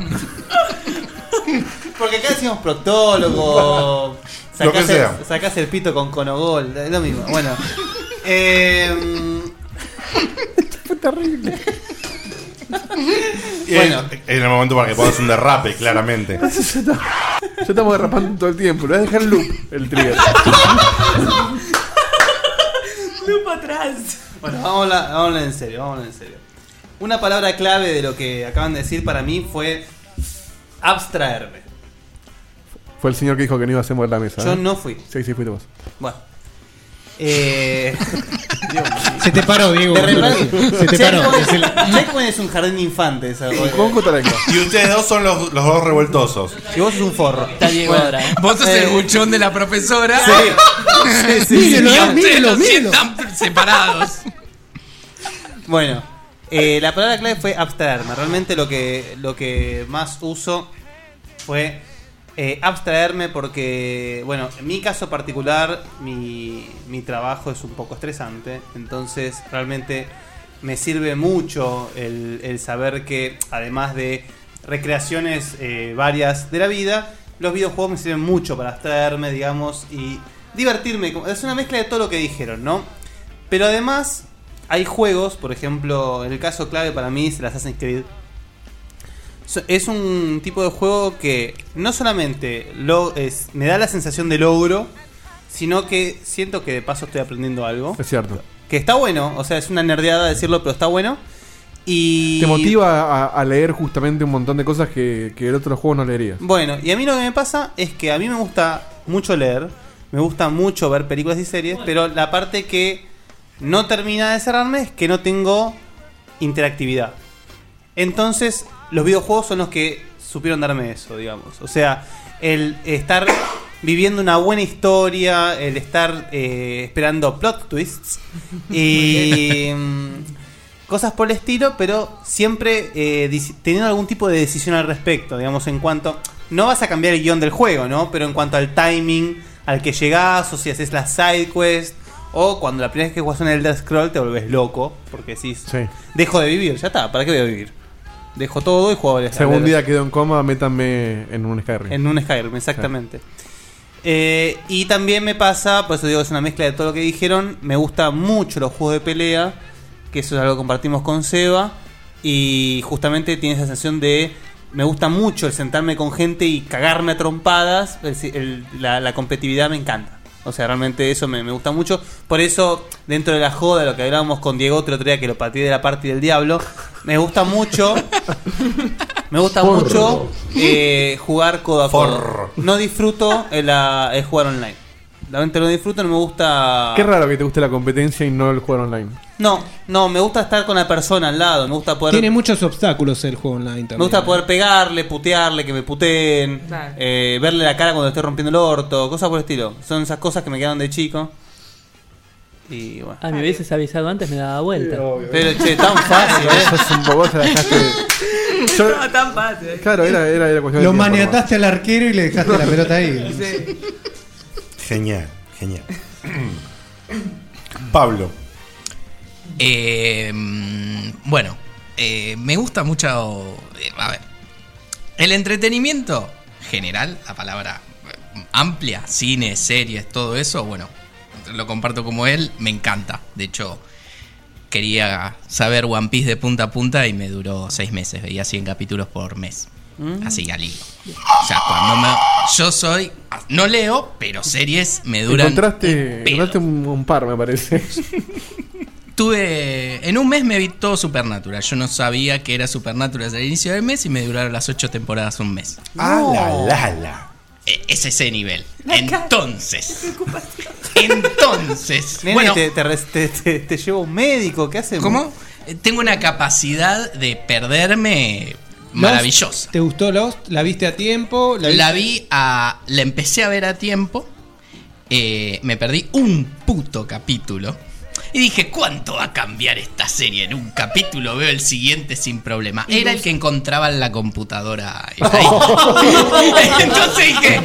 D: Porque acá decimos proctólogo.
B: [LAUGHS] Lo que
D: Sacás,
B: sea.
D: el, sacás el pito con conogol. Es lo mismo. Bueno.
B: [LAUGHS]
D: Eh,
A: terrible.
D: Bueno.
E: Eh, En el momento para que puedas un derrape, claramente.
B: Ya estamos derrapando todo el tiempo. Lo voy a dejar en loop el trigger.
L: Lupa atrás.
D: Bueno, vamos a hablar en serio, vamos a hablar en serio. Una palabra clave de lo que acaban de decir para mí fue abstraerme.
B: Fue el señor que dijo que no iba a hacer mover la mesa.
D: Yo
B: ¿eh?
D: no fui.
B: Sí, sí, fuiste vos.
D: Bueno. Eh,
C: Se te paró, Diego. [LAUGHS]
D: De repente- [LAUGHS]
C: Se te paró.
D: Checkpoint- Checkpoint es un jardín de infantes.
C: [LAUGHS]
E: Y ustedes dos son los, los dos revoltosos.
D: Y vos sos un forro.
J: Está Diego ahora, ¿eh? Vos sos el buchón de la profesora.
D: Sí. Sí, sí, sí.
J: y a ustedes
D: Mírenlo,
J: los
D: mírenlo.
J: sientan separados.
D: Bueno, eh, la palabra clave fue abstraerme. Realmente lo que, lo que más uso fue eh, abstraerme porque, bueno, en mi caso particular, mi, mi trabajo es un poco estresante. Entonces, realmente me sirve mucho el, el saber que, además de recreaciones eh, varias de la vida, los videojuegos me sirven mucho para abstraerme, digamos, y divertirme. Es una mezcla de todo lo que dijeron, ¿no? Pero además, hay juegos, por ejemplo, en el caso clave para mí es el Assassin's Creed. So- Es un tipo de juego que no solamente lo- es- me da la sensación de logro, sino que siento que de paso estoy aprendiendo algo.
B: Es cierto.
D: Que está bueno, o sea, es una nerdeada decirlo, pero está bueno. Y
B: Te motiva a, a leer justamente un montón de cosas que, que el otro juego no leerías.
D: Bueno, y a mí lo que me pasa es que a mí me gusta mucho leer, me gusta mucho ver películas y series, pero la parte que no termina de cerrarme es que no tengo interactividad. Entonces, los videojuegos son los que supieron darme eso, digamos. O sea, el estar viviendo una buena historia, el estar eh, esperando plot twists y [LAUGHS] mm, cosas por el estilo, pero siempre eh, dis- teniendo algún tipo de decisión al respecto, digamos, en cuanto... No vas a cambiar el guión del juego, ¿no? Pero en cuanto al timing al que llegás, o si haces la side quest, o cuando la primera vez que jugás un Elder Scroll te volvés loco, porque decís, dejo de vivir, ya está, ¿para qué voy a vivir? Dejo todo y juego a
B: Si algún día quedo en coma, métanme en un Skyrim.
D: en un Skyrim, exactamente. Eh, y también me pasa, por eso digo, es una mezcla de todo lo que dijeron. Me gusta mucho los juegos de pelea, que eso es algo que compartimos con Seba. Y justamente tiene esa sensación de. Me gusta mucho el sentarme con gente y cagarme a trompadas. el- el- la, la competitividad me encanta. O sea, realmente eso me, me gusta mucho. Por eso, dentro de la joda, lo que hablábamos con Diego otro día, que lo partí de la parte del diablo, me gusta mucho. Me gusta
J: Forro.
D: mucho eh, jugar codo a codo. No disfruto el, ah, el jugar online. Realmente lo disfruto, no me gusta.
B: Qué raro que te guste la competencia y no el juego online.
D: No, no, me gusta estar con la persona al lado. Me gusta poder.
C: Tiene muchos obstáculos el juego online también.
D: me gusta poder pegarle, putearle, que me puteen, eh, verle la cara cuando esté rompiendo el orto, cosas por el estilo. Son esas cosas que me quedaron de chico. Y bueno.
N: Ah, me hubieses avisado antes, me daba vuelta.
D: Pero che, tan fácil,
N: ¿eh?
B: Eso es un poco, te la dejaste. Yo- Claro, era, era, era cuestión
X: Lo
B: de tiempo,
X: maniataste al arquero y le dejaste
J: [LAUGHS]
X: la pelota ahí.
E: Genial, genial. Pablo.
J: Eh, mm, bueno, eh, me gusta mucho. eh, a ver, el entretenimiento general, la palabra eh, amplia, cine, series, todo eso, bueno, lo comparto como él, me encanta. De hecho, quería saber One Piece de punta a punta y me duró seis meses, veía 100 capítulos por mes.
V: Mm.
J: Así, al hilo. O sea, cuando me- Yo soy. No leo, pero series me duran.
B: Encontraste, encontraste un, un par, me parece.
J: Tuve. En un mes me vi todo Supernatural. Yo no sabía que era Supernatural al inicio del mes y me duraron las ocho temporadas un mes.
E: Ah,
J: No.
E: la, la, la.
J: E- es ese nivel. Entonces. Entonces.
D: Nene,
J: bueno,
D: te, te res- te- te- te llevo a un médico, ¿qué hacemos?
J: ¿cómo? Eh, Tengo una capacidad de perderme maravillosa.
C: ¿Te gustó Lost? ¿La viste a tiempo? ¿La,
J: La
C: viste-
J: vi a. La empecé a ver a tiempo. Eh, me perdí un puto capítulo. Y dije, ¿cuánto va a [LAUGHS] cambiar esta
B: [LAUGHS]
J: serie? [LAUGHS] En un capítulo veo el siguiente sin problema.
A: Y
J: Era
A: vos-
J: el que encontraba en la computadora. en ahí. [LAUGHS] Entonces dije,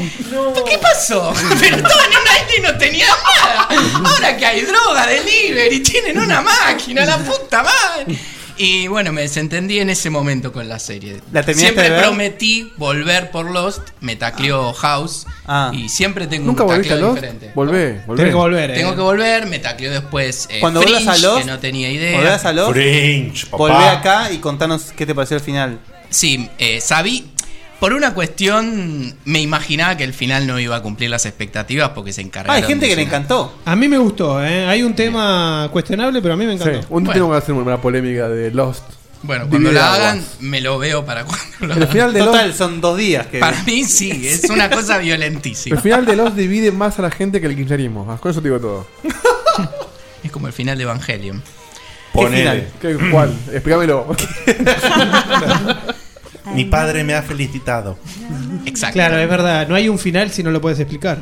J: ¿qué pasó? [LAUGHS] Pero todo en una isla y no tenía nada. Ahora que hay droga, delivery, tienen una máquina, la puta madre. Y bueno, me desentendí en ese momento con la serie.
D: ¿La terminaste
J: siempre
D: de ver?
J: prometí volver por Lost, me tacleó House y siempre tengo
B: ¿Nunca
J: un
B: volviste a
J: tacleo
B: Lost?
J: diferente.
B: Volvé, volvé.
J: Tengo que volver, eh.
C: eh.
J: Tengo que volver, me tacleó después eh,
D: Cuando vuelvas a
J: Fringe,
D: Lost,
J: que no tenía idea.
D: volvés a Lost, volvé acá y contanos qué te pareció el final.
J: Sí, eh, sabí. Por una cuestión, me imaginaba que el final no iba a cumplir las expectativas porque se
D: Ah,
J: encargaron. de llenar.
D: encantó.
C: A mí me gustó, ¿eh? Hay un tema cuestionable, pero a mí me encantó.
B: Sí, un día tenemos que hacer una polémica de Lost.
J: Bueno,
B: Divide
J: cuando la
B: aguas.
J: hagan, me lo veo para [LAUGHS] cuando lo
B: El
J: hagan.
B: final de Lost-
D: son dos días que.
J: Para
D: [LAUGHS]
J: mí sí, es una cosa violentísima.
B: El final de Lost divide más a la gente que el kirchnerismo. Con eso te digo todo.
J: Es como el final de Evangelion.
B: Ponele. ¿Qué final? ¿Qué- cuál? Explícamelo.
E: Mi padre me ha felicitado.
J: [LAUGHS] Exacto.
C: Claro, es verdad. No hay un final si no lo puedes explicar.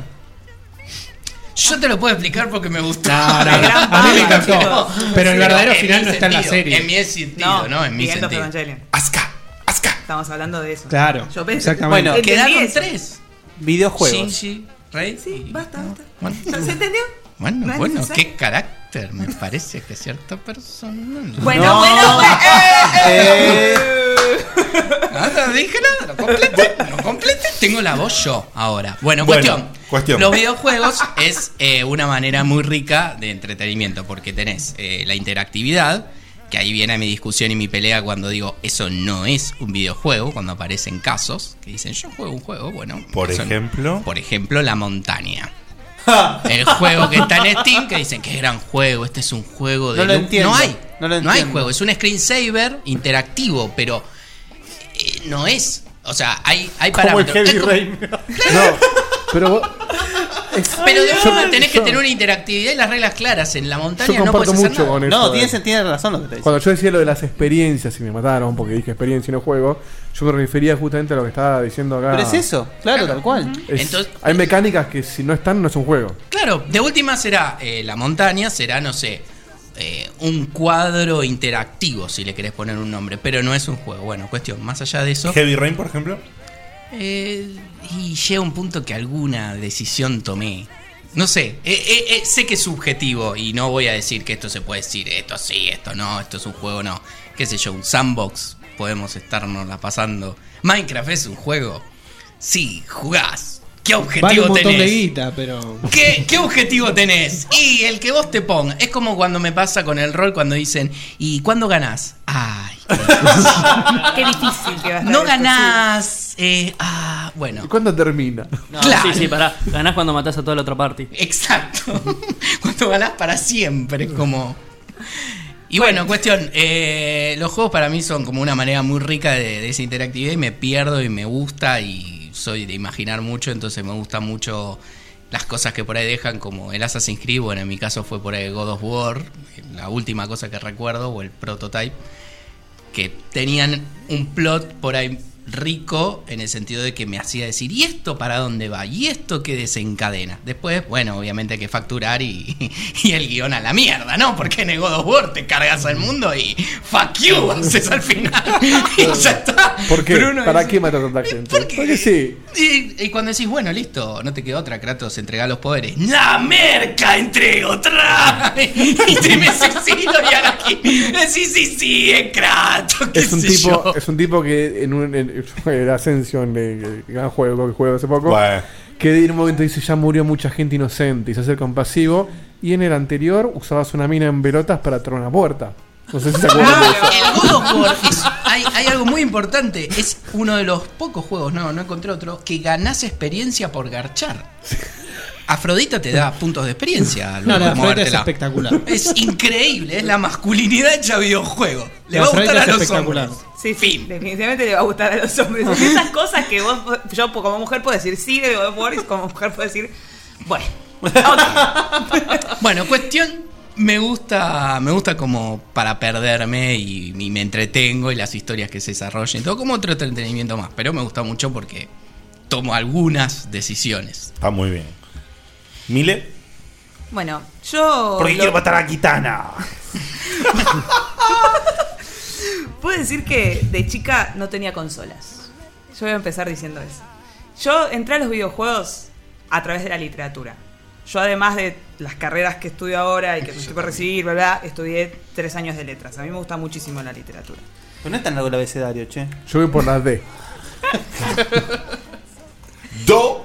J: Yo te lo puedo explicar porque me gustó.
C: no, no. A mí me encantó. Pero el verdadero
J: en
C: final
J: mi
C: no está en la
J: sentido,
C: serie.
J: En mi sentido, ¿no? En mi
L: Miguel
J: sentido.
L: Evangelion.
J: Asca, Asca.
L: Estamos hablando de eso.
C: Claro,
L: Yo pensé.
C: exactamente.
D: Bueno,
L: Entendí
J: quedaron
L: eso.
J: tres.
D: Videojuegos.
J: Shinji, Rey. Sí,
L: basta, basta.
J: Bueno,
L: ¿Se entendió?
J: bueno,
L: No es
J: bueno,
L: necesario.
J: qué carácter. Me parece que cierta persona.
L: Bueno, bueno, bueno.
J: [LAUGHS]
L: Eh,
J: Nada, Ah, no dije nada, lo completé, lo completé. Tengo la voz yo ahora. Bueno,
E: Bueno,
J: cuestión.
E: cuestión.
J: Los videojuegos es eh, una manera muy rica de entretenimiento porque tenés eh, la interactividad, que ahí viene mi discusión y mi pelea cuando digo eso no es un videojuego, cuando aparecen casos que dicen yo juego un juego, bueno.
E: Por
J: eso no.
E: ejemplo.
J: Por ejemplo, La Montaña.
B: [LAUGHS]
J: El juego que está en Steam que dicen que gran juego, este es un juego de
D: No lo
J: look".
D: entiendo,
J: no hay,
D: no
J: no,
D: lo
J: hay
D: entiendo.
J: juego, es un screensaver interactivo, pero eh, no es, o sea, hay hay
D: Como el
J: parámetros.
D: Heavy
J: Es como-
D: Rain.
B: Pero vos-
J: pero de
B: Yo-
J: verdad tenés que
B: yo-
J: tener una interactividad y las reglas claras en la
B: Yo
J: montaña no
B: comparto
J: puedes hacer
B: mucho
J: nada.
B: con eso.
D: No,
B: eh.
D: tienes, tienes razón lo que te dice.
B: Cuando yo decía lo de las experiencias y me mataron porque dije experiencia y no juego, yo me refería justamente a lo que estaba diciendo acá.
D: Pero es eso, claro, tal cual.
B: Es-
J: Entonces-
B: hay mecánicas que si no están no es un juego.
J: Claro, de última será eh, la montaña, será, no sé, eh, un cuadro interactivo, si le querés poner un nombre, pero no es un juego. Bueno, cuestión, más allá de eso.
E: Heavy Rain, por ejemplo.
J: Eh, y llega un punto que alguna decisión tomé. No sé, eh, eh, eh, sé que es subjetivo y no voy a decir que esto se puede decir, esto sí, esto no, esto es un juego, no. Qué sé yo, un sandbox, podemos estarnos la pasando. Minecraft es un juego. Sí, jugás. ¿Qué objetivo
C: Vale un montón
J: tenés?
C: de guita, pero.
J: ¿Qué, qué objetivo tenés? Y el que vos te pongas. Es como cuando me pasa con el rol cuando dicen, ¿y cuándo ganás? Ah, Ay.
L: Ah, Qué difícil que va a estar
J: No
L: esto,
J: ganás. eh, ah, bueno.
B: ¿Y cuándo termina?
J: Claro.
N: Sí, sí, pará. Ganás cuando matás a toda la otra parte.
J: Exacto. Cuando [LAUGHS] ganás para siempre, es como. Y bueno, cuestión, eh, los juegos para mí son como una manera muy rica de, de esa interactividad y me pierdo y me gusta y soy de imaginar mucho, entonces me gustan mucho las cosas que por ahí dejan, como el Assassin's Creed, bueno, en mi caso fue por ahí God of War, la última cosa que recuerdo, o el prototype, que tenían un plot por ahí rico en el sentido de que me hacía decir, ¿y esto para dónde va? ¿Y esto qué desencadena? Después, bueno, obviamente hay que facturar y, [LAUGHS] y el guión a la mierda, ¿no? Porque en el God of War te cargas al mundo y fuck you, [LAUGHS] haces al final. [LAUGHS] y ya está.
B: ¿Por qué?
J: Pero uno
B: ¿Para
J: dice-
B: qué matas a tanta gente? Porque sí.
J: Y, y cuando decís, bueno, listo, no te queda otra, Kratos, entrega los poderes. ¡La merca entrego! ¡Trae! [LAUGHS] Y te me suicido y a la que- Sí, sí, sí, es Kratos. qué
B: Es un,
J: sé
L: [LAUGHS]
B: tipo,
J: yo.
B: es un tipo que en un en, [LAUGHS] en Ascension, el gran juego que juego hace poco,
E: Bueno.
B: que de un momento dice ya murió mucha gente inocente y se hace el compasivo. Y en el anterior usabas una mina en pelotas para traer una puerta. No sé si se acuerdan de eso.
J: El God of [LAUGHS] War es- hay, hay algo muy importante. Es uno de los pocos juegos, no, no encontré otro, que ganás experiencia por garchar. Afrodita
C: [LAUGHS]
J: te da puntos de experiencia.
C: No, la
J: luego de
C: Afrodita es
J: movértela.
C: espectacular.
J: [LAUGHS] Es increíble, es la masculinidad hecha videojuego. Le
C: La
J: va a
C: Afrodita
J: gustar a
C: es
J: los
C: espectacular.
J: hombres.
L: Sí, sí, definitivamente le va a gustar a los hombres.
J: [LAUGHS]
L: Son esas cosas que vos, yo como mujer puedo decir sí de God of War y como mujer puedo decir,
J: [LAUGHS]
L: bueno,
J: Bueno, cuestión. Me gusta, me gusta como para perderme y, y me entretengo y las historias que se desarrollen, todo como otro entretenimiento más, pero me gusta mucho porque tomo algunas decisiones.
E: Está muy bien. Mile.
L: Bueno, yo.
D: Porque
L: Oh, lo-
D: quiero matar a Kitana.
L: Puedo decir que de chica no tenía consolas. Yo voy a empezar diciendo eso. Yo entré a los videojuegos a través de la literatura. Yo además de las carreras que estudio ahora y que me estoy por recibir, bla, bla, estudié tres años de letras. A mí me gusta muchísimo la literatura.
D: Pero no es tan largo el abecedario, che.
B: Yo voy por la D.
D: Do.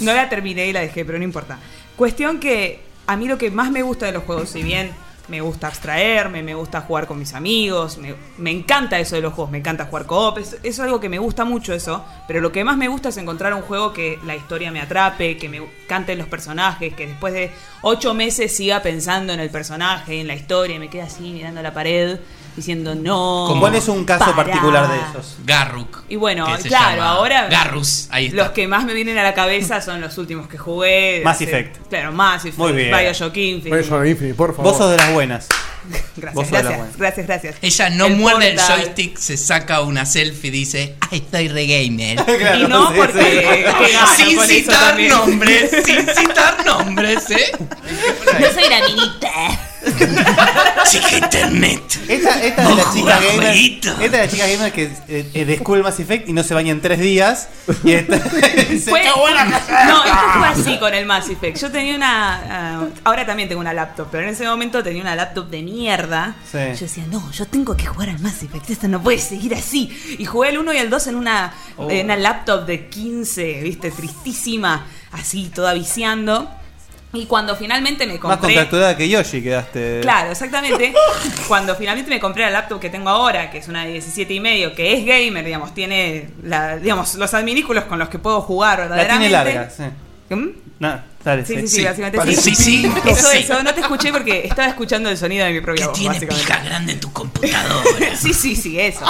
L: No la terminé y la dejé, pero no importa. Cuestión que a mí lo que más me gusta de los juegos, si bien me gusta abstraerme, me gusta jugar con mis amigos, me, me encanta eso de los juegos, me encanta jugar co-op, es, es algo que me gusta mucho eso, pero lo que más me gusta es encontrar un juego que la historia me atrape, que me canten los personajes, que después de ocho meses siga pensando en el personaje, en la historia, y me quede así mirando a la pared, diciendo no.
D: ¿Cuál es un caso
L: pará".
D: particular de esos?
J: Garruk.
L: Y bueno,
J: que se
L: claro,
J: llama
L: ahora.
J: Garrus, ahí está.
L: Los que más me vienen a la cabeza son los últimos que jugué.
J: Mass
L: Sí.
J: Effect.
L: Claro, Mass Effect.
J: Muy bien.
L: Bioshock Infinite.
B: Bioshock Infinite, por favor.
D: Vos sos de las buenas.
L: [LAUGHS] Gracias,
J: Vos sos la buena.
L: gracias, gracias,
J: [LAUGHS]
L: gracias.
J: Ella no
L: El
J: muerde
L: Portal.
J: el joystick, se saca una selfie y dice, ah, estoy re gamer.
L: Claro, Y no, sí, porque- sí. que gano
J: sin
L: con eso
J: citar
L: también.
J: nombres, sin citar nombres, ¿eh?
R: Yo soy la minita.
J: Chica internet.
D: Esta, esta es de la chica
J: Ojo,
D: gamer.
J: jueguito.
D: Esta es de la chica gamer que eh, eh, descubre el Mass Effect y no se baña en tres días. Y
L: [LAUGHS]
D: esta,
L: Fue- [LAUGHS] No, esto fue así con el Mass Effect. Yo tenía una. ah, ahora también tengo una laptop, pero en ese momento tenía una laptop de mierda.
R: Sí.
L: Yo decía, no, yo tengo que jugar al Mass Effect. Esto no puede seguir así. Y jugué el 1 y el 2 en una,
R: Oh.
L: en una laptop de 15, ¿viste? Tristísima, así, toda viciando. Y cuando finalmente me
D: más
L: compré.
D: contracturada que Yoshi quedaste. [LAUGHS]
L: Claro, exactamente. Cuando finalmente me compré la laptop que tengo ahora, que es una de 17 y medio, que es gamer, digamos, tiene la- digamos, los adminículos con los que puedo jugar
D: La
L: verdaderamente. ¿Mm?
D: tiene larga, sí. No, dale,
L: Sí, sí, ¿eh? sí, básicamente sí. [LAUGHS] Eso, eso, no te escuché porque estaba escuchando el sonido de mi propia voz.
J: Tiene
L: básicamente.
J: pija grande en tu
L: [LAUGHS] sí, sí, sí, eso.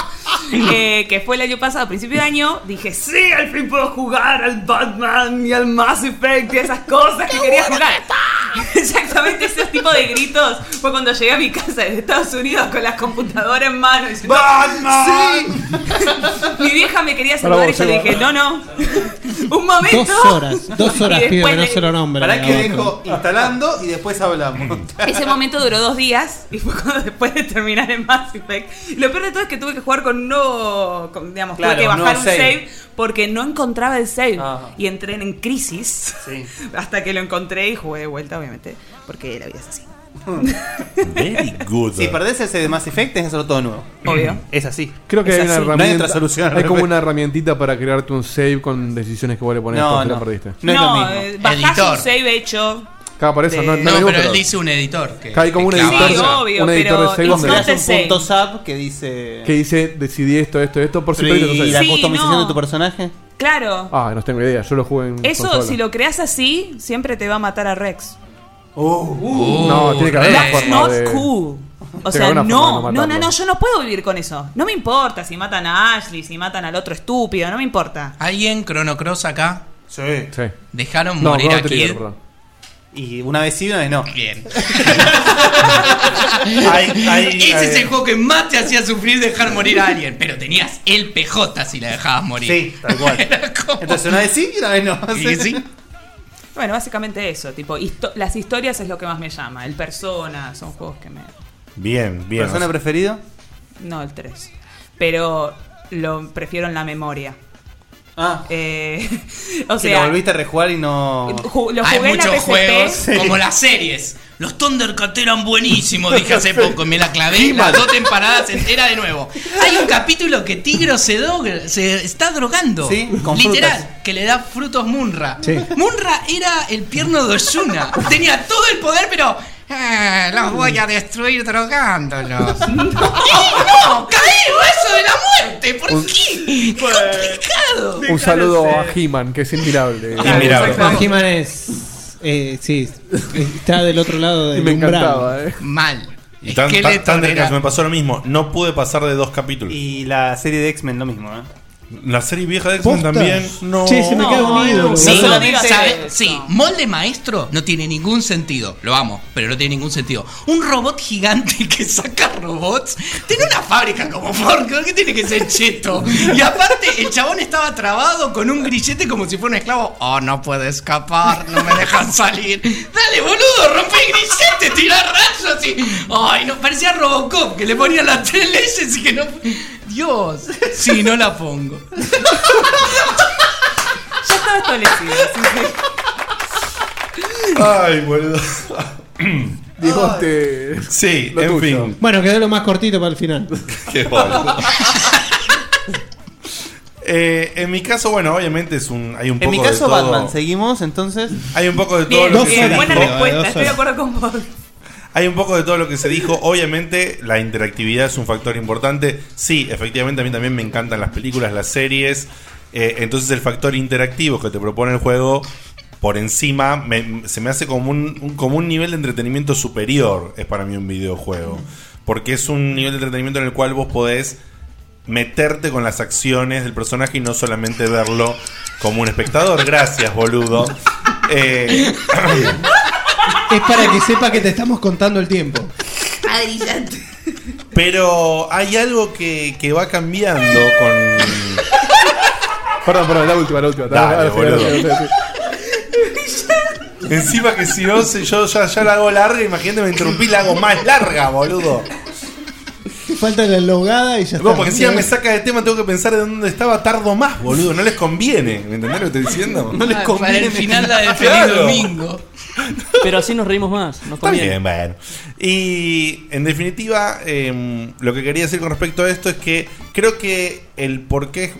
L: Eh, que fue el año pasado, a principio de año, dije, sí, al fin puedo jugar al Batman y al Mass Effect y esas cosas que quería jugar. [LAUGHS] Exactamente esos tipos de gritos fue cuando llegué a mi casa de Estados Unidos con las computadoras en mano diciendo,
D: ¡Batman!
L: ¡Sí! [LAUGHS] Mi vieja me quería saludar y
C: vos,
L: yo le
C: Seba.
L: dije, no, no, [LAUGHS] un momento.
C: Dos horas, dos horas,
L: [LAUGHS] Y
C: pibe,
L: después
C: no
L: le-
C: se lo nombre.
D: Para que dejo instalando y después hablamos.
L: ese momento duró dos días y fue cuando [LAUGHS] después de terminar en Mass Effect. Y Lo peor de todo es que tuve que jugar con un nuevo, con, digamos,
D: Claro,
L: tuve que
D: un
L: bajar
D: nuevo
L: un save.
D: save.
L: porque no encontraba el save
D: Ajá.
L: y entré en crisis [LAUGHS] hasta que lo encontré y jugué de vuelta, obviamente, porque la vida es así.
D: Very
U: good.
D: Si perdés ese de Mass Effect, tenés que hacerlo todo nuevo.
L: Obvio.
D: Es así.
B: Creo que
D: Es
B: hay una
D: así. No
B: herramienta.
D: hay otra solución. al
B: Hay como
D: respecto.
B: una herramientita para crearte un save con decisiones que vos le ponés
D: No,
B: porque
D: no.
B: la perdiste.
D: No es lo mismo.
L: eh, bajás
J: Editor.
L: un save hecho.
B: Claro, por eso
D: Eh,
B: no, no
J: No,
B: lo digo,
J: pero él
B: pero-
J: dice un editor. Que,
B: Hay como un
J: que
B: editor,
J: clava.
L: Sí, obvio,
B: un editor
L: pero
B: de save donde-
D: Creás un
L: save.
D: punto sub que dice.
B: que dice decidí esto, esto, esto, por si
D: Pero,
B: perdiste tu
D: ¿Y
B: save.
D: la
L: Sí,
D: customización
L: no.
D: de tu personaje?
L: Claro.
B: Ah, no tengo idea, yo lo jugué en
L: Eso,
B: consola.
L: si lo creas así, siempre te va a matar a Rex.
B: Uh, no, tiene que haber una
L: That's
B: forma
L: not
B: de-
L: cool. O
B: Tiene que
L: sea,
B: haber
L: no,
B: una
L: no,
B: forma de
L: no, no,
B: matarlo.
L: yo no puedo vivir con eso. No me importa si matan a Ashley, si matan al otro estúpido, no me importa.
J: ¿Alguien Chrono Cross acá?
D: Sí.
J: Dejaron morir a Kid.
D: Y una vez sí, una vez no.
J: Bien.
D: [LAUGHS] Ay, ay,
J: Ese
D: ay.
J: es el juego que más te hacía sufrir dejar morir a alguien. Pero tenías el PJ si la dejabas morir.
D: Sí, tal cual.
J: [LAUGHS]
D: Entonces una vez sí y una vez no.
J: Y sí.
L: Bueno, básicamente eso, tipo, histo- las historias es lo que más me llama. El persona, son juegos que me.
U: Bien, bien.
D: ¿Persona preferido?
L: No, el 3. Pero lo prefiero en la memoria. Eh,
D: Ah.
L: [LAUGHS] o
D: que lo
L: sea,
D: volviste a rejugar y no.
L: ju- lo
J: Hay
L: jugué en la
J: muchos
L: PSP.
J: juegos,
D: Sí.
J: como las series. Los Thundercats eran buenísimos,
D: [LAUGHS]
J: dije hace poco. Me la clavé
D: He-Man.
J: las dos temporadas enteras de nuevo. Hay un capítulo que Tigro se, droga- se está drogando.
D: Sí, con
J: Literal,
D: frutas.
J: que le da frutos Munra.
D: Sí.
J: Munra era el pierno de Oshuna. Tenía todo el poder, pero. "Ah, los voy a destruir
D: [LAUGHS]
J: drogándolos. ¡No! ¡No! ¡Caído eso de la muerte! ¿Por
B: Un-
J: qué? ¡Qué complicado!
B: Un saludo a
C: eh.
B: He-Man, que es inmirable.
C: He-Man es. eh, sí, está del otro lado del
B: Y me
C: umbral.
B: encantaba, eh.
J: Mal.
U: Y tan, tan- tan de caso, me pasó lo mismo. No pude pasar de dos capítulos.
D: Y la serie de X-Men lo mismo, ¿eh?
E: La serie vieja de X-Men
X: ¿Posta?
E: también. No.
X: Che, se me cae un ídolo, boludo.
J: Sí,
X: No lo digas,
J: ¿sabe? Sí, molde maestro no tiene ningún sentido. Lo amo, pero no tiene ningún sentido. Un robot gigante que saca robots tiene una fábrica como Ford. ¿Por qué tiene que ser cheto? Y aparte, el chabón estaba trabado con un grillete como si fuera un esclavo. Oh, no puede escapar, [LAUGHS] no me dejan salir. Dale, boludo, rompe el grillete, tira rayos y. Ay, no, parecía Robocop que le ponía las tres leyes y que no. Dios, sí, no la pongo.
L: Ya estaba establecido.
E: Ay,
D: [CLEARS THROAT]
E: boludo.
D: este,
B: Digote.
E: Sí, en fin.
C: Bueno, quedó lo más cortito para el final.
E: Qué boludo. Eh, en mi caso, bueno, obviamente es un, hay un
D: En
E: poco
D: mi
E: de
D: caso,
E: todo.
D: Batman, seguimos entonces.
E: Hay un poco de todo
D: Bien,
E: lo que
D: bien,
E: se
D: buena
E: dijo.
D: respuesta, estoy de
L: acuerdo con vos. [LAUGHS]
E: Hay un poco de todo lo que se dijo. Obviamente, la interactividad es un factor importante. Sí, efectivamente, a mí también me encantan las películas, las series. Eh, entonces, el factor interactivo que te propone el juego, por encima, me- se me hace como un, un- como un nivel de entretenimiento superior. Es para mí un videojuego. Porque es un nivel de entretenimiento en el cual vos podés meterte con las acciones del personaje y no solamente verlo como un espectador. Gracias, boludo. Eh,
C: [LAUGHS] Es para que sepa que te estamos contando el tiempo.
R: Adelante.
E: Pero hay algo que, que va cambiando con.
B: [LAUGHS] Perdón, perdón, la última, la última.
E: Dale,
B: Ahora sí, ahora sí,
E: boludo.
B: ahora sí.
E: Encima que si no, si yo ya, ya la hago larga, imagínate, me interrumpí, la hago más larga, boludo.
C: Te falta la logada y ya está.
E: No, porque encima me saca de tema, tengo que pensar de dónde estaba, tardo más, boludo. No les conviene. ¿Me entendés lo que estoy diciendo?
J: No les Ah, para conviene. el final [LAUGHS] la de Feliz Domingo.
E: Pero así nos reímos más. Nos
J: conviene.
E: Bien, bueno. Y en definitiva, eh, lo que quería decir con respecto a esto es que creo que el por qué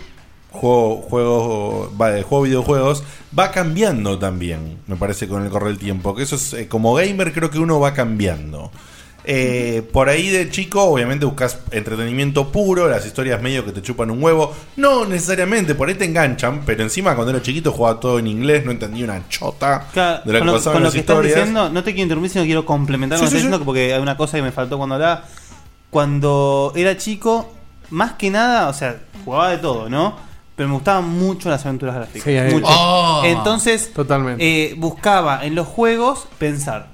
E: juego, juego, va, de juego videojuegos va cambiando también, me parece, con el correr del tiempo. Que eso es, eh, como gamer creo que uno va cambiando. Eh, por ahí de chico, obviamente buscas entretenimiento puro, las historias medio que te chupan un huevo. No necesariamente, por ahí te enganchan, pero encima cuando era chiquito jugaba todo en inglés, no entendía una chota
D: Claro,
E: de lo que
D: con lo,
E: pasaba
D: con
E: en
D: lo
E: las
D: que estás
E: historias.
D: diciendo, no te quiero interrumpir, sino quiero complementar lo
E: Sí,
D: que
E: sí,
D: estás
E: sí.
D: diciendo, porque hay una cosa que me faltó cuando hablaba. Cuando era chico, más que nada, o sea, jugaba de todo, ¿no? Pero me gustaban mucho las aventuras gráficas.
B: Sí, ahí.
D: mucho.
B: Oh.
D: Entonces,
B: Totalmente.
D: eh, buscaba en los juegos pensar.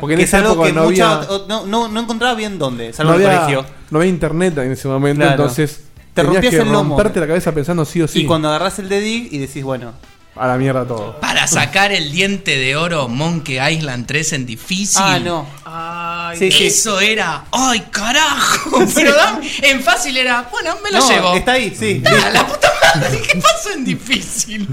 B: Porque en
D: que
B: esa época no
D: mucha-
B: había-
D: o- no, no, no encontraba bien dónde,
B: No
D: salvo en el
B: había,
D: colegio.
B: no había internet en ese momento,
D: Claro.
B: entonces
D: Te
B: tenías
D: rompías
B: que
D: el lomo.
B: romperte la cabeza pensando sí o sí.
D: Y cuando agarras el de Dig y decís, bueno,
B: A la mierda todo.
J: Para sacar el diente de oro Monkey Island 3 en difícil.
D: Ah, no.
J: Sí, sí. Eso era. ¡Ay,
D: [LAUGHS]
J: carajo! Pero dame- en fácil era. Bueno, me lo
D: No,
J: llevo. [LAUGHS]
D: Está ahí, sí.
J: Ah, la puta madre, ¿qué pasó en difícil?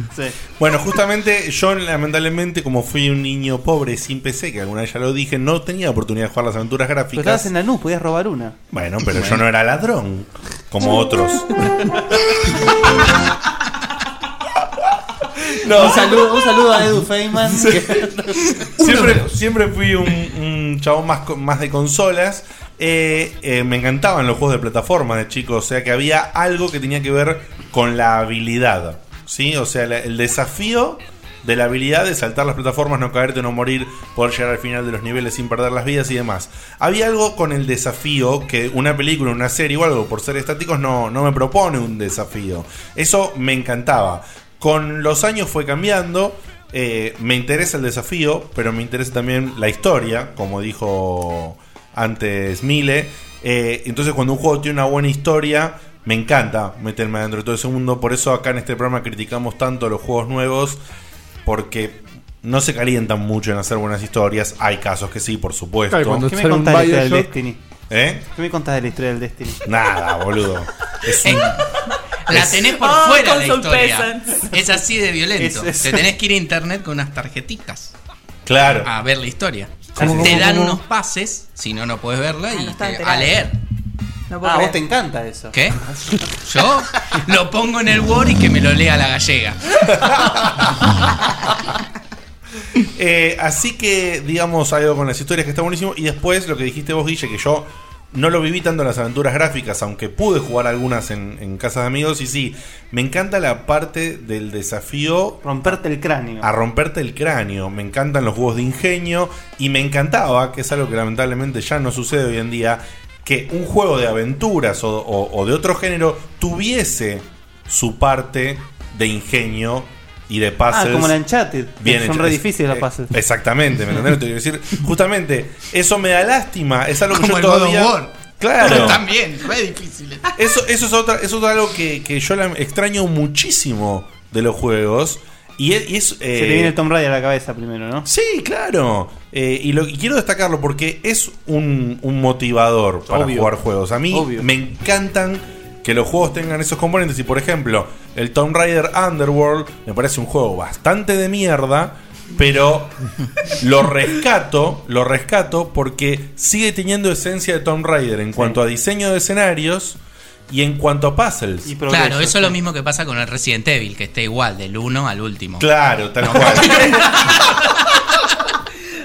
E: Bueno, justamente yo lamentablemente, como fui un niño pobre sin PC, que alguna vez ya lo dije, no tenía oportunidad de jugar las aventuras
D: Pero estabas
E: gráficas.
D: en la NU, podías robar una.
E: Bueno, pero yo no era ladrón, como otros. No.
D: Un, saludo, un saludo a Edu Feynman. que-
E: [LAUGHS] siempre, siempre fui un, un chabón más, co- más de consolas. Eh, eh, me encantaban los juegos de plataforma de chico. O sea que había algo que tenía que ver con la habilidad. ¿Sí? O sea, la- el desafío de la habilidad de saltar las plataformas, no caerte, no morir, poder llegar al final de los niveles sin perder las vidas y demás. Había algo con el desafío que una película, una serie o algo, por ser estáticos, no, no me propone un desafío. Eso me encantaba. Con los años fue cambiando. eh, me interesa el desafío, pero me interesa también la historia, como dijo antes Mile. Eh, entonces, cuando un juego tiene una buena historia, me encanta meterme adentro de todo ese mundo. Por eso, acá en este programa criticamos tanto los juegos nuevos, porque no se calientan mucho en hacer buenas historias. Hay casos que sí, por supuesto.
B: Claro, cuando
D: ¿Qué me contás de la historia del Destiny?
E: ¿Eh?
D: ¿Qué me contás de la historia del Destiny?
E: Nada, boludo. Es un-
J: La tenés por
D: Oh,
J: fuera la
D: console
J: historia.
D: peasant.
J: Es así de violento.
D: Es- es-
J: Te tenés que ir a internet con unas tarjetitas.
E: Claro.
J: A ver la historia.
D: ¿Cómo,
J: te
D: cómo,
J: dan
D: cómo?
J: unos pases, si no, no puedes verla, y
D: está
J: te-
D: Ah, enterada.
J: a leer.
D: ah, a vos te encanta eso.
J: ¿Qué? Yo lo pongo en el Word y que me lo lea la gallega.
E: Eh, así que, digamos, algo con las historias que está buenísimo. Y después lo que dijiste vos, Guille, que yo no lo viví tanto en las aventuras gráficas, aunque pude jugar algunas en, en casas de amigos. Y sí, me encanta la parte del desafío.
D: Romperte el cráneo.
E: A romperte el cráneo. Me encantan los juegos de ingenio. Y me encantaba, que es algo que lamentablemente ya no sucede hoy en día, que un juego de aventuras o, o- o de otro género tuviese su parte de ingenio y de pases.
D: Ah, como la Uncharted, que
E: Bien
D: son
E: hecho.
D: re
E: Es-
D: difíciles los
E: eh,
D: pases.
E: Exactamente, ¿me entendés? Te quiero decir, justamente, eso me da lástima. Es algo que
D: Como
E: yo
D: el God of
E: todavía.
D: War.
J: [LAUGHS]
E: Claro.
J: También, re difícil.
E: Eso, eso es otra, eso es algo que, que yo la- extraño muchísimo de los juegos. Y es, y es,
D: Se
E: eh,
D: te viene el Tomb Raider a la cabeza primero, ¿no?
E: Sí, claro. Eh, y, lo, y quiero destacarlo porque es un, un motivador para
D: Obvio.
E: jugar juegos. A mí
D: Obvio.
E: me encantan que los juegos tengan esos componentes. Y por ejemplo, el Tomb Raider Underworld me parece un juego bastante de mierda.
B: [LAUGHS]
E: Pero lo rescato, lo rescato porque sigue teniendo esencia de Tomb Raider en cuanto a diseño de escenarios y en cuanto a puzzles.
J: Claro, eso es lo mismo que pasa con el Resident Evil, que está igual, del 1 al último.
B: [LAUGHS]
E: Claro, tal cual.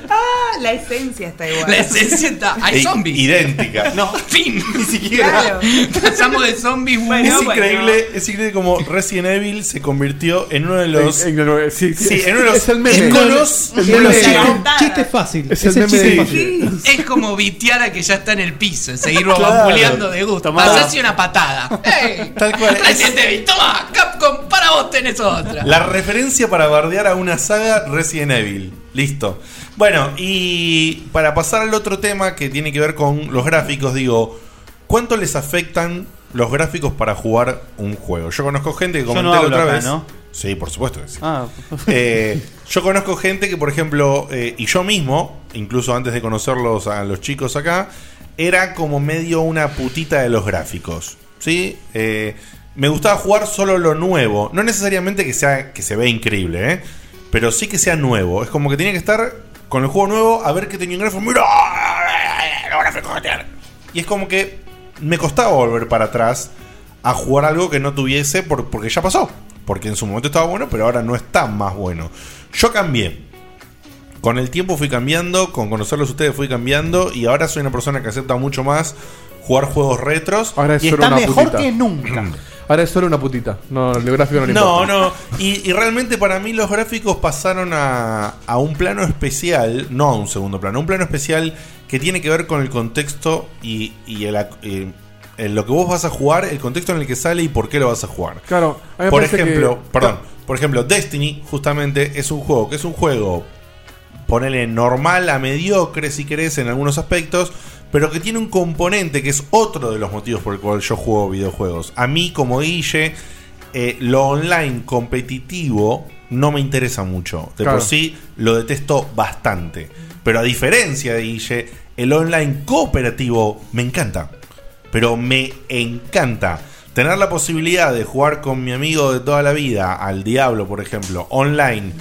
M: Ah, la esencia está igual.
J: La esencia está. Hay
E: I-
J: zombies.
E: E Idéntica.
B: [LAUGHS]
J: No, fin. Ni
M: siquiera.
J: Pasamos de zombies
E: es increíble, es increíble como Resident Evil se convirtió en uno de los.
B: En- sí, sí,
E: en uno de los
B: es el meme.
E: íconos
B: Es el
E: de los
B: meme.
E: íconos.
J: Chiste
T: fácil.
B: Es el Ese meme chiste de- fácil.
J: [LAUGHS] Es como vitiara que ya está en el piso. Seguir
E: Claro.
J: vapuleando de gusto.
E: Tomá.
J: Pasarse una patada. ¡Ey! [LAUGHS]
E: Tal cual.
J: Resident Evil, toma, Capcom, para vos tenés otra.
E: La referencia para bardear a una saga Resident Evil. Listo. Bueno, y para pasar al otro tema que tiene que ver con los gráficos, digo, ¿cuánto les afectan los gráficos para jugar un juego? Yo conozco gente que
D: Yo no
E: comenté
D: hablo
E: la otra
D: acá,
E: vez.
D: ¿no?
E: Sí, por supuesto que sí.
D: Ah,
E: [LAUGHS] Eh, yo conozco gente que, por ejemplo, eh, y yo mismo, incluso antes de conocerlos a los chicos acá, era como medio una putita de los gráficos. ¿Sí? Eh, me gustaba jugar solo lo nuevo. No necesariamente que sea que se vea increíble, ¿eh? Pero sí que sea nuevo. Es como que tenía que estar con el juego nuevo a ver qué tenía un gráfico. ¡Mirá! Los gráficos que tiene. Y es como que me costaba volver para atrás a jugar algo que no tuviese por- porque ya pasó. Porque en su momento estaba bueno, pero ahora no está más bueno. Yo cambié. Con el tiempo fui cambiando, con conocerlos ustedes fui cambiando y ahora soy una persona que acepta mucho más jugar juegos retros.
B: Ahora es solo una putita.
E: nunca.
B: Ahora es solo una putita. No, el gráfico no le
E: No,
B: importa.
E: no. Y, y realmente para mí los gráficos pasaron a, a un plano especial, no a un segundo plano, un plano especial que tiene que ver con el contexto y, y el ac- eh, en lo que vos vas a jugar, el contexto en el que sale y por qué lo vas a jugar.
B: Claro, a mí me
E: Por
B: parece
E: ejemplo,
B: que-
E: perdón, por ejemplo, Destiny justamente es un juego que es un juego ponele normal a mediocre si querés en algunos aspectos, pero que tiene un componente que es otro de los motivos por el cual yo juego videojuegos. A mí como Guille, eh, lo online competitivo no me interesa mucho. De
B: Claro.
E: por sí lo detesto bastante. Pero a diferencia de Guille, el online cooperativo me encanta. Pero me encanta. Tener la posibilidad de jugar con mi amigo de toda la vida, al Diablo, por ejemplo, online,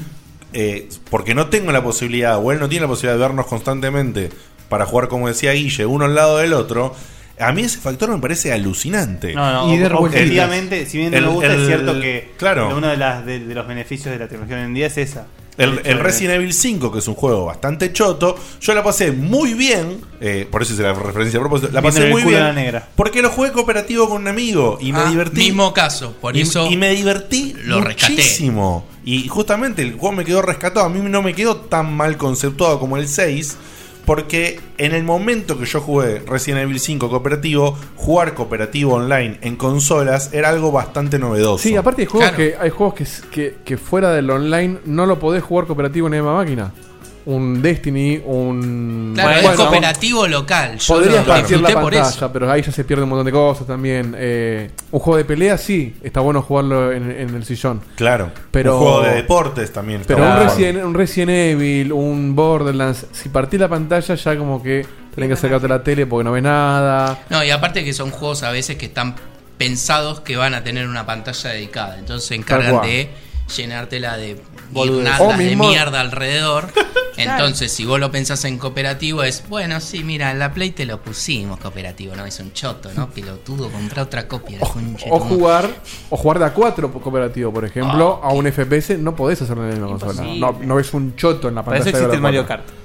E: eh, porque no tengo la posibilidad, o él no tiene la posibilidad de vernos constantemente para jugar, como decía Guille, uno al lado del otro. A mí ese factor me parece alucinante.
D: No, no, ob- objetivamente, si bien no
E: El-
D: me gusta,
E: el-
D: es cierto que
E: Claro.
D: uno de, las, de, de los beneficios de la tecnología hoy en día es esa.
E: El,
D: hecho
E: el
D: de-
E: Resident Evil 5, que es un juego bastante choto, yo la pasé muy bien. eh, por eso hice la referencia a propósito. La pasé
D: Viéndole el
E: muy
D: culo
E: bien.
D: a la negra.
E: Porque lo jugué cooperativo con un amigo y me
J: Ah,
E: divertí.
J: Mismo caso, por
E: Y-
J: eso.
E: y me divertí
J: Lo rescaté.
E: muchísimo. Y justamente el juego me quedó rescatado. A mí no me quedó tan mal conceptuado como el 6. Porque en el momento que yo jugué Resident Evil 5 cooperativo, jugar cooperativo online en consolas era algo bastante novedoso.
B: Sí, aparte hay juegos, que, hay juegos que, s- que, que fuera del online no lo podés jugar cooperativo en la misma máquina. Un Destiny, un.
J: Claro, es
B: Bueno,
J: cooperativo local. Yo lo
B: Podrías partir la
J: disfruté por eso.
B: pantalla, pero ahí ya se pierde un montón de cosas también. Eh, un juego de pelea, sí, está bueno jugarlo en, en el sillón.
E: Claro.
B: Pero,
E: Un juego de deportes también está
B: Pero un,
E: bueno.
B: Resident, un Resident Evil, un Borderlands, si partís la pantalla ya como que tenés que sacarte la tele porque no ves nada.
J: No, y aparte que son juegos a veces que están pensados que van a tener una pantalla dedicada. Entonces se
B: Tal
J: encargan
B: cual.
J: de llenártela de
B: Boludeces.
J: guirnaldas
B: O
J: de
B: mismo-
J: mierda
B: [LAUGHS]
J: alrededor. Entonces, si vos lo pensás en cooperativo, es bueno, sí, mira, en la Play te lo pusimos cooperativo, ¿no? Es un choto,
B: [LAUGHS]
J: ¿no? Pelotudo, comprar otra copia. la concha de
B: O
J: tu-
B: jugar, o jugar de a 4 cooperativo, por ejemplo,
D: Ah,
B: a un FPS no podés hacerlo en la misma consola.
J: Imposible.
B: No, no ves un choto en la
D: Para eso
B: pantalla. de
D: existe
B: la
D: el Mario
B: cuatro.
D: Kart.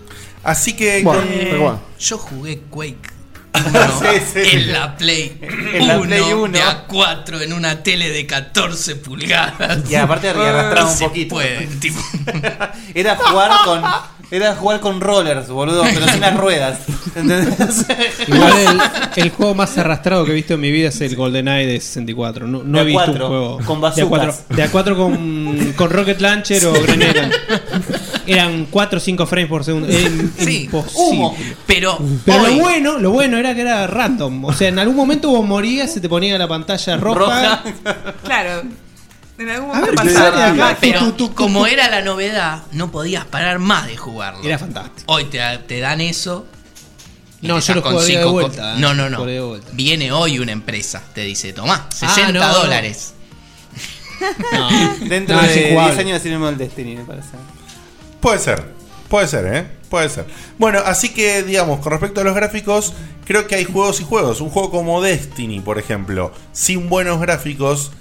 E: Así que.
B: Bueno,
J: Eh,
B: pero bueno.
J: yo jugué Quake. uno
E: Sí, sí.
J: En la Play
D: En la
J: 1
D: Play uno.
J: de A4 en una tele de 14 pulgadas.
D: Y aparte arrastraba
J: No
D: un
J: [LAUGHS] se
D: poquito.
J: puede, tipo.
D: Era jugar con, Era jugar con rollers, boludo, pero sin las
E: [LAUGHS]
D: ruedas. ¿Entendés?
C: Igual el, el juego más arrastrado que he visto en mi vida es el GoldenEye de 64. No, no
D: De a
C: he visto
D: cuatro,
C: un juego.
D: con
C: de a cuatro,
D: bazucas.
C: de a cuatro con, con Rocket Launcher o Grenade. Launcher. Eran 4 o 5 frames por segundo. Era imposible.
J: humo. Pero,
C: Pero
J: hoy-
C: lo bueno, lo bueno era que era random. O sea, en algún momento vos morías, se te ponía la pantalla
J: [LAUGHS]
C: roja.
L: Claro. En algún
C: A ver,
L: momento
C: ¿qué sale
L: pasaba.
C: acá?
J: Pero
C: Tu, tu, tu, tu,
J: como
C: tu.
J: era la novedad, no podías parar más de jugarlo.
C: Era fantástico.
J: Hoy te, te dan eso. y
C: No,
J: te
C: yo
J: das
C: lo
J: con
C: jugaría de
J: cinco
C: vuelta,
J: co-
C: ¿eh?
J: No, no, no.
C: Jugaría de vuelta.
J: Viene hoy una empresa, te dice, tomá,
C: Ah,
J: 60
C: no, no.
J: dólares.
D: [LAUGHS] Dentro
J: No, es
D: de 10
J: injugable.
D: años decimos el Destiny, me parece.
E: Puede ser, puede ser, ¿eh? Puede ser. Bueno, así que, digamos, con respecto a los gráficos, creo que hay juegos y juegos. Un juego como Destiny, por ejemplo, sin buenos gráficos,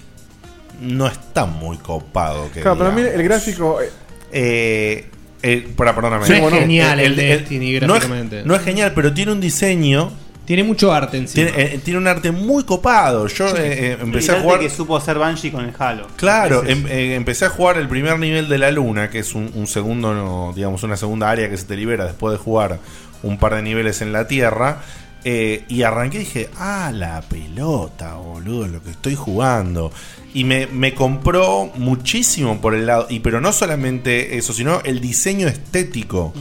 E: no está muy copado. Que
B: Claro, pero a mí
E: digamos.
B: el gráfico. eh,
E: Eh, eh, para- perdóname.
B: Sí, No es bueno, genial
C: el Destiny
E: no es- No
C: gráficamente.
E: es, genial, pero tiene un diseño.
C: Tiene mucho arte encima.
E: Tiene, eh, tiene un arte muy copado. Yo eh, eh, empecé a
D: Fíjate
E: jugar.
D: que supo hacer Banshee con el Halo.
E: Claro,
D: Ese es-
E: em- eh, empecé a jugar el primer nivel de la luna, que es un, un segundo, no, digamos, una segunda área que se te libera después de jugar un par de niveles en la Tierra. eh, y arranqué y dije, ah, la pelota, boludo, lo que estoy jugando. Y me, me compró muchísimo por el lado, y pero no solamente eso, sino el diseño estético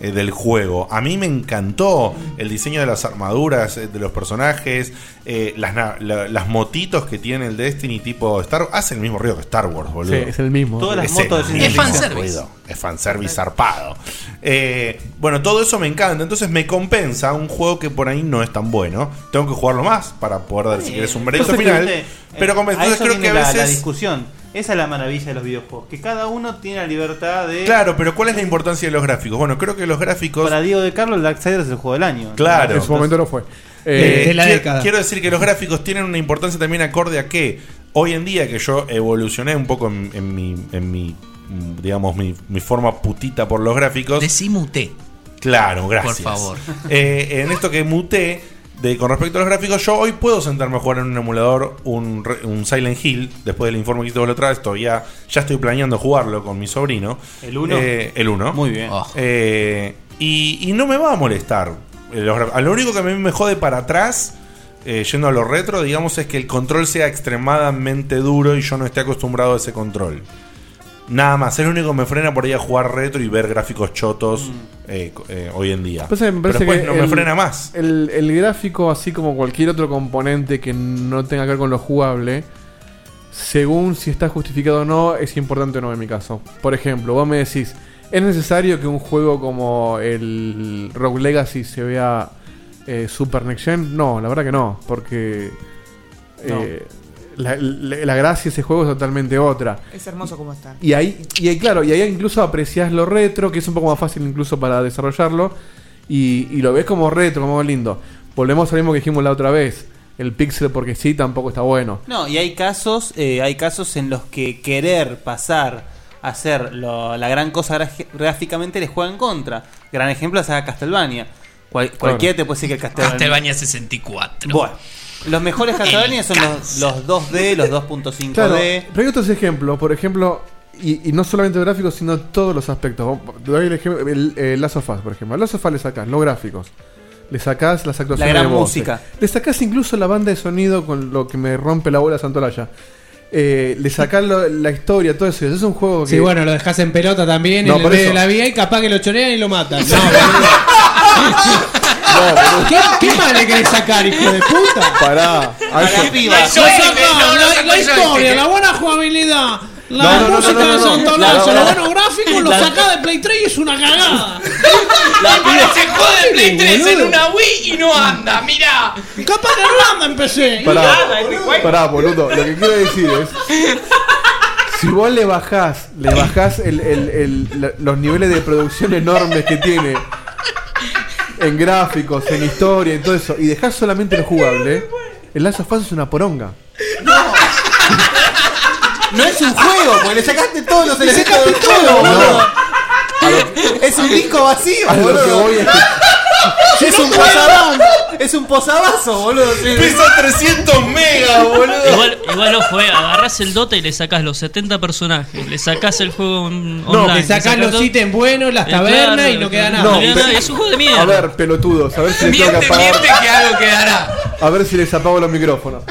E: eh, del juego. A mí me encantó el diseño de las armaduras, eh, de los personajes, eh, las, na- la- las motitos que tiene el Destiny tipo Star Wars. Hace el mismo ruido que Star Wars, boludo.
B: Sí, es el mismo. Todas las
E: Es
B: motos
E: el
B: de ciencia
E: mismo
B: ficción. Es fanservice.
E: ruido. Es fanservice zarpado. Eh, bueno, todo eso me encanta. Entonces me compensa un juego que por ahí no es tan bueno. Tengo que jugarlo más para poder dar si quieres un veredicto
D: Entonces,
E: final.
D: fíjate,
E: Pero
D: eh,
E: compensa.
D: a
E: Entonces
D: eso
E: creo que a
D: viene la-
E: veces.
D: La discusión. Esa es la maravilla de los videojuegos. Que cada uno tiene la libertad de.
E: Claro, pero ¿cuál es la importancia de los gráficos? Bueno, creo que los gráficos.
D: Para Diego de Carlos, Darksiders es el juego del año.
E: Claro.
D: En su momento
B: no fue.
E: Eh, quiero, quiero decir que los gráficos tienen una importancia también acorde a que hoy en día que yo evolucioné un poco en, en mi, en mi, mm, digamos, mi, mi forma putita por los gráficos.
J: Decimuté.
E: Claro, gracias.
J: Por favor.
E: Eh, en esto que muté, de, con respecto a los gráficos, yo hoy puedo sentarme a jugar en un emulador un, re- un Silent Hill. Después del informe que hiciste vos la otra vez, todavía ya estoy planeando jugarlo con mi sobrino.
D: ¿El uno?
E: Eh, el 1.
D: Muy bien.
B: Ah.
E: Eh, y, y no me va a molestar. Eh, los gra- a Lo único que a mí me jode para atrás, eh, yendo a lo retro, digamos, es que el control sea extremadamente duro y yo no esté acostumbrado a ese control. Nada más, es lo único que me frena por ahí a jugar retro y ver gráficos chotos
D: Mm.
E: eh, co- eh, hoy en día.
B: Pasa que Pues, me
E: Pero
B: parece
E: después
B: que
E: no me
B: el-
E: frena más.
B: El, el gráfico, así como cualquier otro componente que no tenga que ver con lo jugable, según si está justificado o no, es importante o no en mi caso. Por ejemplo, vos me decís, ¿es necesario que un juego como el Rogue Legacy se vea eh, Super Next Gen? No, la verdad que no, porque eh, la, la- la gracia de ese juego es totalmente otra.
L: Es hermoso como está.
B: Y ahí, y ahí, claro, y ahí incluso apreciás lo retro, que es un poco más fácil incluso para desarrollarlo. Y, y lo ves como retro, como lindo. Volvemos al mismo que dijimos la otra vez. El pixel porque sí tampoco está bueno.
D: No, y hay casos, eh, hay casos en los que querer pasar a hacer lo- la gran cosa graf- gráficamente les juega en contra. Gran ejemplo es a Castlevania. Cual- Cualquiera te puede decir que el Castlevania.
J: Castlevania 64.
D: Bueno, los [LAUGHS] mejores Castlevania son los, los 2D, los 2.5D.
B: Claro, pero hay otros ejemplos, por ejemplo, y, y no solamente gráficos, sino todos los aspectos. Vamos, Te doy el ejemplo, el, eh, Last of Us, por ejemplo. A Last of Us le sacás los gráficos, le sacás las actuaciones
D: gran
B: de voces,
D: música.
B: le sacás incluso la banda de sonido con lo que me rompe la bola Santolaya. Eh, le sacás lo- la historia, todo eso. Es un juego que...
C: Sí, bueno, lo dejas en pelota también
B: No,
C: en el
B: por
C: medio
B: eso.
C: de la vía y capaz que lo chorean y lo matan. No, [LAUGHS] ¿Qué, ¿Qué más le querés sacar, hijo de puta?
B: Pará. Ángel.
C: No, no, no, la historia, la buena jugabilidad,
B: No,
C: la
B: no, no,
C: música
B: no, no,
C: de
B: no.
C: Santolaya,
B: La- la-
C: los buenos gráficos, lo
B: la-
C: sacás de Play 3 y es una cagada.
J: La se juega de Play 3 en
C: boludo.
J: una Wii y no anda, mirá.
C: Capaz que no anda este en PC.
B: Pará, pará, boludo. Lo que quiero decir es. Si vos le bajás, le bajás el- el- el- la- los niveles de producción enormes que tiene en gráficos, en historia, en todo eso, y dejás solamente lo jugable, el Last of Us es una poronga.
D: No es un juego, porque le sacaste todos los elementos del
B: todo,
D: juego, boludo.
B: boludo.
D: Es un disco vacío,
B: A lo que
D: boludo.
B: voy es que-
D: Es un pasarón. es un posavasos, boludo. sí.
E: Pesa 300 megas, boludo.
N: Igual, igual no fue, agarrás el Dota y le sacás los 70 personajes, le sacás el juego on- online.
C: le sacás los
N: todo-
C: ítems buenos, las
N: Eh,
C: tabernas
N: claro,
C: y no
N: claro.
C: queda nada.
N: No, queda nada, es un juego de mierda.
B: A ver, pelotudos, a ver si les tengo que
J: Miente,
B: apagar.
J: miente que algo quedará.
B: A ver si les apago los micrófonos.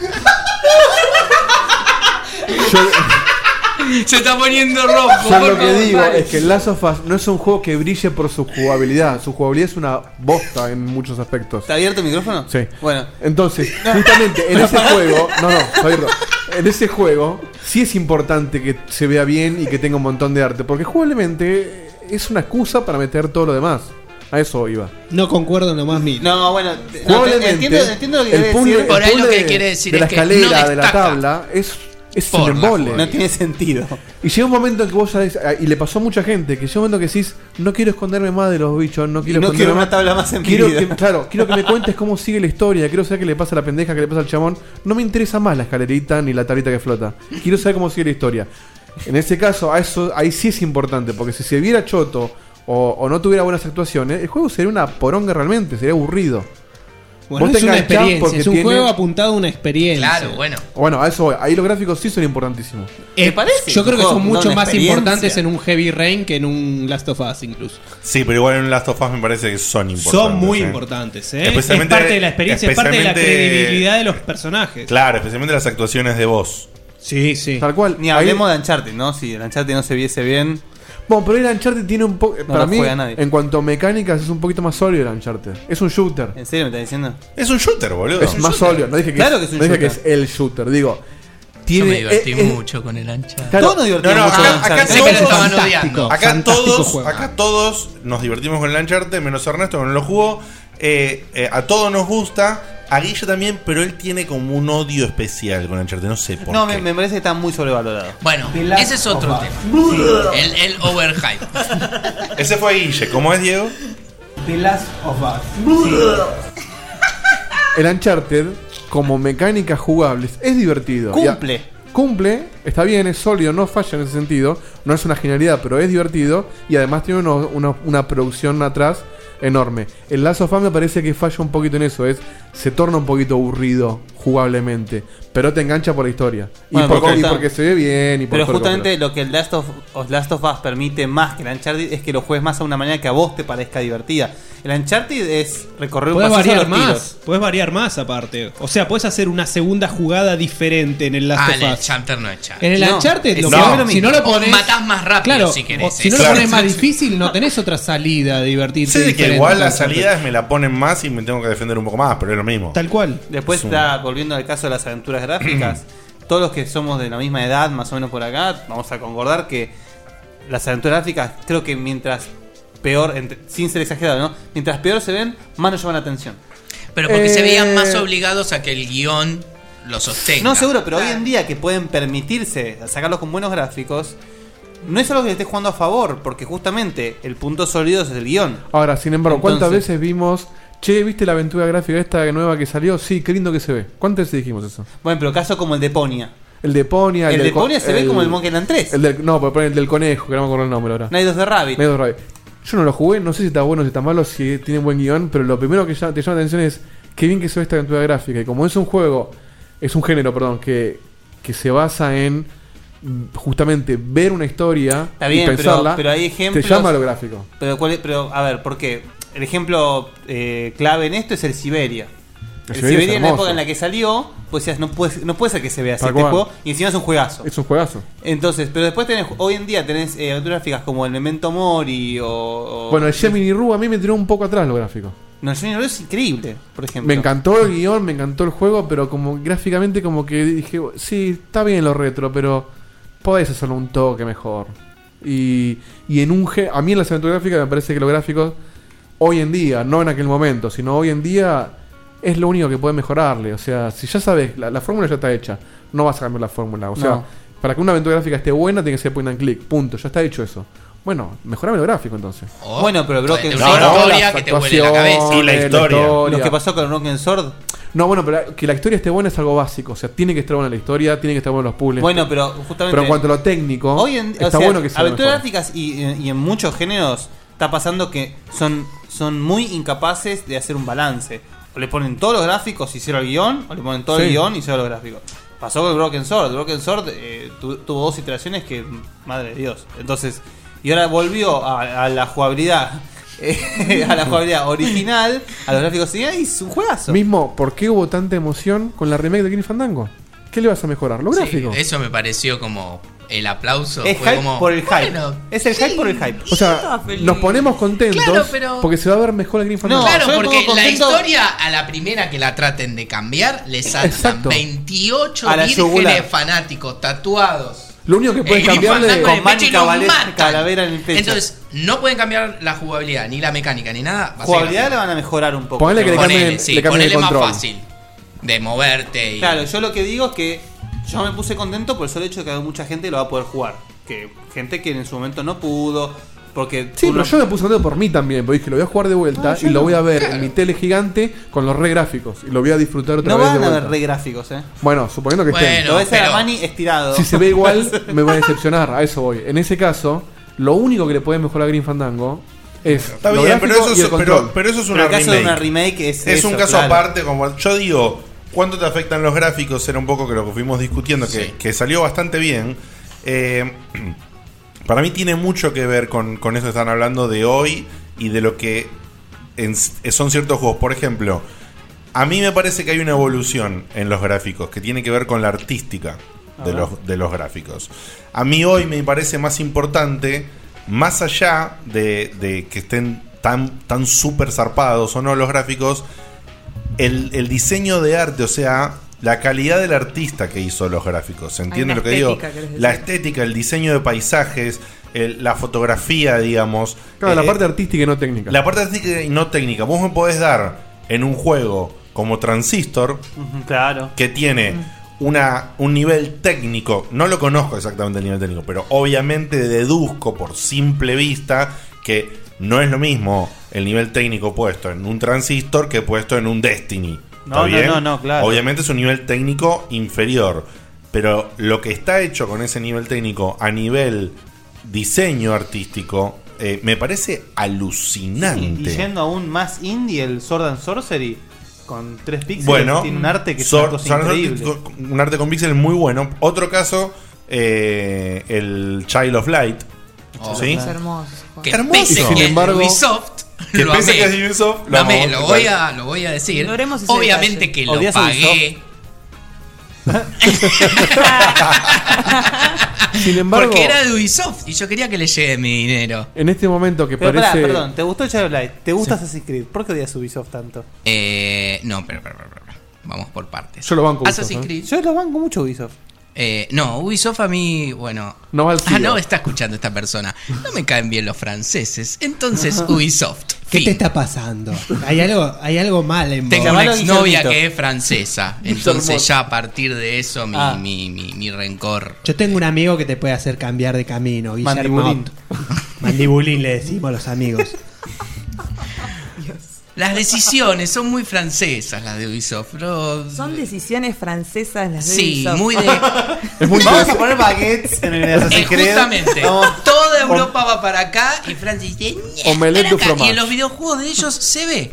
J: Se está poniendo rojo.
B: Yo
J: por
B: lo que
J: favor,
B: digo
J: vale.
B: es que el Last of Us no es un juego que brille por su jugabilidad. Su jugabilidad es una bosta en muchos aspectos.
D: ¿Está abierto el micrófono?
B: Sí.
D: Bueno.
B: Entonces,
D: No.
B: justamente en
D: ¿Pero
C: [LAUGHS]
B: ese
D: pará?
B: juego, no, no, Javier, en ese juego sí es importante que se vea bien y que tenga un montón de arte, porque jugablemente eh, es una excusa para meter todo lo demás. A eso iba.
C: No concuerdo en lo más mínimo.
D: No, bueno, te- no, te-
B: Jugablemente,
D: entiendo, entiendo lo que
B: el
D: quiere
B: puzzle-
D: decir.
B: el puzzle de la escalera, de la tabla, es, es un
D: Por la
B: embole.
D: jugabilidad. No tiene sentido.
B: Y llega un momento en que vos ya des- y le pasó a mucha gente, que llega un momento que decís, no quiero esconderme más de los bichos, no quiero
D: Y no
B: esconderme
D: quiero una tabla más en mi
B: quiero
D: vida".
B: que- claro, quiero que me cuentes cómo sigue la historia, quiero saber qué le pasa a la pendeja, qué le pasa al chamón. No me interesa más la escalerita ni la tablita que flota. Quiero saber cómo sigue la historia. En ese caso, a eso, ahí sí es importante, porque si se viera choto o, o no tuviera buenas actuaciones, el juego sería una poronga realmente, sería aburrido.
C: Bueno,
B: Vos
C: es
B: te
C: una
B: enganchás
C: experiencia,
B: porque
C: es un
B: tiene-
C: juego apuntado a una experiencia.
J: bueno.
B: Bueno, a eso voy. ahí los gráficos sí son importantísimos.
C: Eh, Yo creo que son mucho
B: una
C: más
B: experiencia.
C: importantes en un Heavy Rain que en un Last of Us incluso.
E: Sí, pero igual en Last of Us me parece que son importantes.
C: Son muy
E: ¿eh?
C: importantes, ¿eh? Es
E: Especialmente-
C: parte de la experiencia, es parte de la
E: especialmente-
C: credibilidad de los personajes.
E: Claro, especialmente las actuaciones de voz.
C: Sí, sí.
B: Tal cual.
D: Ni hablemos de Uncharted, ¿no? Si el Uncharted no se viese bien.
B: Bueno, pero el Uncharted tiene un poco. para
D: lo
B: mí,
D: juega nadie.
B: en cuanto a mecánicas, es un poquito más sólido el Uncharted. Es un shooter.
D: ¿En serio me estás diciendo?
E: Es un shooter, boludo.
B: Es más sólido. No dije que,
D: Claro
B: es,
D: que es un
B: no dije
D: shooter.
B: que es el shooter. Digo,
J: Yo
B: tiene.
J: me divertí
B: eh, eh,
J: mucho con el ancha.
B: Claro.
D: Todos nos divertimos
E: No, no,
D: mucho
E: acá-
D: con
E: acá
D: Uncharted. Sé
E: todos-
D: que lo estaban
E: Fantástico,
D: odiando.
E: Acá
D: Fantástico
E: todos,
D: juego.
E: acá todos nos divertimos con el Uncharted, menos Ernesto que no lo jugó. Eh, eh, a todos nos gusta, a Guillo también, pero él tiene como un odio especial con Uncharted, no sé por
D: No,
E: qué.
D: me, me parece que está muy sobrevalorado.
J: Bueno, ese es otro tema.
E: Brrr.
J: El, el overhype.
E: [LAUGHS] Ese fue Guille, ¿cómo es Diego?
D: The Last of
B: El Uncharted, como mecánicas jugables, es divertido.
D: Cumple.
B: Ya, Cumple, está bien, es sólido, no falla en ese sentido. No es una genialidad, pero es divertido. Y además tiene uno- una, una producción atrás enorme. El Last of Us me parece que falla un poquito en eso. Es, se torna un poquito aburrido jugablemente. Pero te engancha por la historia. Y,
D: Bueno,
B: por-
D: porque
B: y
D: está-
B: porque se ve bien. Y por
D: Pero
B: todo lo que
D: justamente lo que el Last of, of Last of Us permite más que el Uncharted es que lo juegues más a una manera que a vos te parezca divertida. El Uncharted es recorrer un
C: Puedes
D: pasillo a
C: variar
D: los
C: más,
D: tiros.
C: puedes variar más aparte. O sea, puedes hacer una segunda jugada diferente en el Last
J: Ah,
C: of
J: en el
C: Us.
J: Uncharted no es Uncharted.
C: En el
J: No,
C: Uncharted,
J: es
C: lo
J: no.
C: primero, si no lo pones.
J: Matás más rápido
C: Claro,
J: si querés,
C: o si no
J: eso.
C: lo pones
J: Claro.
C: más difícil, no tenés otra salida divertirte.
E: Sé de que
C: diferente
E: igual
C: con
E: las
C: Uncharted.
E: salidas me la ponen más y me tengo que defender un poco más, pero es lo mismo.
C: Tal cual.
D: Después
E: Es un-
D: está, volviendo al caso de las aventuras gráficas, todos los que somos de la misma edad, más o menos por acá, vamos a concordar que las aventuras gráficas, creo que mientras peor, entre- sin ser exagerado, ¿no? Mientras peor se ven, más nos llaman la atención.
J: Pero porque se veían más
D: Eh.
J: obligados a que el guión lo sostenga.
D: No, seguro, pero hoy en día que pueden permitirse sacarlos con buenos gráficos, no es algo que le esté jugando a favor, porque justamente el punto sólido es el guión.
B: Ahora, sin embargo, ¿cuántas
D: Entonces-
B: veces vimos, che, viste la aventura gráfica esta nueva que salió? Sí, qué lindo que se ve. ¿Cuántas veces dijimos eso?
D: Bueno, pero caso como el de Ponia.
B: El de Ponia.
D: El
B: del
D: de
B: co-
D: Ponia se ve como el Monkey Island 3.
B: El del, no, pero el del conejo, que no me acuerdo el nombre ahora.
D: Night of the Rabbit.
B: Night of the Rabbit. Yo no lo jugué, no sé si está bueno, si está malo, si tiene buen guión, pero lo primero que ya- te llama la atención es qué bien que se ve esta aventura gráfica. Y como es un juego, es un género, perdón, que, que se basa en mm, justamente ver una historia
D: Está bien,
B: y
D: pero-
B: pensarla,
D: pero, hay ejemplos.
B: te llama a lo gráfico.
D: Pero, ¿cuál es- pero, a ver, ¿por qué? El ejemplo eh, clave en esto es el Siberia. El
B: El
D: Siberia,
B: Siberia es
D: en la época
B: hermoso.
D: en la que salió, pues decías, no puede, no puede ser que se vea así
B: Tal
D: este
B: cual.
D: juego, y encima es un juegazo.
B: Es un juegazo.
D: Entonces, pero después tenés, hoy en día tenés eh, aventuras gráficas como el Memento Mori o. o-
B: Bueno, el Gemini Rue a mí me tiró un poco atrás lo gráfico.
D: No, el Gemini Rue es increíble, por ejemplo.
B: Me encantó el guión, me encantó el juego, pero como gráficamente como que dije, sí, está bien lo retro, pero podés hacerlo un toque mejor. Y, y en un ge- a mí en la aventuras gráfica me parece que los gráficos hoy en día, no en aquel momento, sino hoy en día es lo único que puede mejorarle. O sea, si ya sabes, la, la fórmula ya está hecha, no vas a cambiar la fórmula. O sea,
D: No.
B: para que una aventura gráfica esté buena tiene que ser point and click, punto, ya está hecho eso. Bueno, mejorame lo gráfico entonces.
D: bueno, pero Broken
B: No, no, las actuaciones,
D: Lo que pasó con Broken Sword.
B: No, bueno, pero que la historia esté buena es algo básico. O sea, tiene que estar buena la historia, tiene que estar buenos los puzzles.
D: Bueno, pero justamente.
B: Pero en cuanto a lo técnico,
D: Hoy en,
B: está
D: o sea,
B: bueno que sea.
D: Aventuras
B: mejor.
D: gráficas y, eh, y en muchos géneros está pasando que son, son muy incapaces de hacer un balance. o le ponen todos los gráficos y cero el guión, o le ponen todo el
B: Sí.
D: guión y cero los gráficos. Pasó con Broken Sword. Broken Sword eh, tu- tuvo dos iteraciones que, madre de Dios. Entonces, y ahora volvió a, a la jugabilidad. [LAUGHS] eh, a la jugabilidad original, a los gráficos y es un juegazo.
B: Mismo, ¿por qué hubo tanta emoción con la remake de Green Fandango? ¿Qué le vas a mejorar? ¿Lo
J: Sí,
B: gráfico?
J: eso me pareció como el aplauso.
D: Es
J: fue
D: hype
J: como,
D: por el hype.
J: bueno,
D: es el hype por el hype.
B: o sea, nos ponemos contentos
J: Claro, pero-
B: porque se va a ver mejor el Green Fandango.
J: claro,
B: Yo me
J: porque
B: pongo
J: la
B: contento-
J: historia a la primera que la traten de cambiar le saltan
B: Exacto.
J: 28
B: A la
J: vírgenes
B: yugular.
J: fanáticos tatuados.
B: Lo único que puedes
J: Eh,
B: cambiarle
J: Fandango de pecho y los matan.
D: calavera en el pecho.
J: Entonces, no pueden cambiar la jugabilidad, ni la mecánica, ni nada. Va a ser
D: jugabilidad la
J: gracioso.
D: van a mejorar un poco.
B: Ponele que le
J: Ponele,
B: cambien-
J: sí,
B: le cambien el
J: ponele más
B: control.
J: fácil de moverte. Y...
D: Claro, yo lo que digo es que yo me puse contento por el solo hecho de que mucha gente lo va a poder jugar. Que gente que en su momento no pudo, porque
B: Sí,
D: uno-
B: pero yo me puse contento por mí también, porque dije, lo voy a jugar de vuelta
D: Ah, yo
B: y lo
D: no.
B: voy a ver
D: Claro.
B: en mi tele gigante con los re gráficos y lo voy a disfrutar otra
D: no
B: vez de
D: van a ver
B: vuelta.
D: re gráficos, eh.
B: Bueno, suponiendo que estén.
D: lo ves a la mani estirado.
B: Si se
E: [LAUGHS]
B: ve igual, me va a decepcionar, a eso voy. En ese caso, lo único que le puede mejorar a Green Fandango es.
E: Está
B: lo
E: bien, pero
B: gráfico y
E: eso
B: el
E: es,
B: control.
E: pero, pero eso es una, remake.
D: es
E: un
D: eso,
E: caso
D: claro.
E: aparte. Como, yo digo, ¿cuánto te afectan los gráficos? Era un poco que lo que fuimos discutiendo, que, que salió bastante bien. Eh, [CLEARS THROAT] para mí tiene mucho que ver con, con eso que están hablando de hoy y de lo que en- eh, son ciertos juegos. Por ejemplo, a mí me parece que hay una evolución en los gráficos que tiene que ver con la artística
U: A
E: de
U: ver.
E: los, de los gráficos. A mí hoy me parece más importante, más allá de, de que estén tan, tan súper zarpados o no los gráficos, el, el diseño de arte, o sea, la calidad del artista que hizo los gráficos. ¿Se entiende
U: una
E: lo que digo?
U: estética, querés decir.
E: La estética, el diseño de paisajes, el- la fotografía, digamos.
B: Claro, la
E: Eh,
B: parte artística y no técnica.
E: la parte artística y no técnica. Vos me podés dar en un juego como Transistor,
D: claro.
E: que
D: Mm.
E: tiene una, un nivel técnico, no lo conozco exactamente el nivel técnico, pero obviamente deduzco por simple vista que no es lo mismo el nivel técnico puesto en un Transistor que puesto en un Destiny.
D: No, no,
E: ¿Está bien?
D: no, no, claro.
E: Obviamente es un nivel técnico inferior, pero lo que está hecho con ese nivel técnico a nivel diseño artístico eh, me parece
D: Y
E: alucinante.
D: yendo aún más indie, el Sword and Sorcery, con tres píxeles,
E: Bueno,
D: tiene un arte que
E: Sword-
D: es una cosa
E: Sword and Sorcery
D: increíble.
E: con- un arte con píxeles muy bueno. Otro caso, eh, el Child of Light.
J: Oh,
E: ¿sí?
J: es hermoso Que
E: Hermoso.
J: pese
E: Y
J: que
E: sin
J: es
E: embargo,
J: Ubisoft, [LAUGHS]
E: que
J: lo
E: pese
J: amé.
E: que es Ubisoft, lo
J: lo, amé,
E: amamos,
J: lo
E: igual.
J: voy a, lo voy a decir.
L: Ignoremos ese
J: Obviamente
L: detalle.
J: que lo
L: ¿Odias a
J: pagué. [LAUGHS]
B: Sin embargo,
J: porque era de Ubisoft y yo quería que le llegue mi dinero.
B: en este momento que
J: Pero pará,
B: parece.
D: Perdón, ¿te gustó Shadow Light? ¿Te gusta Assassin's Creed? ¿Por qué odias Ubisoft tanto?
J: Eh, no, pero, pero, pero, pero, vamos por partes.
B: Yo lo banco
J: Assassin's
B: Ubisoft, ¿eh?
J: Creed.
D: Yo lo banco mucho Ubisoft.
J: Eh, no, Ubisoft a mí, bueno.
B: No
J: ah, no, está escuchando esta persona. No me caen bien los franceses. Entonces,
B: [LAUGHS]
J: Ubisoft.
W: ¿Qué te está pasando? Hay algo, hay algo mal en
J: Tengo
W: vos.
J: una exnovia que es francesa. Entonces
W: Guillermo.
J: ya a partir de eso mi,
W: Ah.
J: mi, mi, mi rencor.
W: Yo tengo un amigo que te puede hacer cambiar de camino, Guillermo.
J: [LAUGHS] Mandibulín.
W: Mandibulín le decimos a los
J: [LAUGHS]
W: amigos.
J: Las decisiones son muy francesas las de Ubisoft. Pero...
L: Son decisiones francesas las de
J: Sí,
L: Ubisoft.
J: muy de...
L: [LAUGHS]
D: Vamos a poner baguettes en [LAUGHS] el
J: Eh,
D: Assassin's Creed.
J: justamente.
D: Vamos.
J: Toda Europa va para acá y Francia dice... "Ñe,
B: Omelette
J: para
B: du
J: acá".
B: fromage.
J: Y en los videojuegos de ellos se ve.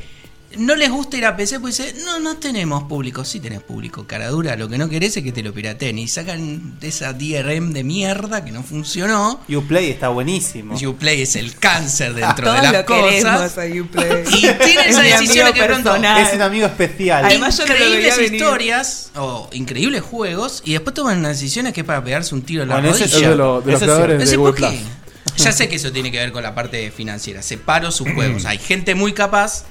J: No les gusta ir a PC porque dicen, no, no tenemos público. Sí tenés público, cara dura. Lo que no querés es que te lo pirateen. Y sacan esa DRM de mierda que no funcionó.
D: Uplay está buenísimo.
J: Uplay es el
D: [LAUGHS]
J: cáncer dentro de
L: Todos
J: las
L: lo queremos
J: cosas.
L: a Uplay.
J: Y tiene
L: Es
J: esa
L: mi
J: decisión
L: amigo
J: que pronto
L: personal.
D: Es un amigo especial.
L: Además, yo no lo
J: increíbles
L: veía venir.
J: historias o increíbles juegos y después toman unas decisiones que es para pegarse un tiro en la
B: Bueno, ese
J: rodilla.
B: es de lo- de los
J: Eso es
B: creadores de
J: cierto.
B: Google
J: No sé por qué. Ya sé que eso tiene que ver con la parte financiera. Separo
B: [CLEARS THROAT]
J: sus juegos. Hay gente muy capaz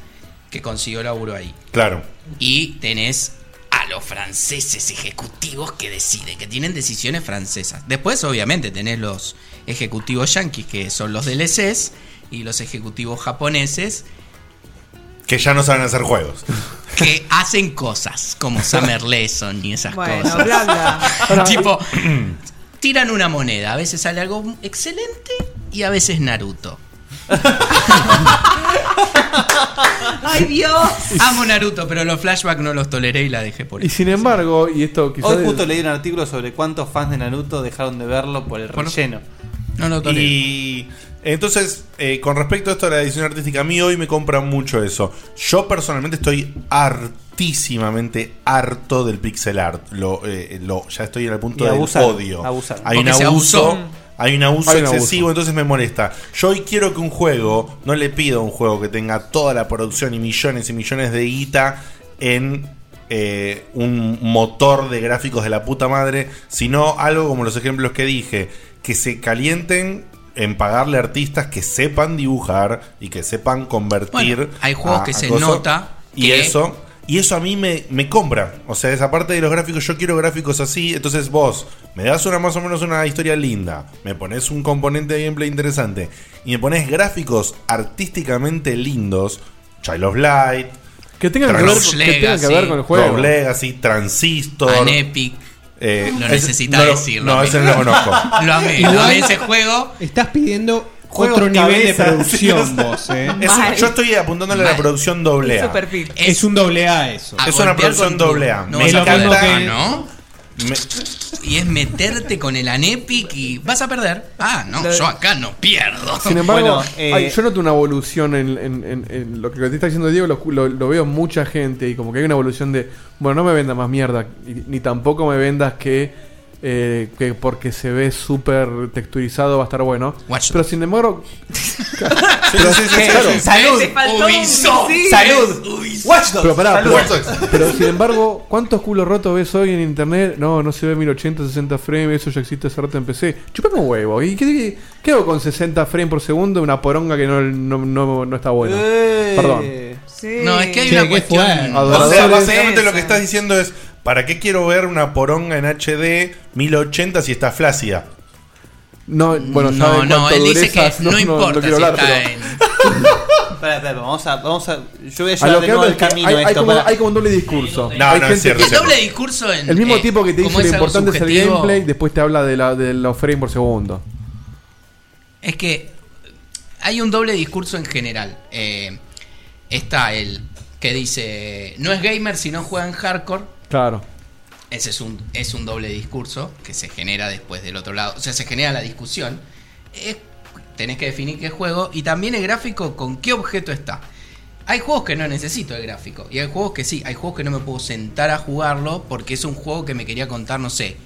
J: que consiguió laburo ahí.
E: Claro.
J: Y tenés a los franceses ejecutivos que deciden, que tienen decisiones francesas. Después, obviamente, tenés los ejecutivos yanquis, que son los DLCs, y los ejecutivos japoneses,
E: Que ya no saben hacer juegos.
J: que hacen cosas como Summer Lesson y esas
L: Bueno,
J: cosas.
L: bla, bla.
J: tipo,
B: eh, [CLEARS THROAT]
J: tiran una moneda. A veces sale algo excelente y a veces Naruto.
L: ¡Ay, Dios!
J: Amo Naruto, pero los flashbacks no los toleré y la dejé por
B: Y sin embargo, y esto quizás.
D: Hoy justo leí un artículo sobre cuántos fans de Naruto dejaron de verlo por el relleno.
J: No lo
E: y Entonces, eh, con respecto a esto de la edición artística, a mí hoy me compran mucho eso. Yo personalmente estoy hartísimamente harto del pixel art. Lo, eh, lo- ya estoy en el punto
D: Y
E: del
D: abusar,
E: odio.
D: abusar.
E: Hay, un
D: Porque se
E: abuso,
D: abusó.
E: hay un abuso.
D: Hay un abuso.
E: excesivo, entonces me molesta. Yo hoy quiero que un juego, no le pido a un juego que tenga toda la producción y millones y millones de guita en eh, un motor de gráficos de la puta madre, sino algo como los ejemplos que dije, que se calienten en pagarle a artistas que sepan dibujar y que sepan convertir.
J: Bueno, hay juegos
E: a-
J: que
E: a
J: se
E: coso.
J: nota
E: Y
J: que-
E: eso. Y eso a mí me, me compra. O sea, esa parte de los gráficos, yo quiero gráficos así. Entonces vos me das una más o menos una historia linda. Me pones un componente de gameplay interesante. Y me pones gráficos artísticamente lindos. Child of Light.
B: Que tengan que ver- que tengan que ver con el juego.
E: Legacy, Transistor.
J: An Epic.
E: Eh,
J: Lo
E: ese-
J: necesitaba
E: no lo-
J: decir.
E: No,
J: amé.
E: ese no lo conozco.
J: [LAUGHS] Lo amé, lo amé ese juego.
C: Estás pidiendo
J: Juegos
C: otro nivel de
E: [LAUGHS]
J: cabeza,
C: producción
J: sí, o sea,
C: vos, eh.
J: es un- Mal. yo
E: estoy apuntándole a la producción doble A.
C: Es, un doble A eso.
J: A
E: Es una
J: golpear
E: producción
J: con tu-
E: doble A.
J: No
E: Me
J: vas a
E: encanta-
J: poder,
B: eh,
E: Ah,
J: ¿no?
E: ¿no?
J: Y es meterte con el Anepic y vas a perder. Ah, no,
B: Lo-
J: yo acá no pierdo. [LAUGHS]
B: Sin embargo,
J: Bueno, eh,
B: ay, yo noto una evolución en, en- en- en lo que te está diciendo Diego, lo, lo- lo veo en mucha gente y como que hay una evolución de, bueno, no me vendas más mierda, y- ni tampoco me vendas que, eh, que porque se ve súper texturizado va a estar bueno. Pero sin embargo... Pero- claro.
J: Salud. Ubisoft. Salud. Ubisoft.
B: Pero pará,
J: Salud.
B: pero- pero sin embargo, ¿cuántos culos rotos ves hoy en internet? No, no se ve 1080, 60 frames, eso ya existe hace rato en PC. Chupame un huevo. ¿Y qué, qué, qué hago con 60 frames por segundo? Una poronga que no, no, no, no está buena.
D: Eh.
B: Perdón.
J: No, es que hay una cuestión.
E: O sea,
B: Adoradores.
E: básicamente lo que estás diciendo es: ¿para qué quiero ver una poronga en HD 1080 si está flácida?
B: No, bueno,
E: No,
B: ya de
E: no,
B: cuánto
E: él dice
B: durezas,
E: que no importa
B: quiero
E: si
B: hablar,
E: está
D: [LAUGHS]
B: pero-
D: Pará, pará, vamos a, vamos a. Yo voy a
B: A
D: llevar
B: lo
D: de
B: que
D: nuevo
B: hablo
D: el
B: es que
D: camino
B: hay,
D: a
B: hay
D: esto.
B: como,
D: pará.
B: hay como un doble discurso.
D: No,
B: hay
D: no, es
B: gente
D: cierto,
B: que-
D: es cierto.
J: Doble discurso en.
B: El mismo
J: eh,
B: tipo que te
J: como
B: dice
J: es
B: lo
J: algo
B: importante es el
J: subjetivo,
B: gameplay, después te habla de, la, de los frames por segundo.
J: Es que hay un doble discurso en general. Eh, está el que dice, no es gamer si no juega en hardcore.
B: Claro.
J: Ese es un, es un doble discurso que se genera después del otro lado. O sea, se genera la discusión. Es- tenés que definir qué juego y también el gráfico con qué objeto está. Hay juegos que no necesito el gráfico y hay juegos que sí. Hay juegos que no me puedo sentar a jugarlo porque es un juego que me quería contar, no sé,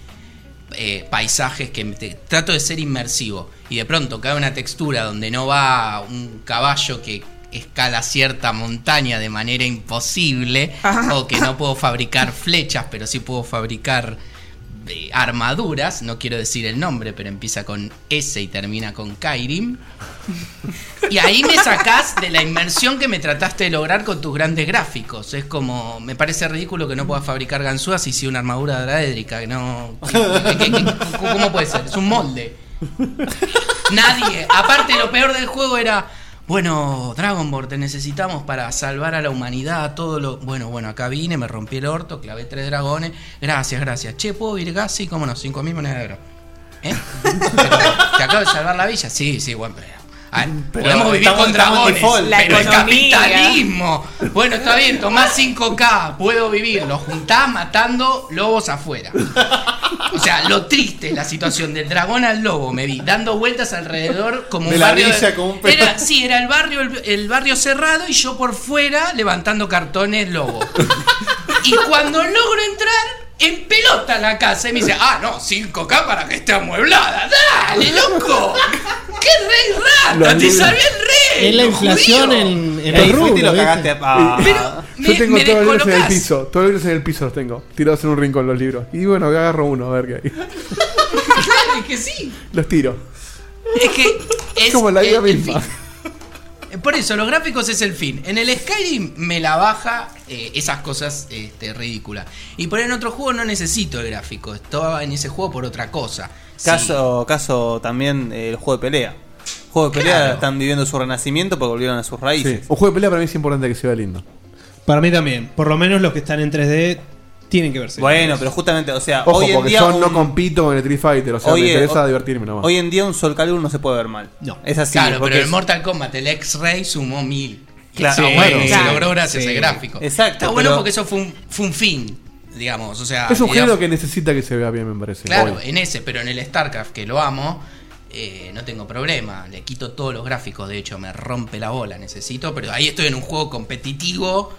J: eh, paisajes que me- te- trato de ser inmersivo y de pronto cae una textura donde no va un caballo que escala cierta montaña de manera imposible o que no puedo fabricar flechas pero sí puedo fabricar eh, armaduras no quiero decir el nombre pero empieza con S y termina con Kairim y ahí me sacás de la inmersión que me trataste de lograr con tus grandes gráficos. Es como, me parece ridículo que no puedas fabricar ganzúas y si una armadura draédrica, que no... que- que- que- ¿Cómo puede ser? Es un molde. [LAUGHS] Nadie. Aparte, lo peor del juego era... Bueno, Dragonborn, te necesitamos para salvar a la humanidad, a todo lo... Bueno, bueno, acá vine, me rompí el orto, clavé tres dragones. Gracias, gracias. Che, ¿puedo ir gas? Sí, cómo no, cinco mil monedas de oro. ¿Eh? Pero, ¿Te acabo de salvar la villa? Sí, sí, bueno, pero... Ah,
D: Pero
J: podemos vivir
D: estamos- estamos
J: con
D: en
J: dragones,
D: default. La
J: pero el
D: economía.
J: capitalismo. Bueno, está bien, tomás 5K, puedo vivir. Lo juntás matando lobos afuera. O sea, lo triste es la situación del dragón al lobo. Me vi dando vueltas alrededor como
D: De
J: un
D: la
J: barrio. de-
D: villa, como un perro.
J: era, sí, era el barrio, el, el barrio cerrado y yo por fuera levantando cartones lobo. Y cuando logro entrar, en pelota la casa. Y me dice, ah, no, 5K para que esté amueblada. ¡Dale, loco! ¡Qué rey rata!
D: Los
J: ¡Te
D: libros.
J: salvé el rey!
D: Es la
J: lo
D: inflación
J: judío!
D: en- en Ey, el fuiste y lo rublo, cagaste ¿viste?
J: ah.
B: [LAUGHS]
D: a- Pero
B: Yo
J: me-
B: tengo
J: me
B: todos los libros en el
J: descolocás.
B: piso. Todos los libros en el piso los tengo. Tirados en un rincón los libros. Y bueno, agarro uno, a ver qué hay. [LAUGHS]
J: Claro, es que sí.
B: Los tiro.
J: Es que es
B: Como la vida
J: el- el
B: misma.
J: fin. Por eso, los gráficos es el fin. En el Skyrim me la baja eh, esas cosas este, ridículas. Y por ahí en otro juego no necesito el gráfico. Estaba en ese juego por otra cosa. Sí.
D: Caso, caso también eh, el juego de pelea. Juego de pelea
J: Claro.
D: están viviendo su renacimiento porque volvieron a sus raíces.
B: Un juego de pelea para mí es importante que se vea lindo.
C: Para mí también. Por lo menos los que están en 3D tienen que verse.
D: Bueno, pero justamente, o sea,
B: Ojo,
D: hoy en
B: porque
D: día.
B: yo
D: un-
B: no compito en el Street Fighter. O sea,
D: hoy
B: me
D: en-
B: interesa
D: ho-
B: divertirme nomás.
D: Hoy en día un Sol Calibur no se puede ver mal. No. Es así.
J: claro,
D: porque
J: pero el
D: es-
J: Mortal Kombat, el X-Ray sumó mil. Y
D: Claro,
J: eso,
D: sí,
J: bueno, se
D: claro.
J: logró gracias
D: Sí.
J: al gráfico.
D: Exacto,
J: Está bueno
D: pero-
J: porque eso fue un, fue un fin, digamos. O sea,
B: es un
J: digamos-
B: género que necesita que se vea bien, me parece.
J: Claro, eh,
B: Hoy.
J: en ese, pero en el StarCraft, que lo amo, eh, no tengo problema. Le quito todos los gráficos, de hecho, me rompe la bola, necesito. Pero ahí estoy en un juego competitivo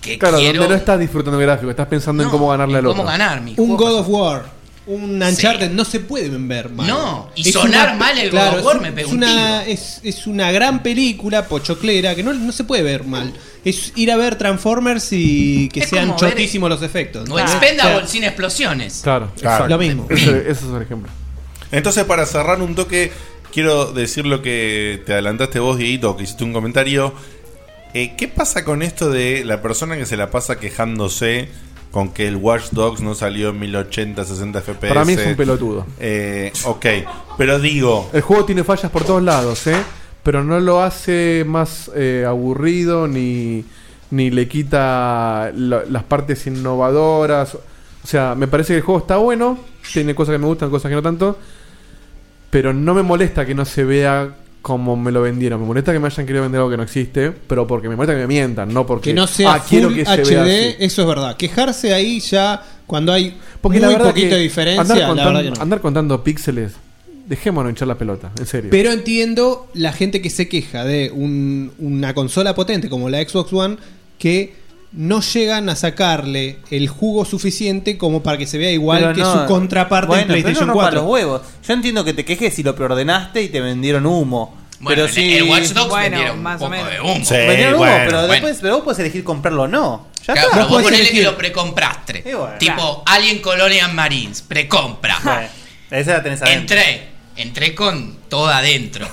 J: que
B: Claro,
J: quiero
B: donde no estás disfrutando el gráfico, estás pensando en cómo ganarle al otro.
J: cómo ganar mi
C: Un God of War, un Uncharted, no se pueden ver mal.
J: No, y sonar mal el God of
C: es
J: War
C: un-
J: me pegó
C: es
J: un
C: una, es, es una gran película pochoclera que no, no se puede ver mal. Es ir a ver Transformers y que
J: Es
C: sean
J: como ver-
C: chotísimos los efectos.
J: O
C: ¿entendés? O
J: Expendable
C: sea,
J: sin explosiones.
B: Claro,
C: Lo mismo.
B: Ese, ese es un ejemplo.
E: Entonces, para cerrar un toque, quiero decir lo que te adelantaste vos, Dieguito, que hiciste un comentario. Eh, ¿Qué pasa con esto de la persona que se la pasa quejándose con que el Watch Dogs no salió en 1080, 60 FPS?
B: Para mí es un pelotudo.
E: Eh, ok, pero digo,
B: El juego tiene fallas por todos lados, ¿eh? Pero no lo hace más eh, aburrido ni, ni le quita la- las partes innovadoras. O sea, me parece que el juego está bueno, tiene cosas que me gustan, cosas que no tanto. Pero no me molesta que no se vea como me lo vendieron. Me molesta que me hayan querido vender algo que no existe, pero porque me molesta que me mientan, no
C: [CLEARS THROAT]
B: porque
C: que no sea
B: "Ah, quiero
C: full
B: que se
C: HD,
B: vea así".
C: eso es verdad. Quejarse ahí ya cuando hay
B: Porque la
C: muy
B: verdad
C: poquito
B: que
C: de diferencia,
B: andar
C: la
B: contando,
C: verdad que no.
B: andar contando píxeles, dejémonos hinchar la pelota, en serio.
C: Pero entiendo la gente que se queja de un- una consola potente como la Xbox One que no llegan a sacarle el jugo suficiente como para que se vea igual
D: Pero
C: que
D: no,
C: su contraparte
D: bueno,
C: en
D: pero
C: PlayStation
D: no rompa
C: 4.
D: los huevos. Yo entiendo que te quejes si lo preordenaste y te vendieron humo.
J: Bueno,
D: pero
J: en
D: si
J: el Watch Dogs vendieron un
D: más
J: poco de humo. Sí,
D: vendieron humo,
J: bueno,
D: pero
J: bueno.
D: después pero vos podés elegir comprarlo o no. Ya
J: Claro,
D: está.
J: pero vos ponele que lo precompraste. tipo,
D: Claro.
J: Alien Colonial Marines, precompra.
D: Bueno, esa la tenés adentro.
J: Entré, entré con todo adentro.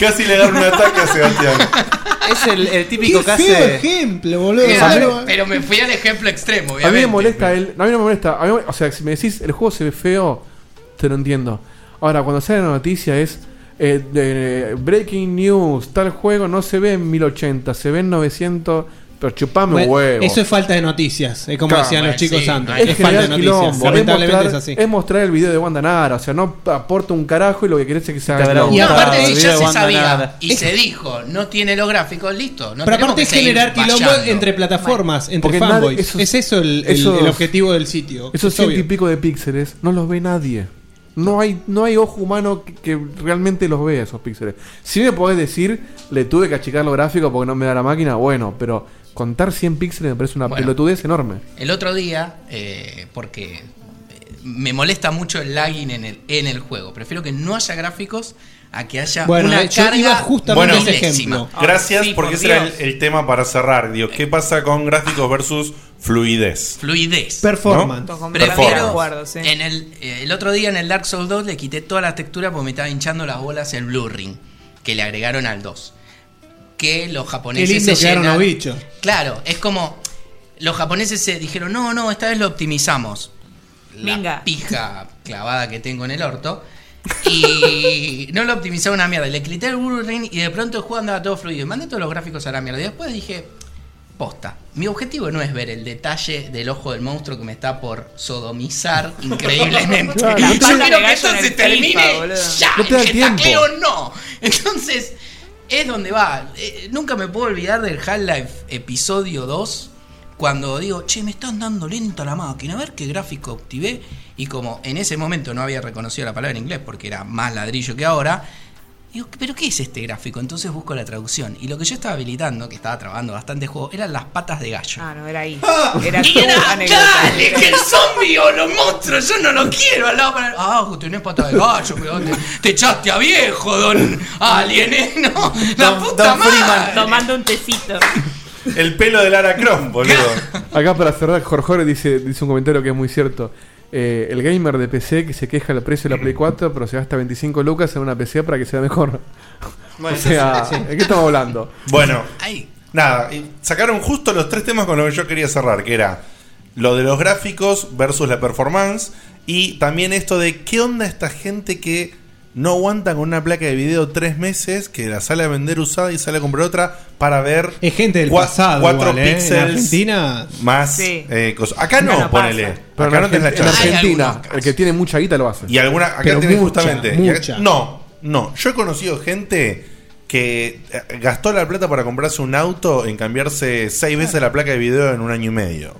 E: casi le dan un ataque a Sebastián.
D: Es el, el típico
C: Qué
D: caso
C: feo
D: de-
C: ejemplo, boludo.
J: Claro, pero me fui al ejemplo extremo,
B: A mí me
J: obviamente.
B: molesta él. A mí no me molesta. a mí me- o sea, si me decís el juego se ve feo, te lo entiendo. Ahora, cuando sale la noticia es. eh, de- breaking news, tal juego no se ve en 1080, se ve en 900. Pero chupame
C: Bueno,
B: huevo.
C: eso es falta de noticias, es como
B: Claro,
C: decían los
B: bueno,
C: chicos
B: sí,
C: antes.
B: Es,
C: Es, falta de
B: generar
C: noticias,
B: quilombo,
C: lamentablemente
B: es
C: es
B: mostrar,
C: así.
B: es mostrar el video de Wanda Nara. O sea, no aporta un carajo y lo que querés es que se
D: Te habrá
B: haga.
D: gustado.
J: Y aparte, si ya
D: video
J: se
D: Wanda
J: sabía
D: nada.
J: y se dijo, no tiene los gráficos, listo.
C: Pero
J: No tenemos
C: aparte
J: que
C: es
J: seguir
C: generar quilombo
J: vallando.
C: entre plataformas, entre
B: Porque nadie-
C: fanboys.
B: esos-
C: es eso el, el-
B: esos-
C: el objetivo del sitio.
B: Esos
C: Es
B: ciento y
C: obvio.
B: pico de píxeles no los ve nadie. No hay, no hay ojo humano que, que realmente los vea esos píxeles. Si me podés decir, le tuve que achicar los gráficos porque no me da la máquina, bueno, pero contar 100 píxeles me parece una
J: Bueno.
B: pelotudez enorme.
J: El otro día, eh, porque eh, me molesta mucho el lagging en el, en el juego. Prefiero que no haya gráficos a que haya
C: Bueno,
J: una
C: de hecho,
J: carga
C: iba justamente
J: bueno,
C: ese
J: milésima.
C: ejemplo.
E: Gracias,
J: Ay, sí,
E: porque
J: por
E: ese era el,
J: Dios.
E: el tema para cerrar. Digo, ¿qué pasa con gráficos versus fluidez?
J: Fluidez.
E: Performance.
J: ¿No?
E: Performance.
J: Prefiero,
L: Performance.
J: en el, eh, el otro día en el Dark Souls 2 le quité toda la textura porque me estaba hinchando las bolas el Blue Ring que le agregaron al 2. Que los
C: Qué
J: japoneses
C: lindo
J: se
C: quedaron
J: llenan-
C: los bichos.
J: Claro, es como los japoneses se dijeron, "No, no, esta vez lo optimizamos." La pija clavada que tengo en el orto. Y no lo optimizaba una mierda. Le quité el Blue Ring y de pronto el juego andaba todo fluido. Y mandé todos los gráficos a la mierda. Y después dije, posta. Mi objetivo no es ver el detalle del ojo del monstruo que me está por sodomizar increíblemente.
A: Claro, no
J: Yo
A: te da-
J: quiero que
A: pegazo
J: esto
A: en el
J: se termine
A: FIFA, boludo.
J: ya.
A: No te da
J: que
A: tiempo.
J: tacleo no. Entonces, es donde va. Eh, nunca me puedo olvidar del Half-Life episodio 2. Cuando digo, che, me están dando lenta la máquina, a ver qué gráfico activé. Y como en ese momento no había reconocido la palabra en inglés porque era más ladrillo que ahora, Digo, ¿pero qué es este gráfico? Entonces busco la traducción. Y lo que yo estaba habilitando, que estaba trabajando bastante juego, eran las patas de gallo.
L: Ah, no, era ahí.
J: [LAUGHS] Era
L: Era tu
A: [LAUGHS]
L: anécdota. [LAUGHS]
J: dale, que el zombie o los monstruos, yo no lo quiero al lado para. Ah, tenés patas de gallo, pero te, te echaste a viejo, don Alien, ¿eh? No, la puta madre.
R: Tomando un tecito.
E: El pelo de Lara Croft, boludo.
B: Acá para cerrar, Jorge dice, dice un comentario que es muy cierto. Eh, el gamer de PC que se queja del precio de la Play 4, pero se gasta 25 lucas en una PC para que sea mejor. [LAUGHS]
E: Bueno,
B: o sea,
E: sí.
B: ¿de qué estamos hablando?
E: Bueno, nada, eh, sacaron justo los tres temas con los que yo quería cerrar, que era lo de los gráficos versus la performance y también esto de qué onda esta gente que no aguanta con una placa de video tres meses, que la sale a vender usada y sale a comprar otra para ver
C: Es gente del
E: cua-
C: pasado.
E: cuatro
C: igual, ¿eh? En
E: píxeles
C: Argentina.
E: más
C: Sí.
E: eh, cosas. Acá no,
C: Acá no
E: ponele.
C: pasa.
B: Pero
E: acá
B: en
E: no tenés la
B: Argen- en
E: chance.
B: Argentina, el que tiene mucha guita lo hace.
E: Y alguna, acá
B: Pero
E: tenés
B: mucha,
E: justamente. y acá-
B: mucha.
E: no, no. Yo he conocido gente que eh, gastó la plata para comprarse un auto en cambiarse seis veces la placa de video en un año y medio.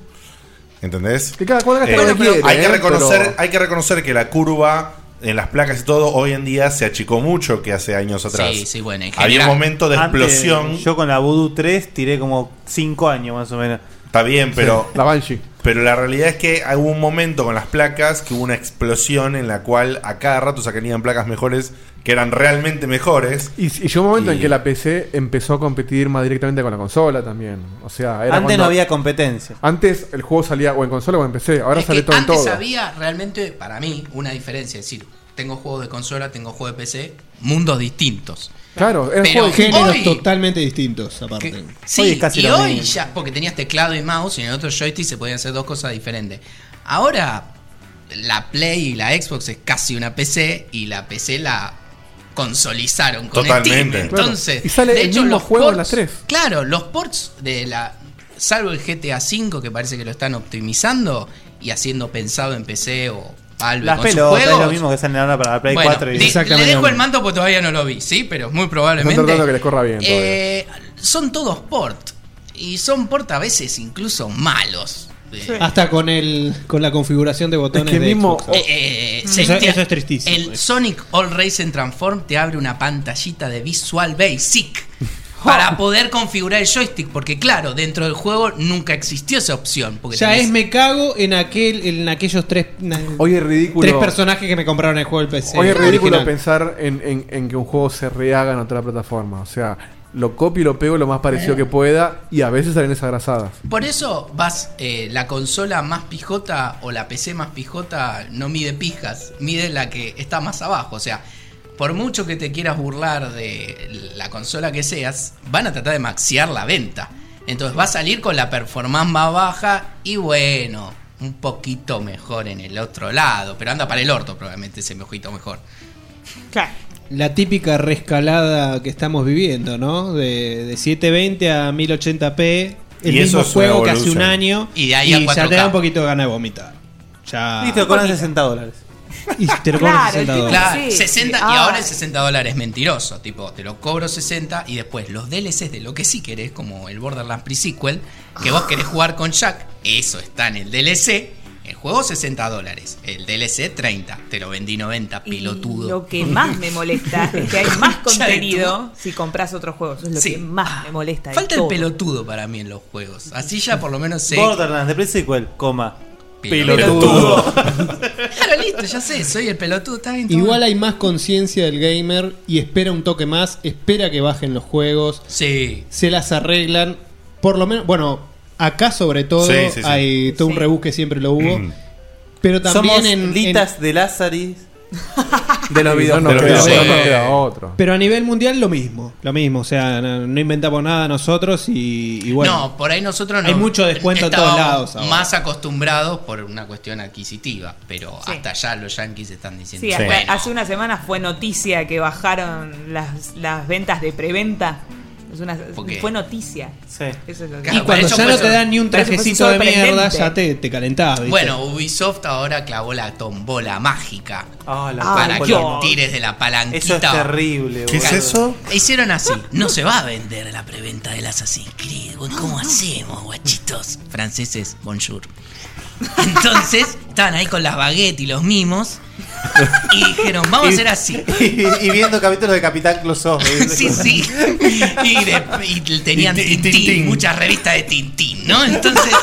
E: ¿Entendés?
B: Que cada cual gasta
E: Eh,
B: lo que quiere,
E: hay, que
B: eh,
E: reconocer,
B: pero-
E: hay que reconocer que la curva en las placas y todo, hoy en día se achicó mucho que hace años atrás.
J: Sí, sí, bueno, en
E: Había
J: general.
E: un momento de
J: Antes,
E: explosión.
D: Yo con la Voodoo 3 tiré como 5 años más o menos.
E: Está bien, pero.
D: La Banshee.
E: Pero la realidad es que hubo un momento con las placas que hubo una explosión en la cual a cada rato sacarían placas mejores que eran realmente mejores.
B: Y, y llegó un momento
E: Y-
B: en que la PC empezó a competir más directamente con la consola también. O sea, era
D: Antes
B: cuando-
D: no había competencia.
B: Antes el juego salía o en consola o en PC, ahora
J: Es que
B: sale todo en
J: antes
B: todo.
J: había realmente, para mí, una diferencia. Es decir, tengo juegos de consola, tengo juegos de PC, mundos distintos.
B: Claro,
J: era Pero juego de
C: géneros
J: hoy-
C: totalmente distintos, aparte.
J: Sí, y hoy ya, porque tenías teclado y mouse y en el otro joystick se podían hacer dos cosas diferentes. Ahora, la Play y la Xbox es casi una PC y la PC la consolizaron con
E: Totalmente.
J: Steam.
E: Claro.
J: Entonces,
B: Y sale el mismo
J: los
B: juego en
J: ports-
B: las tres.
J: Claro, los ports de la. Salvo el GTA V, que parece que lo están optimizando y haciendo pensado en PC o Valve
D: Las
J: con sus
D: pelotas, es
J: juegos.
D: lo mismo que salen ahora para la Play
J: Bueno,
D: 4 y
J: di- le dejo el manto porque todavía no lo vi, sí, pero muy probablemente.
B: Están tratando que les corra bien todavía.
J: Eh, son todos port. Y son port a veces incluso malos. Eh,
C: Hasta con el con la configuración de botones
J: que
C: de
J: mismo-
C: Xbox.
J: eh,
C: Mm. Eso-
J: se- te-
C: eso es tristísimo. eh.
J: El Sonic All Racing Transform te abre una pantallita de Visual
C: [LAUGHS]
J: Basic para poder configurar el joystick. Porque, claro, dentro del juego nunca existió esa opción. Porque
C: Ya
J: tenés-
C: es me cago en aquel en aquellos tres na-
B: Hoy es ridículo.
C: tres personajes que me compraron el juego del PC.
B: Hoy es ridículo
C: original.
B: pensar en, en- en que un juego se rehaga en otra plataforma. O sea, lo copio y lo pego lo más
C: Eh.
B: parecido que pueda y a veces salen esas grasadas.
J: Por eso vas eh, la consola más pijota o la PC más pijota no mide pijas, mide la que está más abajo. O sea, por mucho que te quieras burlar de la consola que seas, van a tratar de maxiar la venta. Entonces va a salir con la performance más baja y bueno, un poquito mejor en el otro lado, pero anda para el orto probablemente ese mojito mejor.
C: La típica rescalada que estamos viviendo, ¿no? De, de 720 a 1080p. El
D: Y eso
C: mismo
D: es una
C: juego que hace un
D: evolución.
C: año.
D: Y de ahí a
C: ya te
D: 4K.
C: da un poquito de ganas de vomitar. Ya.
D: Y te lo cobran 60 dólares.
C: Y te lo cobran 60 dólares.
J: Claro,
D: sí,
J: 60,
D: sí.
J: y
D: Ah.
J: ahora es 60 dólares, mentiroso. Tipo, te lo cobro 60 y después los DLCs de lo que sí querés, como el Borderlands Pre-Sequel, que vos querés jugar con Jack, eso está en el DLC. El juego 60 dólares, el DLC 30. Te lo vendí 90, pelotudo.
L: Lo que más
J: [LAUGHS]
L: me molesta es que hay más contenido si compras otros juegos. Eso es lo
J: Sí. Ah,
L: que más me molesta. de
J: Falta el
L: todo.
J: pelotudo para mí en los juegos. Así ya por lo menos sé.
D: Borderlands de pre-sequel, coma.
J: Pelotudo. [LAUGHS] Claro, listo, ya sé, soy el pelotudo. Está bien, todo
C: Igual hay más conciencia del gamer y espera un toque más, espera que bajen los juegos.
J: Sí.
C: Se las arreglan. Por lo menos, bueno, acá sobre todo
D: Sí, sí, sí.
C: hay todo un rebusque, siempre lo hubo.
D: Mm.
C: Pero también
D: Somos
C: en- en,
D: litas de Lazaris [LAUGHS] de los
C: Sí,
D: videos.
C: no nos
D: de los
C: queda-
D: videojuegos.
C: no nos
B: queda otro.
C: Pero a nivel mundial lo mismo, lo mismo, o sea, no, no inventamos nada nosotros y, y bueno.
J: no, por ahí nosotros no.
C: Hay mucho descuento en todos
J: estábamos
C: lados ahora.
J: Más acostumbrados por una cuestión adquisitiva, pero hasta allá los yankees están diciendo.
L: Sí, hasta
J: "Bueno,
L: hace unas semanas fue noticia que bajaron las, las ventas de preventa. Es una-
J: Porque-
L: fue noticia. Eso es lo que-
C: y cuando ya no te dan ni un
L: Pero eso fue
C: trajecito de mierda,
L: sorprendente.
C: ya te, te calentás, Ah, ¿viste?
J: Bueno, Ubisoft ahora clavó la tombola mágica
D: Ah, la
L: Ah,
J: para que
D: tombola.
J: tires de la palanquita.
D: Eso es terrible, ¿Qué es boludo. eso?
J: Hicieron así. No se va a vender la preventa del Assassin's Creed. güey. ¿Cómo hacemos, guachitos? Franceses, bonjour. Entonces, estaban ahí con las baguettes y los mimos. Y dijeron, vamos a hacer así.
D: Y, [LAUGHS] y viendo capítulos de Capitán Clouseau.
J: [LAUGHS] Sí, sí. [LAUGHS] Y, de- y tenían Tintín, muchas revistas de Tintín, ¿no? [LAUGHS] Entonces,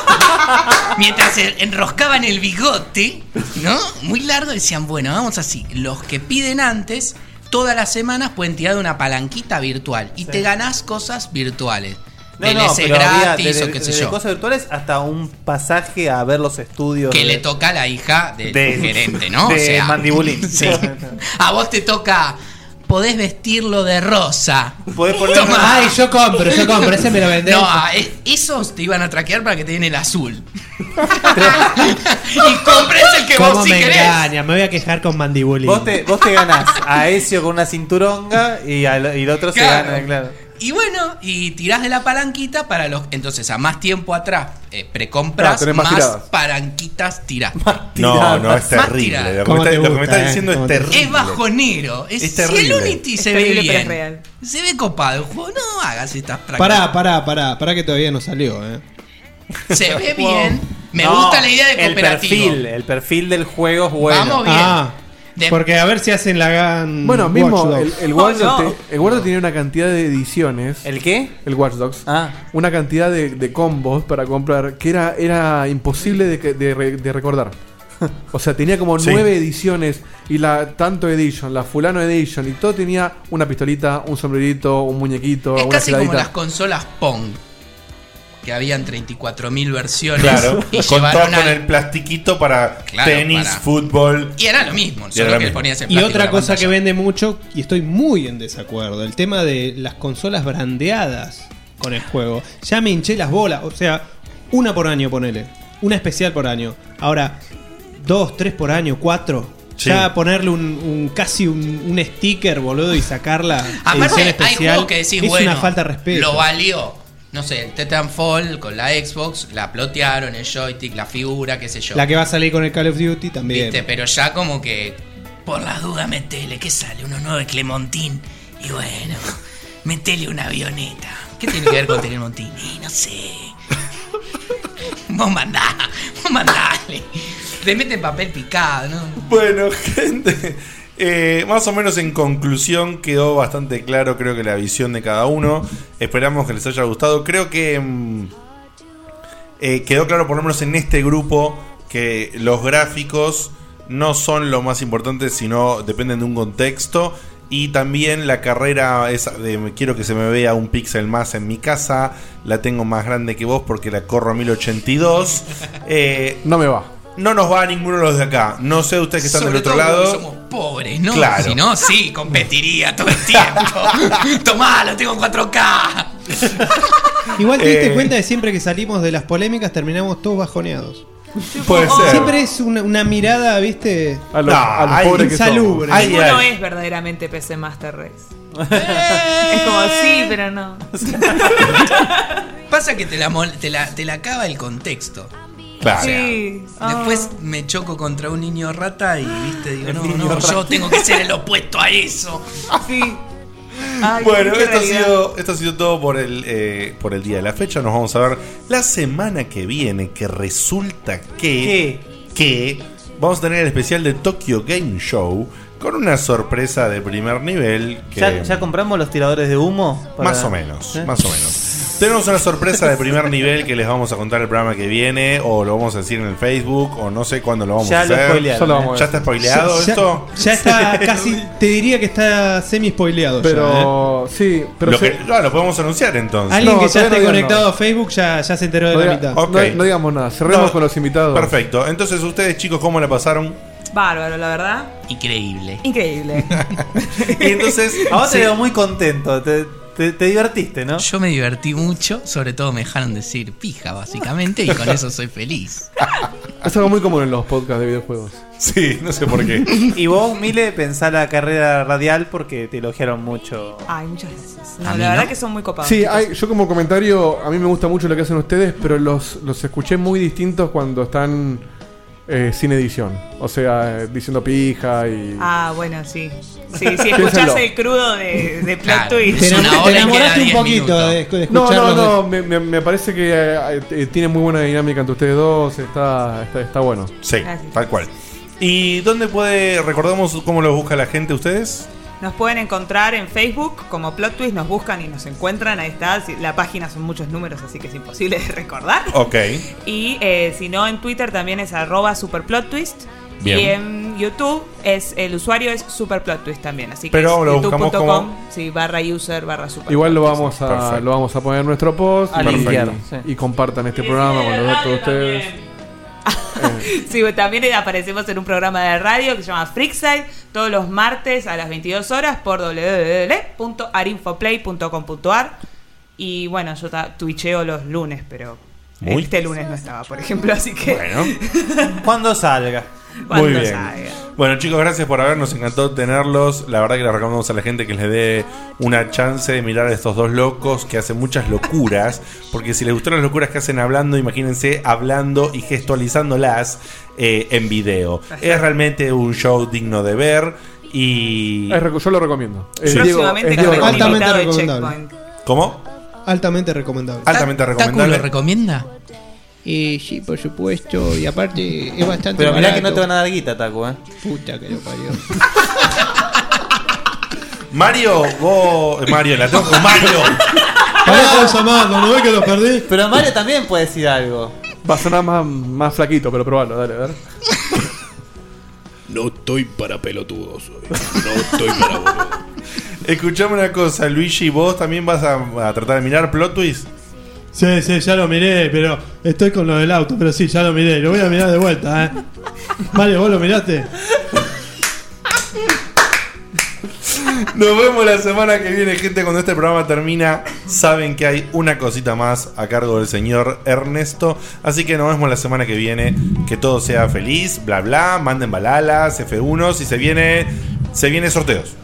J: mientras se enroscaban el bigote, ¿no? Muy largo, decían, bueno, vamos así. Los que piden antes, todas las semanas pueden tirar de una palanquita virtual y te ganás cosas virtuales.
D: No, no,
J: DLC
D: pero había
J: gratis
D: desde,
J: o qué sé
D: desde
J: yo.
D: cosas virtuales hasta un pasaje a ver los estudios.
J: Que
D: de-
J: le toca a la hija del
D: De-
J: gerente, ¿no?
D: de Mandibulín.
J: [LAUGHS]
D: [LAUGHS]
J: Sí. A vos te toca. Podés vestirlo de rosa.
D: Podés
J: ponerlo.
C: Ay, yo compro, yo compro, ese me lo vendés.
J: No, ah, es- esos te iban a traquear para que te den
C: [LAUGHS]
J: el azul. y compres el que
C: ¿Cómo
J: vos sí
C: me
J: querés.
C: engaña? Me voy a quejar con Mandibulín.
D: Vos te, vos te ganás a Ezio con una cinturonga y, al- y el otro
J: Claro.
D: se gana, claro.
J: Y bueno, y tirás de la palanquita para los. Entonces, a más tiempo atrás eh, precompras,
E: Claro, tenés más
J: más,
E: tiradas.
J: palanquitas tirás.
E: No, no, es
J: Más
E: terrible.
J: tiradas.
E: Lo que, me está- lo que me
J: eh?
E: estás diciendo es terrible.
J: Es bajonero. Es,
E: Es
J: terrible. Si
E: terrible.
J: el Unity se
L: Es
J: ve
L: terrible, pero es
J: bien, se ve copado el juego, no hagas estas
C: Pará, pará, pará, pará que todavía no salió, eh.
E: [LAUGHS]
J: Se ve
C: Wow.
J: bien. Me
D: No,
J: gusta la idea de
D: El
J: cooperativo.
D: perfil, el perfil del juego es bueno.
J: Vamos bien.
C: Ah, Porque a ver si hacen la gan.
B: Bueno,
E: Mm,
C: Watch
B: mismo
C: Dogs.
B: el, el Watch
J: Oh,
B: Dogs te- el Watch Dogs tiene una cantidad de ediciones. ¿El qué? El Watch Dogs. Una cantidad de, de combos para comprar que era, era imposible de, que- de re- de recordar. O sea, tenía como
E: Sí.
B: nueve ediciones y la tanto edition, la fulano edition y todo tenía una pistolita, un sombrerito, un muñequito,
J: Es
B: una
J: casi como
B: heladita.
J: las consolas Pong. Que habían 34.000 versiones.
E: Claro,
J: Y
E: contó
J: llevaron
E: con
J: al-
E: el plastiquito para
J: Claro,
E: tenis,
J: para-
E: fútbol.
J: Y era lo mismo,
E: Y
J: solo
E: era lo
J: que
E: mismo.
J: ponías el
C: Y
J: plástico en
C: otra
J: la
C: cosa que
J: pantalla.
C: vende mucho, y estoy muy en desacuerdo, el tema de las consolas brandeadas con el juego. Ya me hinché las bolas, o sea, una por año ponele, una especial por año. Ahora, dos, tres por año, cuatro.
J: Sí.
C: Ya ponerle un, un- casi un, un sticker, boludo, y sacarla edición
J: Aparte, hay
C: especial
J: juegos que decís,
C: es
J: bueno,
C: una falta de respeto.
J: lo valió. No sé, el Titanfall con la Xbox, la plotearon, el joystick, la figura, qué sé yo.
C: La que va a salir con el Call of Duty también.
J: Viste, pero ya como que. Por las dudas, metele, ¿qué sale? Uno nuevo de Clemontín. Y bueno, metele una avioneta. ¿Qué tiene que ver con Clemontín? Y no sé. Vos mandá, vos mandale. Te meten papel picado, ¿no?
E: Bueno, gente, eh, más o menos en conclusión quedó bastante claro, creo que la visión de cada uno. Esperamos que les haya gustado. Creo que mm, eh, quedó claro, por lo menos en este grupo, que los gráficos no son lo más importante, sino dependen de un contexto. Y también la carrera esa de me- quiero que se me vea un píxel más en mi casa, la tengo más grande que vos porque la corro
B: [LAUGHS]
E: a 1082.
B: no me va.
E: Eh, No nos va a ninguno de los de acá. No sé ustedes que están
J: Sobre
E: del otro
J: todo porque
E: lado.
J: somos pobres, ¿no?
E: Claro.
J: Si no, sí, competiría todo el
E: [LAUGHS]
J: tiempo. Tomá, lo tengo en 4K.
C: Igual te diste
J: Eh.
C: cuenta de siempre que salimos de las polémicas terminamos todos bajoneados. Oh,
E: Puede ser.
C: Siempre es una, una mirada, viste, Ah,
B: a
E: los- a los pobres que
C: insalubre.
E: somos. Ay,
L: Ninguno es verdaderamente PC Master
E: [LAUGHS]
L: Race. es como sí, pero no.
J: [LAUGHS] Pasa que te la, mol- te la, te la acaba el contexto.
E: Claro.
J: O sea,
L: Sí.
J: Después me choco contra un niño rata y viste, digo, no,
E: niño
J: no, yo
E: rata.
J: tengo
A: [LAUGHS]
J: que ser el opuesto a eso.
L: Sí. Ay,
E: Ah, Bueno,
L: qué
E: esto ha,
L: realidad.
E: sido, esto ha sido todo por el, eh, por el día de la fecha. Nos vamos a ver la semana que viene, que resulta que, que vamos a tener el especial de Tokyo Game Show con una sorpresa de primer nivel. Que
D: ¿Ya, ya compramos los tiradores de humo? para-
E: Más o menos,
D: ¿Eh?
E: más o menos. Tenemos una sorpresa de primer nivel que les vamos a contar el programa que viene, o lo vamos a decir en el Facebook, o no sé cuándo lo vamos
D: Ya
E: a
D: lo
E: hacer.
D: spoilearon,
E: Ya,
D: ¿eh?
E: ya está spoileado
C: Ya- ya-
E: esto.
C: Ya, está casi, te diría que está semi spoileado.
E: Pero-
B: sí,
E: lo, que- ah, lo podemos anunciar entonces.
C: Alguien que ya esté conectado a Facebook ya, ya se enteró de
E: No
C: la
E: diga-
C: mitad.
E: Ok. No- no
B: digamos nada, cerremos
E: con
B: los invitados.
E: Perfecto. Entonces, ustedes, chicos, ¿cómo la pasaron?
L: Bárbaro, la verdad.
J: [LAUGHS] Increíble.
L: Increíble.
E: [LAUGHS] Y
L: [LAUGHS]
E: entonces.
D: A vos te
J: Sí.
D: veo muy contento. Te, te- te divertiste, ¿no?
J: Yo me divertí mucho, sobre todo me dejaron decir pija, básicamente, y con eso soy feliz.
B: Es algo muy común en los podcasts de videojuegos.
E: Sí, no sé por
D: [LAUGHS]
E: qué.
D: [LAUGHS] y vos, Mile, pensá la carrera radial porque te elogiaron mucho.
L: Ay, muchas gracias.
D: A
L: No,
E: Ah,
D: mí
L: la
D: no.
L: verdad que son muy copados.
B: Sí,
L: chicos.
B: hay- yo como comentario, a mí me gusta mucho lo que hacen ustedes, pero los, los escuché muy distintos cuando están eh, sin edición. O sea, eh, diciendo pija y...
L: Ah, bueno, sí.
B: [LAUGHS]
L: Sí, si
B: Piénsenlo.
L: escuchás el crudo de, de Plot Twist.
C: Te enamo- te enamoraste un poquito de, de
B: No, no,
C: escucharlos de-
B: no, me, me- me parece que eh, eh, tiene muy buena dinámica entre ustedes dos, está, está, está bueno.
E: Sí, tal cual. ¿Y dónde puede, recordamos cómo los busca la gente ustedes?
L: Nos pueden encontrar en Facebook como Plot Twist, nos buscan y nos encuentran, ahí está. Si- La página son muchos números, así que es imposible de recordar.
E: Ok.
L: Y eh, si no, en Twitter también es arroba superplottwist.
E: Bien.
L: Y en YouTube es el usuario es superplottwist también. Así que
B: Pero
L: es
B: lo buscamos
L: youtube.com,
B: como-
L: sí, barra user, barra super.
B: Igual lo vamos a
L: Perfecto.
B: lo vamos a poner en nuestro post
L: A
B: y,
L: linkear,
B: y compartan este programa con los datos de ustedes. Eh,
L: [LAUGHS] Sí, también aparecemos en un programa de radio que se llama Freakside todos los martes a las 22 horas por www.arinfoplay.com.ar y bueno, yo ta- twitcheo los lunes, pero
D: Muy-
L: este lunes no estaba, por ejemplo, así que
E: Bueno.
D: [LAUGHS] Cuando salga.
L: Cuando
E: Muy bien.
L: salga.
E: Bueno, chicos, gracias por haber. Nos encantó tenerlos. La verdad que les recomendamos a la gente que les dé una chance de mirar a estos dos locos que hacen muchas locuras. Porque si les gustaron las locuras que hacen hablando, imagínense hablando y gestualizándolas eh, en video. Es realmente un show digno de ver. Y.
B: Es recu- yo lo recomiendo. Es
E: Sí.
B: Diego- eh,
L: Próximamente
B: es Diego
L: con el
B: Recomiendo.
L: invitado de
C: recomendable.
L: Checkpoint.
E: ¿Cómo?
C: Altamente recomendable.
E: Altamente
C: ¿Taku
E: recomendable.
C: lo
J: recomienda?
C: Y sí, por supuesto, y aparte es bastante
D: Pero mirá que
C: barato.
D: no te van a dar guita, Taco, ¿eh?
C: Puta que
D: [LAUGHS]
C: lo parió.
E: Mario, vos. eh, Mario, la tengo con Mario.
D: [LAUGHS]
B: Pará con Samardo, ¿no ves que lo perdí?
D: Pero Mario también puede decir algo.
B: Va a sonar más, más flaquito, pero probalo, dale, a ver.
A: No estoy para pelotudos hoy. No estoy para boludos.
E: [LAUGHS] Escuchame una cosa, Luigi, ¿vos también vas a, a tratar de mirar plot twist?
X: Sí, sí, ya lo miré, pero estoy con lo del auto, pero sí, ya lo miré, lo voy a mirar de vuelta, ¿eh? Mario, ¿vos lo miraste?
E: [LAUGHS] Nos vemos la semana que viene, gente. Cuando este programa termina, saben que hay una cosita más a cargo del señor Ernesto. Así que nos vemos la semana que viene. Que todo sea feliz, bla bla. Manden balalas, F1 y se viene. Se viene sorteos.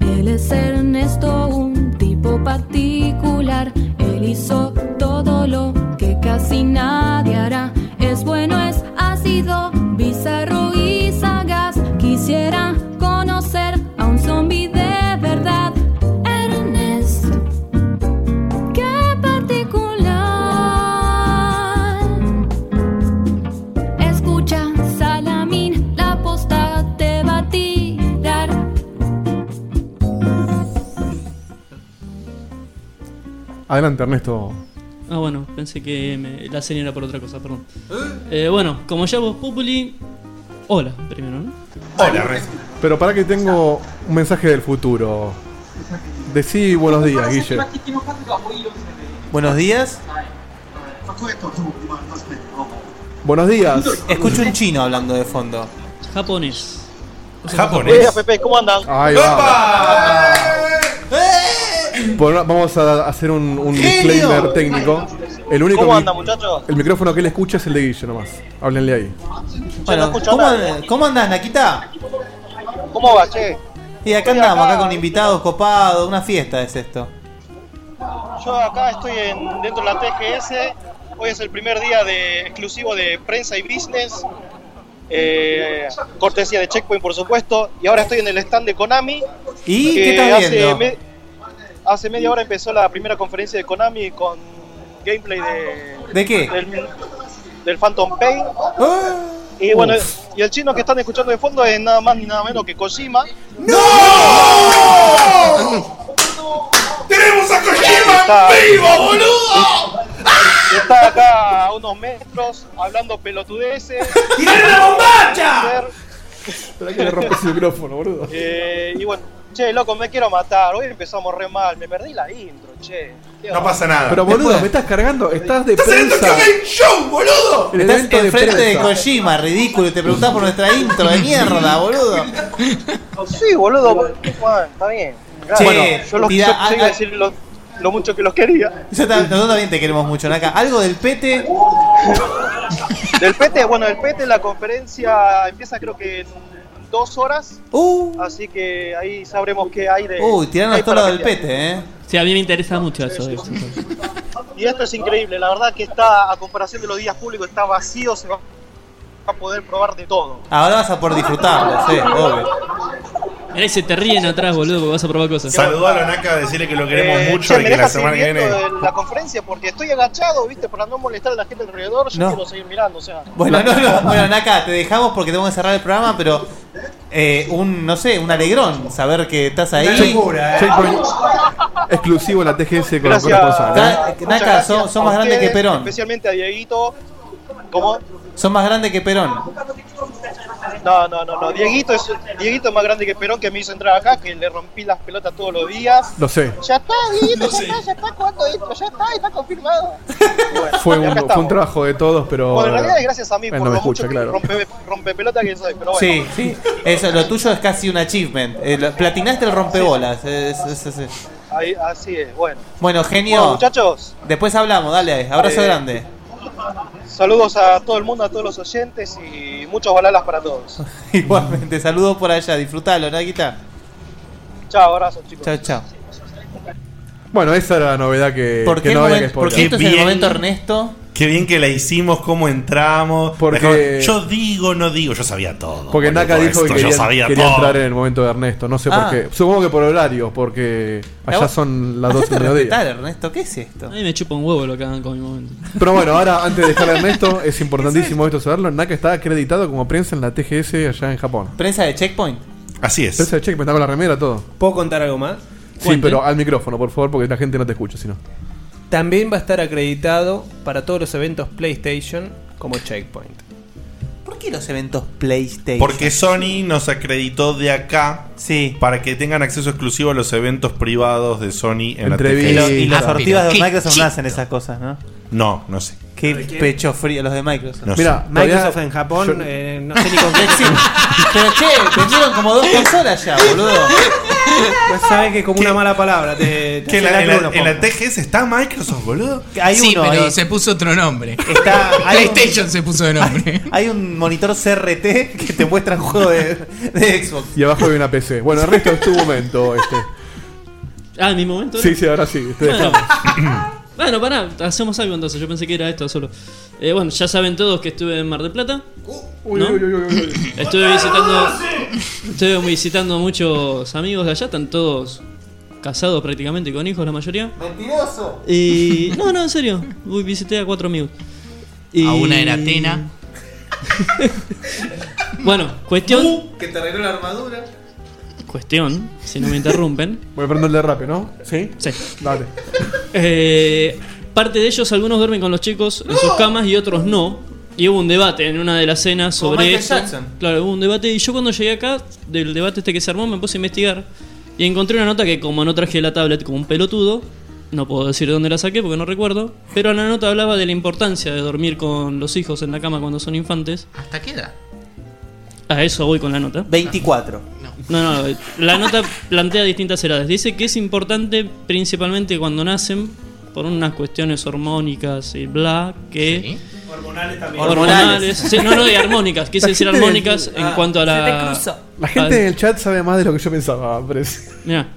H: Él es Ernesto, un tipo particular. Él hizo todo lo que casi nadie hará. Es bueno, es ácido, bizarro y sagaz. Quisiera conocer a un zombie de verdad. Ernest, qué particular. Escucha, Salamín, la posta te va a tirar.
B: Adelante, Ernesto.
F: Ah, bueno, pensé que me- la señal era por otra cosa, perdón. Eh, bueno, como ya vos, Populi. Hola, primero, ¿no?
E: Hola,
B: Pero para que tengo un mensaje del futuro. Decí buenos días, Guille.
D: Buenos días.
B: Buenos días.
D: Escucho un chino hablando de fondo.
F: Japonés.
D: Japonés.
Y: Pepe, ¿cómo andan?
B: Ahí va. Por una- vamos a hacer un, un
Y: Genio.
B: disclaimer técnico. El único
Y: ¿Cómo
B: mi-
Y: andan, muchachos?
B: El micrófono que él escucha es el de Guille nomás. Háblenle ahí.
Y: Bueno,
D: ¿cómo, ¿Cómo andás, Naquita?
Y: ¿Cómo va, che?
D: Y acá andamos, acá con invitados, copados, una fiesta es esto.
Y: Yo acá estoy en- dentro de la TGS. Hoy es el primer día de exclusivo de prensa y business. Eh, cortesía de Checkpoint, por supuesto. Y ahora estoy en el stand de Konami. que
D: ¿Y qué estás viendo?
Y: me- hace media hora empezó la primera conferencia de Konami con gameplay de.
D: ¿De qué? Ah,
Y: Del, del Phantom Pain. Y bueno, y el chino que están escuchando de fondo es nada más ni nada menos que Kojima. ¡No! ¡Tenemos a Kojima
Z: vivo,
Y: boludo! Está acá a unos metros hablando pelotudeces. ¡Tiene la bombacha!
B: Espera que le rompe el micrófono, boludo.
Y: Eh, y bueno, che, loco, me quiero matar. Hoy empezamos re mal. Me perdí la intro, che. Qué
E: No
Y: onda.
E: pasa nada.
B: Pero boludo, me estás cargando, estás de prensa.
E: show, boludo!
B: El
D: Estás
B: evento de
D: enfrente de,
B: prensa.
D: Kojima, ridículo, y te preguntás por nuestra intro de mierda, boludo.
Y: Sí, boludo, vos- Juan, está bien.
D: Che,
Y: Ah, Bueno, yo los
D: mira,
Y: yo te iba
D: ah,
Y: a decir lo, lo mucho que los quería.
D: Yo ta- Nosotros también te queremos mucho, Naka. Algo del pete.
Y: Del PT, bueno, del PT la conferencia empieza creo que en dos horas. Así que ahí sabremos qué hay de.
D: Uh. Uy, tiranos
Y: hay
D: todo
Y: para
D: lo del
Y: pelear.
D: pete, eh.
F: Sí, a mí me interesa mucho eso. eh,
Y: Y esto es increíble, la verdad que está, a comparación de los días públicos, está vacío, se va a poder probar de todo.
D: Ahora vas a por disfrutarlo, sí, obvio.
F: Mirá, y se te ríen atrás, boludo, porque vas a probar cosas.
E: Saludó a la Naka, decirle que lo queremos
Y: Eh,
E: mucho
Y: che,
E: y
Y: me
E: que la
Y: deja
E: semana que
Y: seguir
E: viene.
Y: viendo de la conferencia porque estoy agachado, viste, para no molestar a la gente alrededor, yo
D: No.
Y: quiero seguir mirando, o sea.
D: Bueno, no, no, bueno, Naka, te dejamos porque tengo que cerrar el programa, pero eh, un, no sé, un alegrón saber que estás ahí.
B: Checkpoint- Checkpoint exclusivo en la TGS con los ¿eh? corresponsal.
D: Naka, son, son más grandes que Perón.
Y: Especialmente a Dieguito. ¿Cómo?
D: Son más grandes que Perón.
Y: No, no, no, no. Dieguito es, Dieguito es más grande que Perón que me hizo entrar acá, que le rompí las pelotas todos los días.
B: Lo sé.
Y: Ya está, Dieguito, ya está, ya está jugando esto, ya está, está confirmado.
B: Fue un,
Y: acá
B: fue un
Y: estamos.
B: trabajo de todos, pero.
Y: Bueno, en realidad es gracias a mí
B: Él
Y: por
B: no me
Y: lo
B: escucha,
Y: mucho que
B: claro.
Y: rompe, rompe pelota que soy, pero bueno.
D: Sí, sí. Eso, lo tuyo es casi un achievement. Eh, lo- platinaste el rompebolas. Es- es- es- es.
Y: Ahí, así es, bueno.
D: Bueno, genio.
Y: Bueno, muchachos.
D: Después hablamos, dale. Abrazo
Y: Eh,
D: grande. [LAUGHS]
Y: Saludos a todo el mundo, a todos los oyentes y muchos balalas para todos.
D: Igualmente, saludos por allá. Disfrutalo, Naguita.
Y: Chao, abrazos, chicos.
D: Chao, chao.
B: Bueno, esa era la novedad que,
D: ¿Por
B: que
D: qué el
B: no había que
D: momento- Eh, por
B: spoiler.
D: qué esto es el momento Ernesto?
E: Qué bien que la hicimos, cómo entramos.
B: Porque-
E: Mejor, yo digo, no digo, yo sabía todo.
B: Porque
E: boludo,
B: Naka dijo que
E: esto, yo
B: quería,
E: sabía
B: quería
E: todo.
B: entrar en el momento de Ernesto. No sé
D: Ah.
B: por qué. Supongo que por horario, porque
D: Ah,
B: allá
D: vos-
B: son las 12
D: Hacete [LAUGHS]
B: del mediodía.
D: respetar, Ernesto, ¿qué es esto?
F: A mí me chupa un huevo lo que hagan con mi momento.
B: Pero
F: [LAUGHS]
B: bueno, ahora antes de dejar a Ernesto, es importantísimo esto saberlo. Naka está acreditado como prensa en la TGS allá en Japón.
D: ¿Prensa de Checkpoint?
E: Así es.
B: Prensa de check, me está con la remera, todo.
T: ¿Puedo contar algo más?
B: Sí, pero al micrófono, por favor, porque la gente no te escucha, si no.
T: También va a estar acreditado para todos los eventos PlayStation como Checkpoint.
D: ¿Por qué los eventos PlayStation?
E: Porque Sony nos acreditó de acá para que tengan acceso exclusivo a los eventos privados de Sony en
D: Entrevistas.
E: la
D: Y lo- y las
E: Ah,
D: sortivas
E: pero
D: de
E: qué
D: Microsoft
E: chido.
D: no hacen esas cosas, ¿no?
E: No, no sé.
D: Qué pecho frío los de Microsoft.
E: No Mira, sé.
D: Microsoft
T: todavía-
D: en Japón,
T: yo-
D: eh, no sé ni con [LAUGHS] qué sí. Pero che, vendieron como dos consolas ya, boludo.
T: Pues sabes que es como una mala palabra. Te, te
D: Que
T: hace
D: la-
T: la
D: en la-
T: cruz, lo
D: en
T: pongo.
D: la
E: TGS está Microsoft, boludo.
D: Hay
J: sí,
D: uno
J: pero
D: ahí.
J: se puso otro nombre.
D: Está,
J: [LAUGHS]
D: hay un-
J: PlayStation se puso de nombre.
D: Hay un monitor CRT que te muestra un juego de, de Xbox.
B: Y abajo hay una PC. Bueno, Ernesto, es tu momento. Este.
F: Ah, mi momento. era?
B: Sí, sí, ahora sí. te
F: Bueno,
B: dejamos.
F: [COUGHS] bueno, pará, hacemos algo entonces. Yo pensé que era esto solo. Eh, bueno, ya saben todos que estuve en Mar del Plata. ¿no? Estuve
B: Ah,
F: visitando. Estuve visitando muchos amigos de allá, están todos casados prácticamente y con hijos la mayoría.
D: ¡Mentiroso!
F: Y. No, no, en serio. Uy, visité a cuatro amigos. Y...
J: A una era Atena.
F: [LAUGHS] bueno, cuestión.
D: Uh, Que te arregló la armadura.
F: Cuestión, si no me interrumpen.
B: [LAUGHS] Voy a prender el derrape, ¿no? ¿Sí?
F: Sí.
B: Dale.
F: Eh, parte de ellos, algunos duermen con los chicos en sus camas y otros no. Y hubo un debate en una de las cenas
D: Como
F: sobre
D: Michael
F: esto.
D: Jackson.
F: Claro, hubo un debate. Y yo cuando llegué acá, del debate este que se armó, me puse a investigar. Y encontré una nota que, como no traje la tablet como un pelotudo, no puedo decir de dónde la saqué porque no recuerdo. Pero la nota hablaba de la importancia de dormir con los hijos en la cama cuando son infantes.
J: ¿Hasta qué edad?
F: A eso voy con la nota.
D: 24.
F: No, no, la nota plantea distintas edades. Dice que es importante principalmente cuando nacen por unas cuestiones hormónicas y bla, que...
D: Hormonales también.
F: Hormonales. Sí, no, no, y armónicas. Quise
B: La
F: decir
B: gente-
F: armónicas en
B: Ah,
F: cuanto a la...
B: La
F: ah,
B: gente en el chat sabe más de lo que yo pensaba, parece.
F: Mira.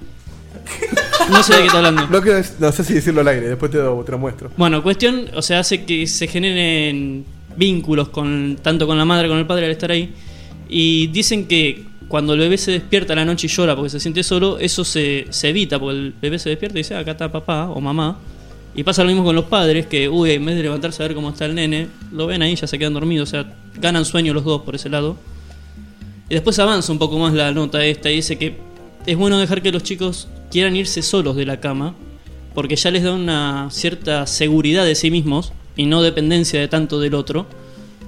F: No sé de qué está hablando.
B: No, quiero- no sé si decirlo al aire, después te, lo- te lo muestro.
F: Bueno, cuestión, o sea, hace que se generen vínculos con tanto con la madre como con el padre al estar ahí. Y dicen que cuando el bebé se despierta a la noche y llora porque se siente solo, eso se, se evita, porque el bebé se despierta y dice, "Ah, acá está papá o mamá. Y pasa lo mismo con los padres, que, uy, en vez de levantarse a ver cómo está el nene, lo ven ahí y ya se quedan dormidos, o sea, ganan sueño los dos por ese lado. Y después avanza un poco más la nota esta y dice que es bueno dejar que los chicos quieran irse solos de la cama, porque ya les da una cierta seguridad de sí mismos y no dependencia de tanto del otro.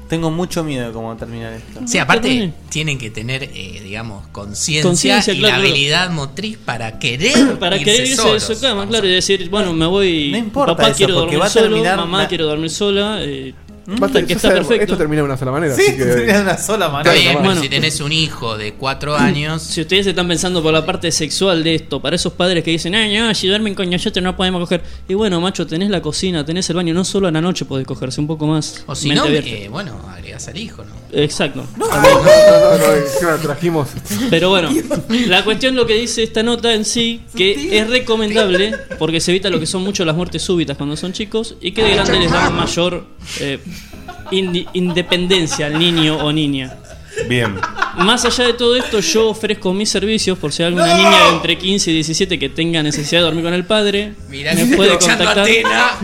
D: Tengo mucho miedo de cómo terminar esto.
J: Sí, aparte tienen que tener, eh, digamos, conciencia
F: Conciencia,
J: y
F: claro,
J: la
F: claro.
J: habilidad motriz para querer
F: Para
J: irse
F: querer irse
J: solos.
F: de su cama, claro, y decir, bueno, me voy,
D: importa
F: papá
D: eso,
F: quiero
D: porque
F: dormir
D: va a
F: solo,
D: terminar
F: mamá
D: la-
F: quiero dormir sola, eh,
B: Basta,
F: que
B: ya
F: está
B: sabemos,
F: perfecto.
B: Esto termina de una sola manera.
F: Sí,
B: así que,
F: termina de
D: una sola
J: Está bien, pero si tenés un hijo de cuatro años,
F: Si ustedes están pensando por la parte sexual de esto, para esos padres que dicen, ay, no, si duermen con nosotros no podemos coger. Y bueno, macho, tenés la cocina, tenés el baño, no solo a la noche podés cogerse, un poco más.
J: o si
F: mente
J: no,
F: abierta.
J: eh, bueno, agregás al hijo, ¿no?
F: Exacto.
B: No, no, no, encima trajimos.
F: Pero bueno, la cuestión lo que dice esta nota en sí, que es recomendable, porque se evita lo que son mucho las muertes súbitas cuando son chicos, y que de grande les da mayor eh, indi- independencia al niño o niña.
E: Bien.
F: Más allá de todo esto, yo ofrezco mis servicios por si hay alguna niña de entre 15 y 17 que tenga necesidad de dormir con el padre.
J: Mirá
F: me puede contactar.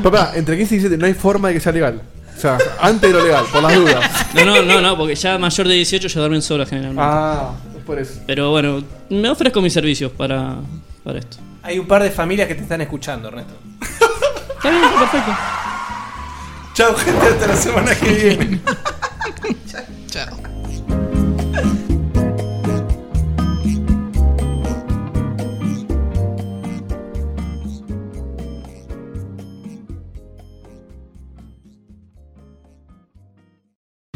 B: Papá, entre 15 y 17 no hay forma de que sea legal. O sea, antes de lo legal, por las dudas.
F: No, no, no, no, porque ya mayor de 18 ya duermen solas generalmente.
B: Ah, es por eso.
F: Pero bueno, me ofrezco mis servicios para, para esto.
T: Hay un par de familias que te están escuchando, Ernesto.
F: Está bien, está perfecto.
E: Chao, gente, hasta la semana
J: [LAUGHS]
E: que viene.
J: Chao.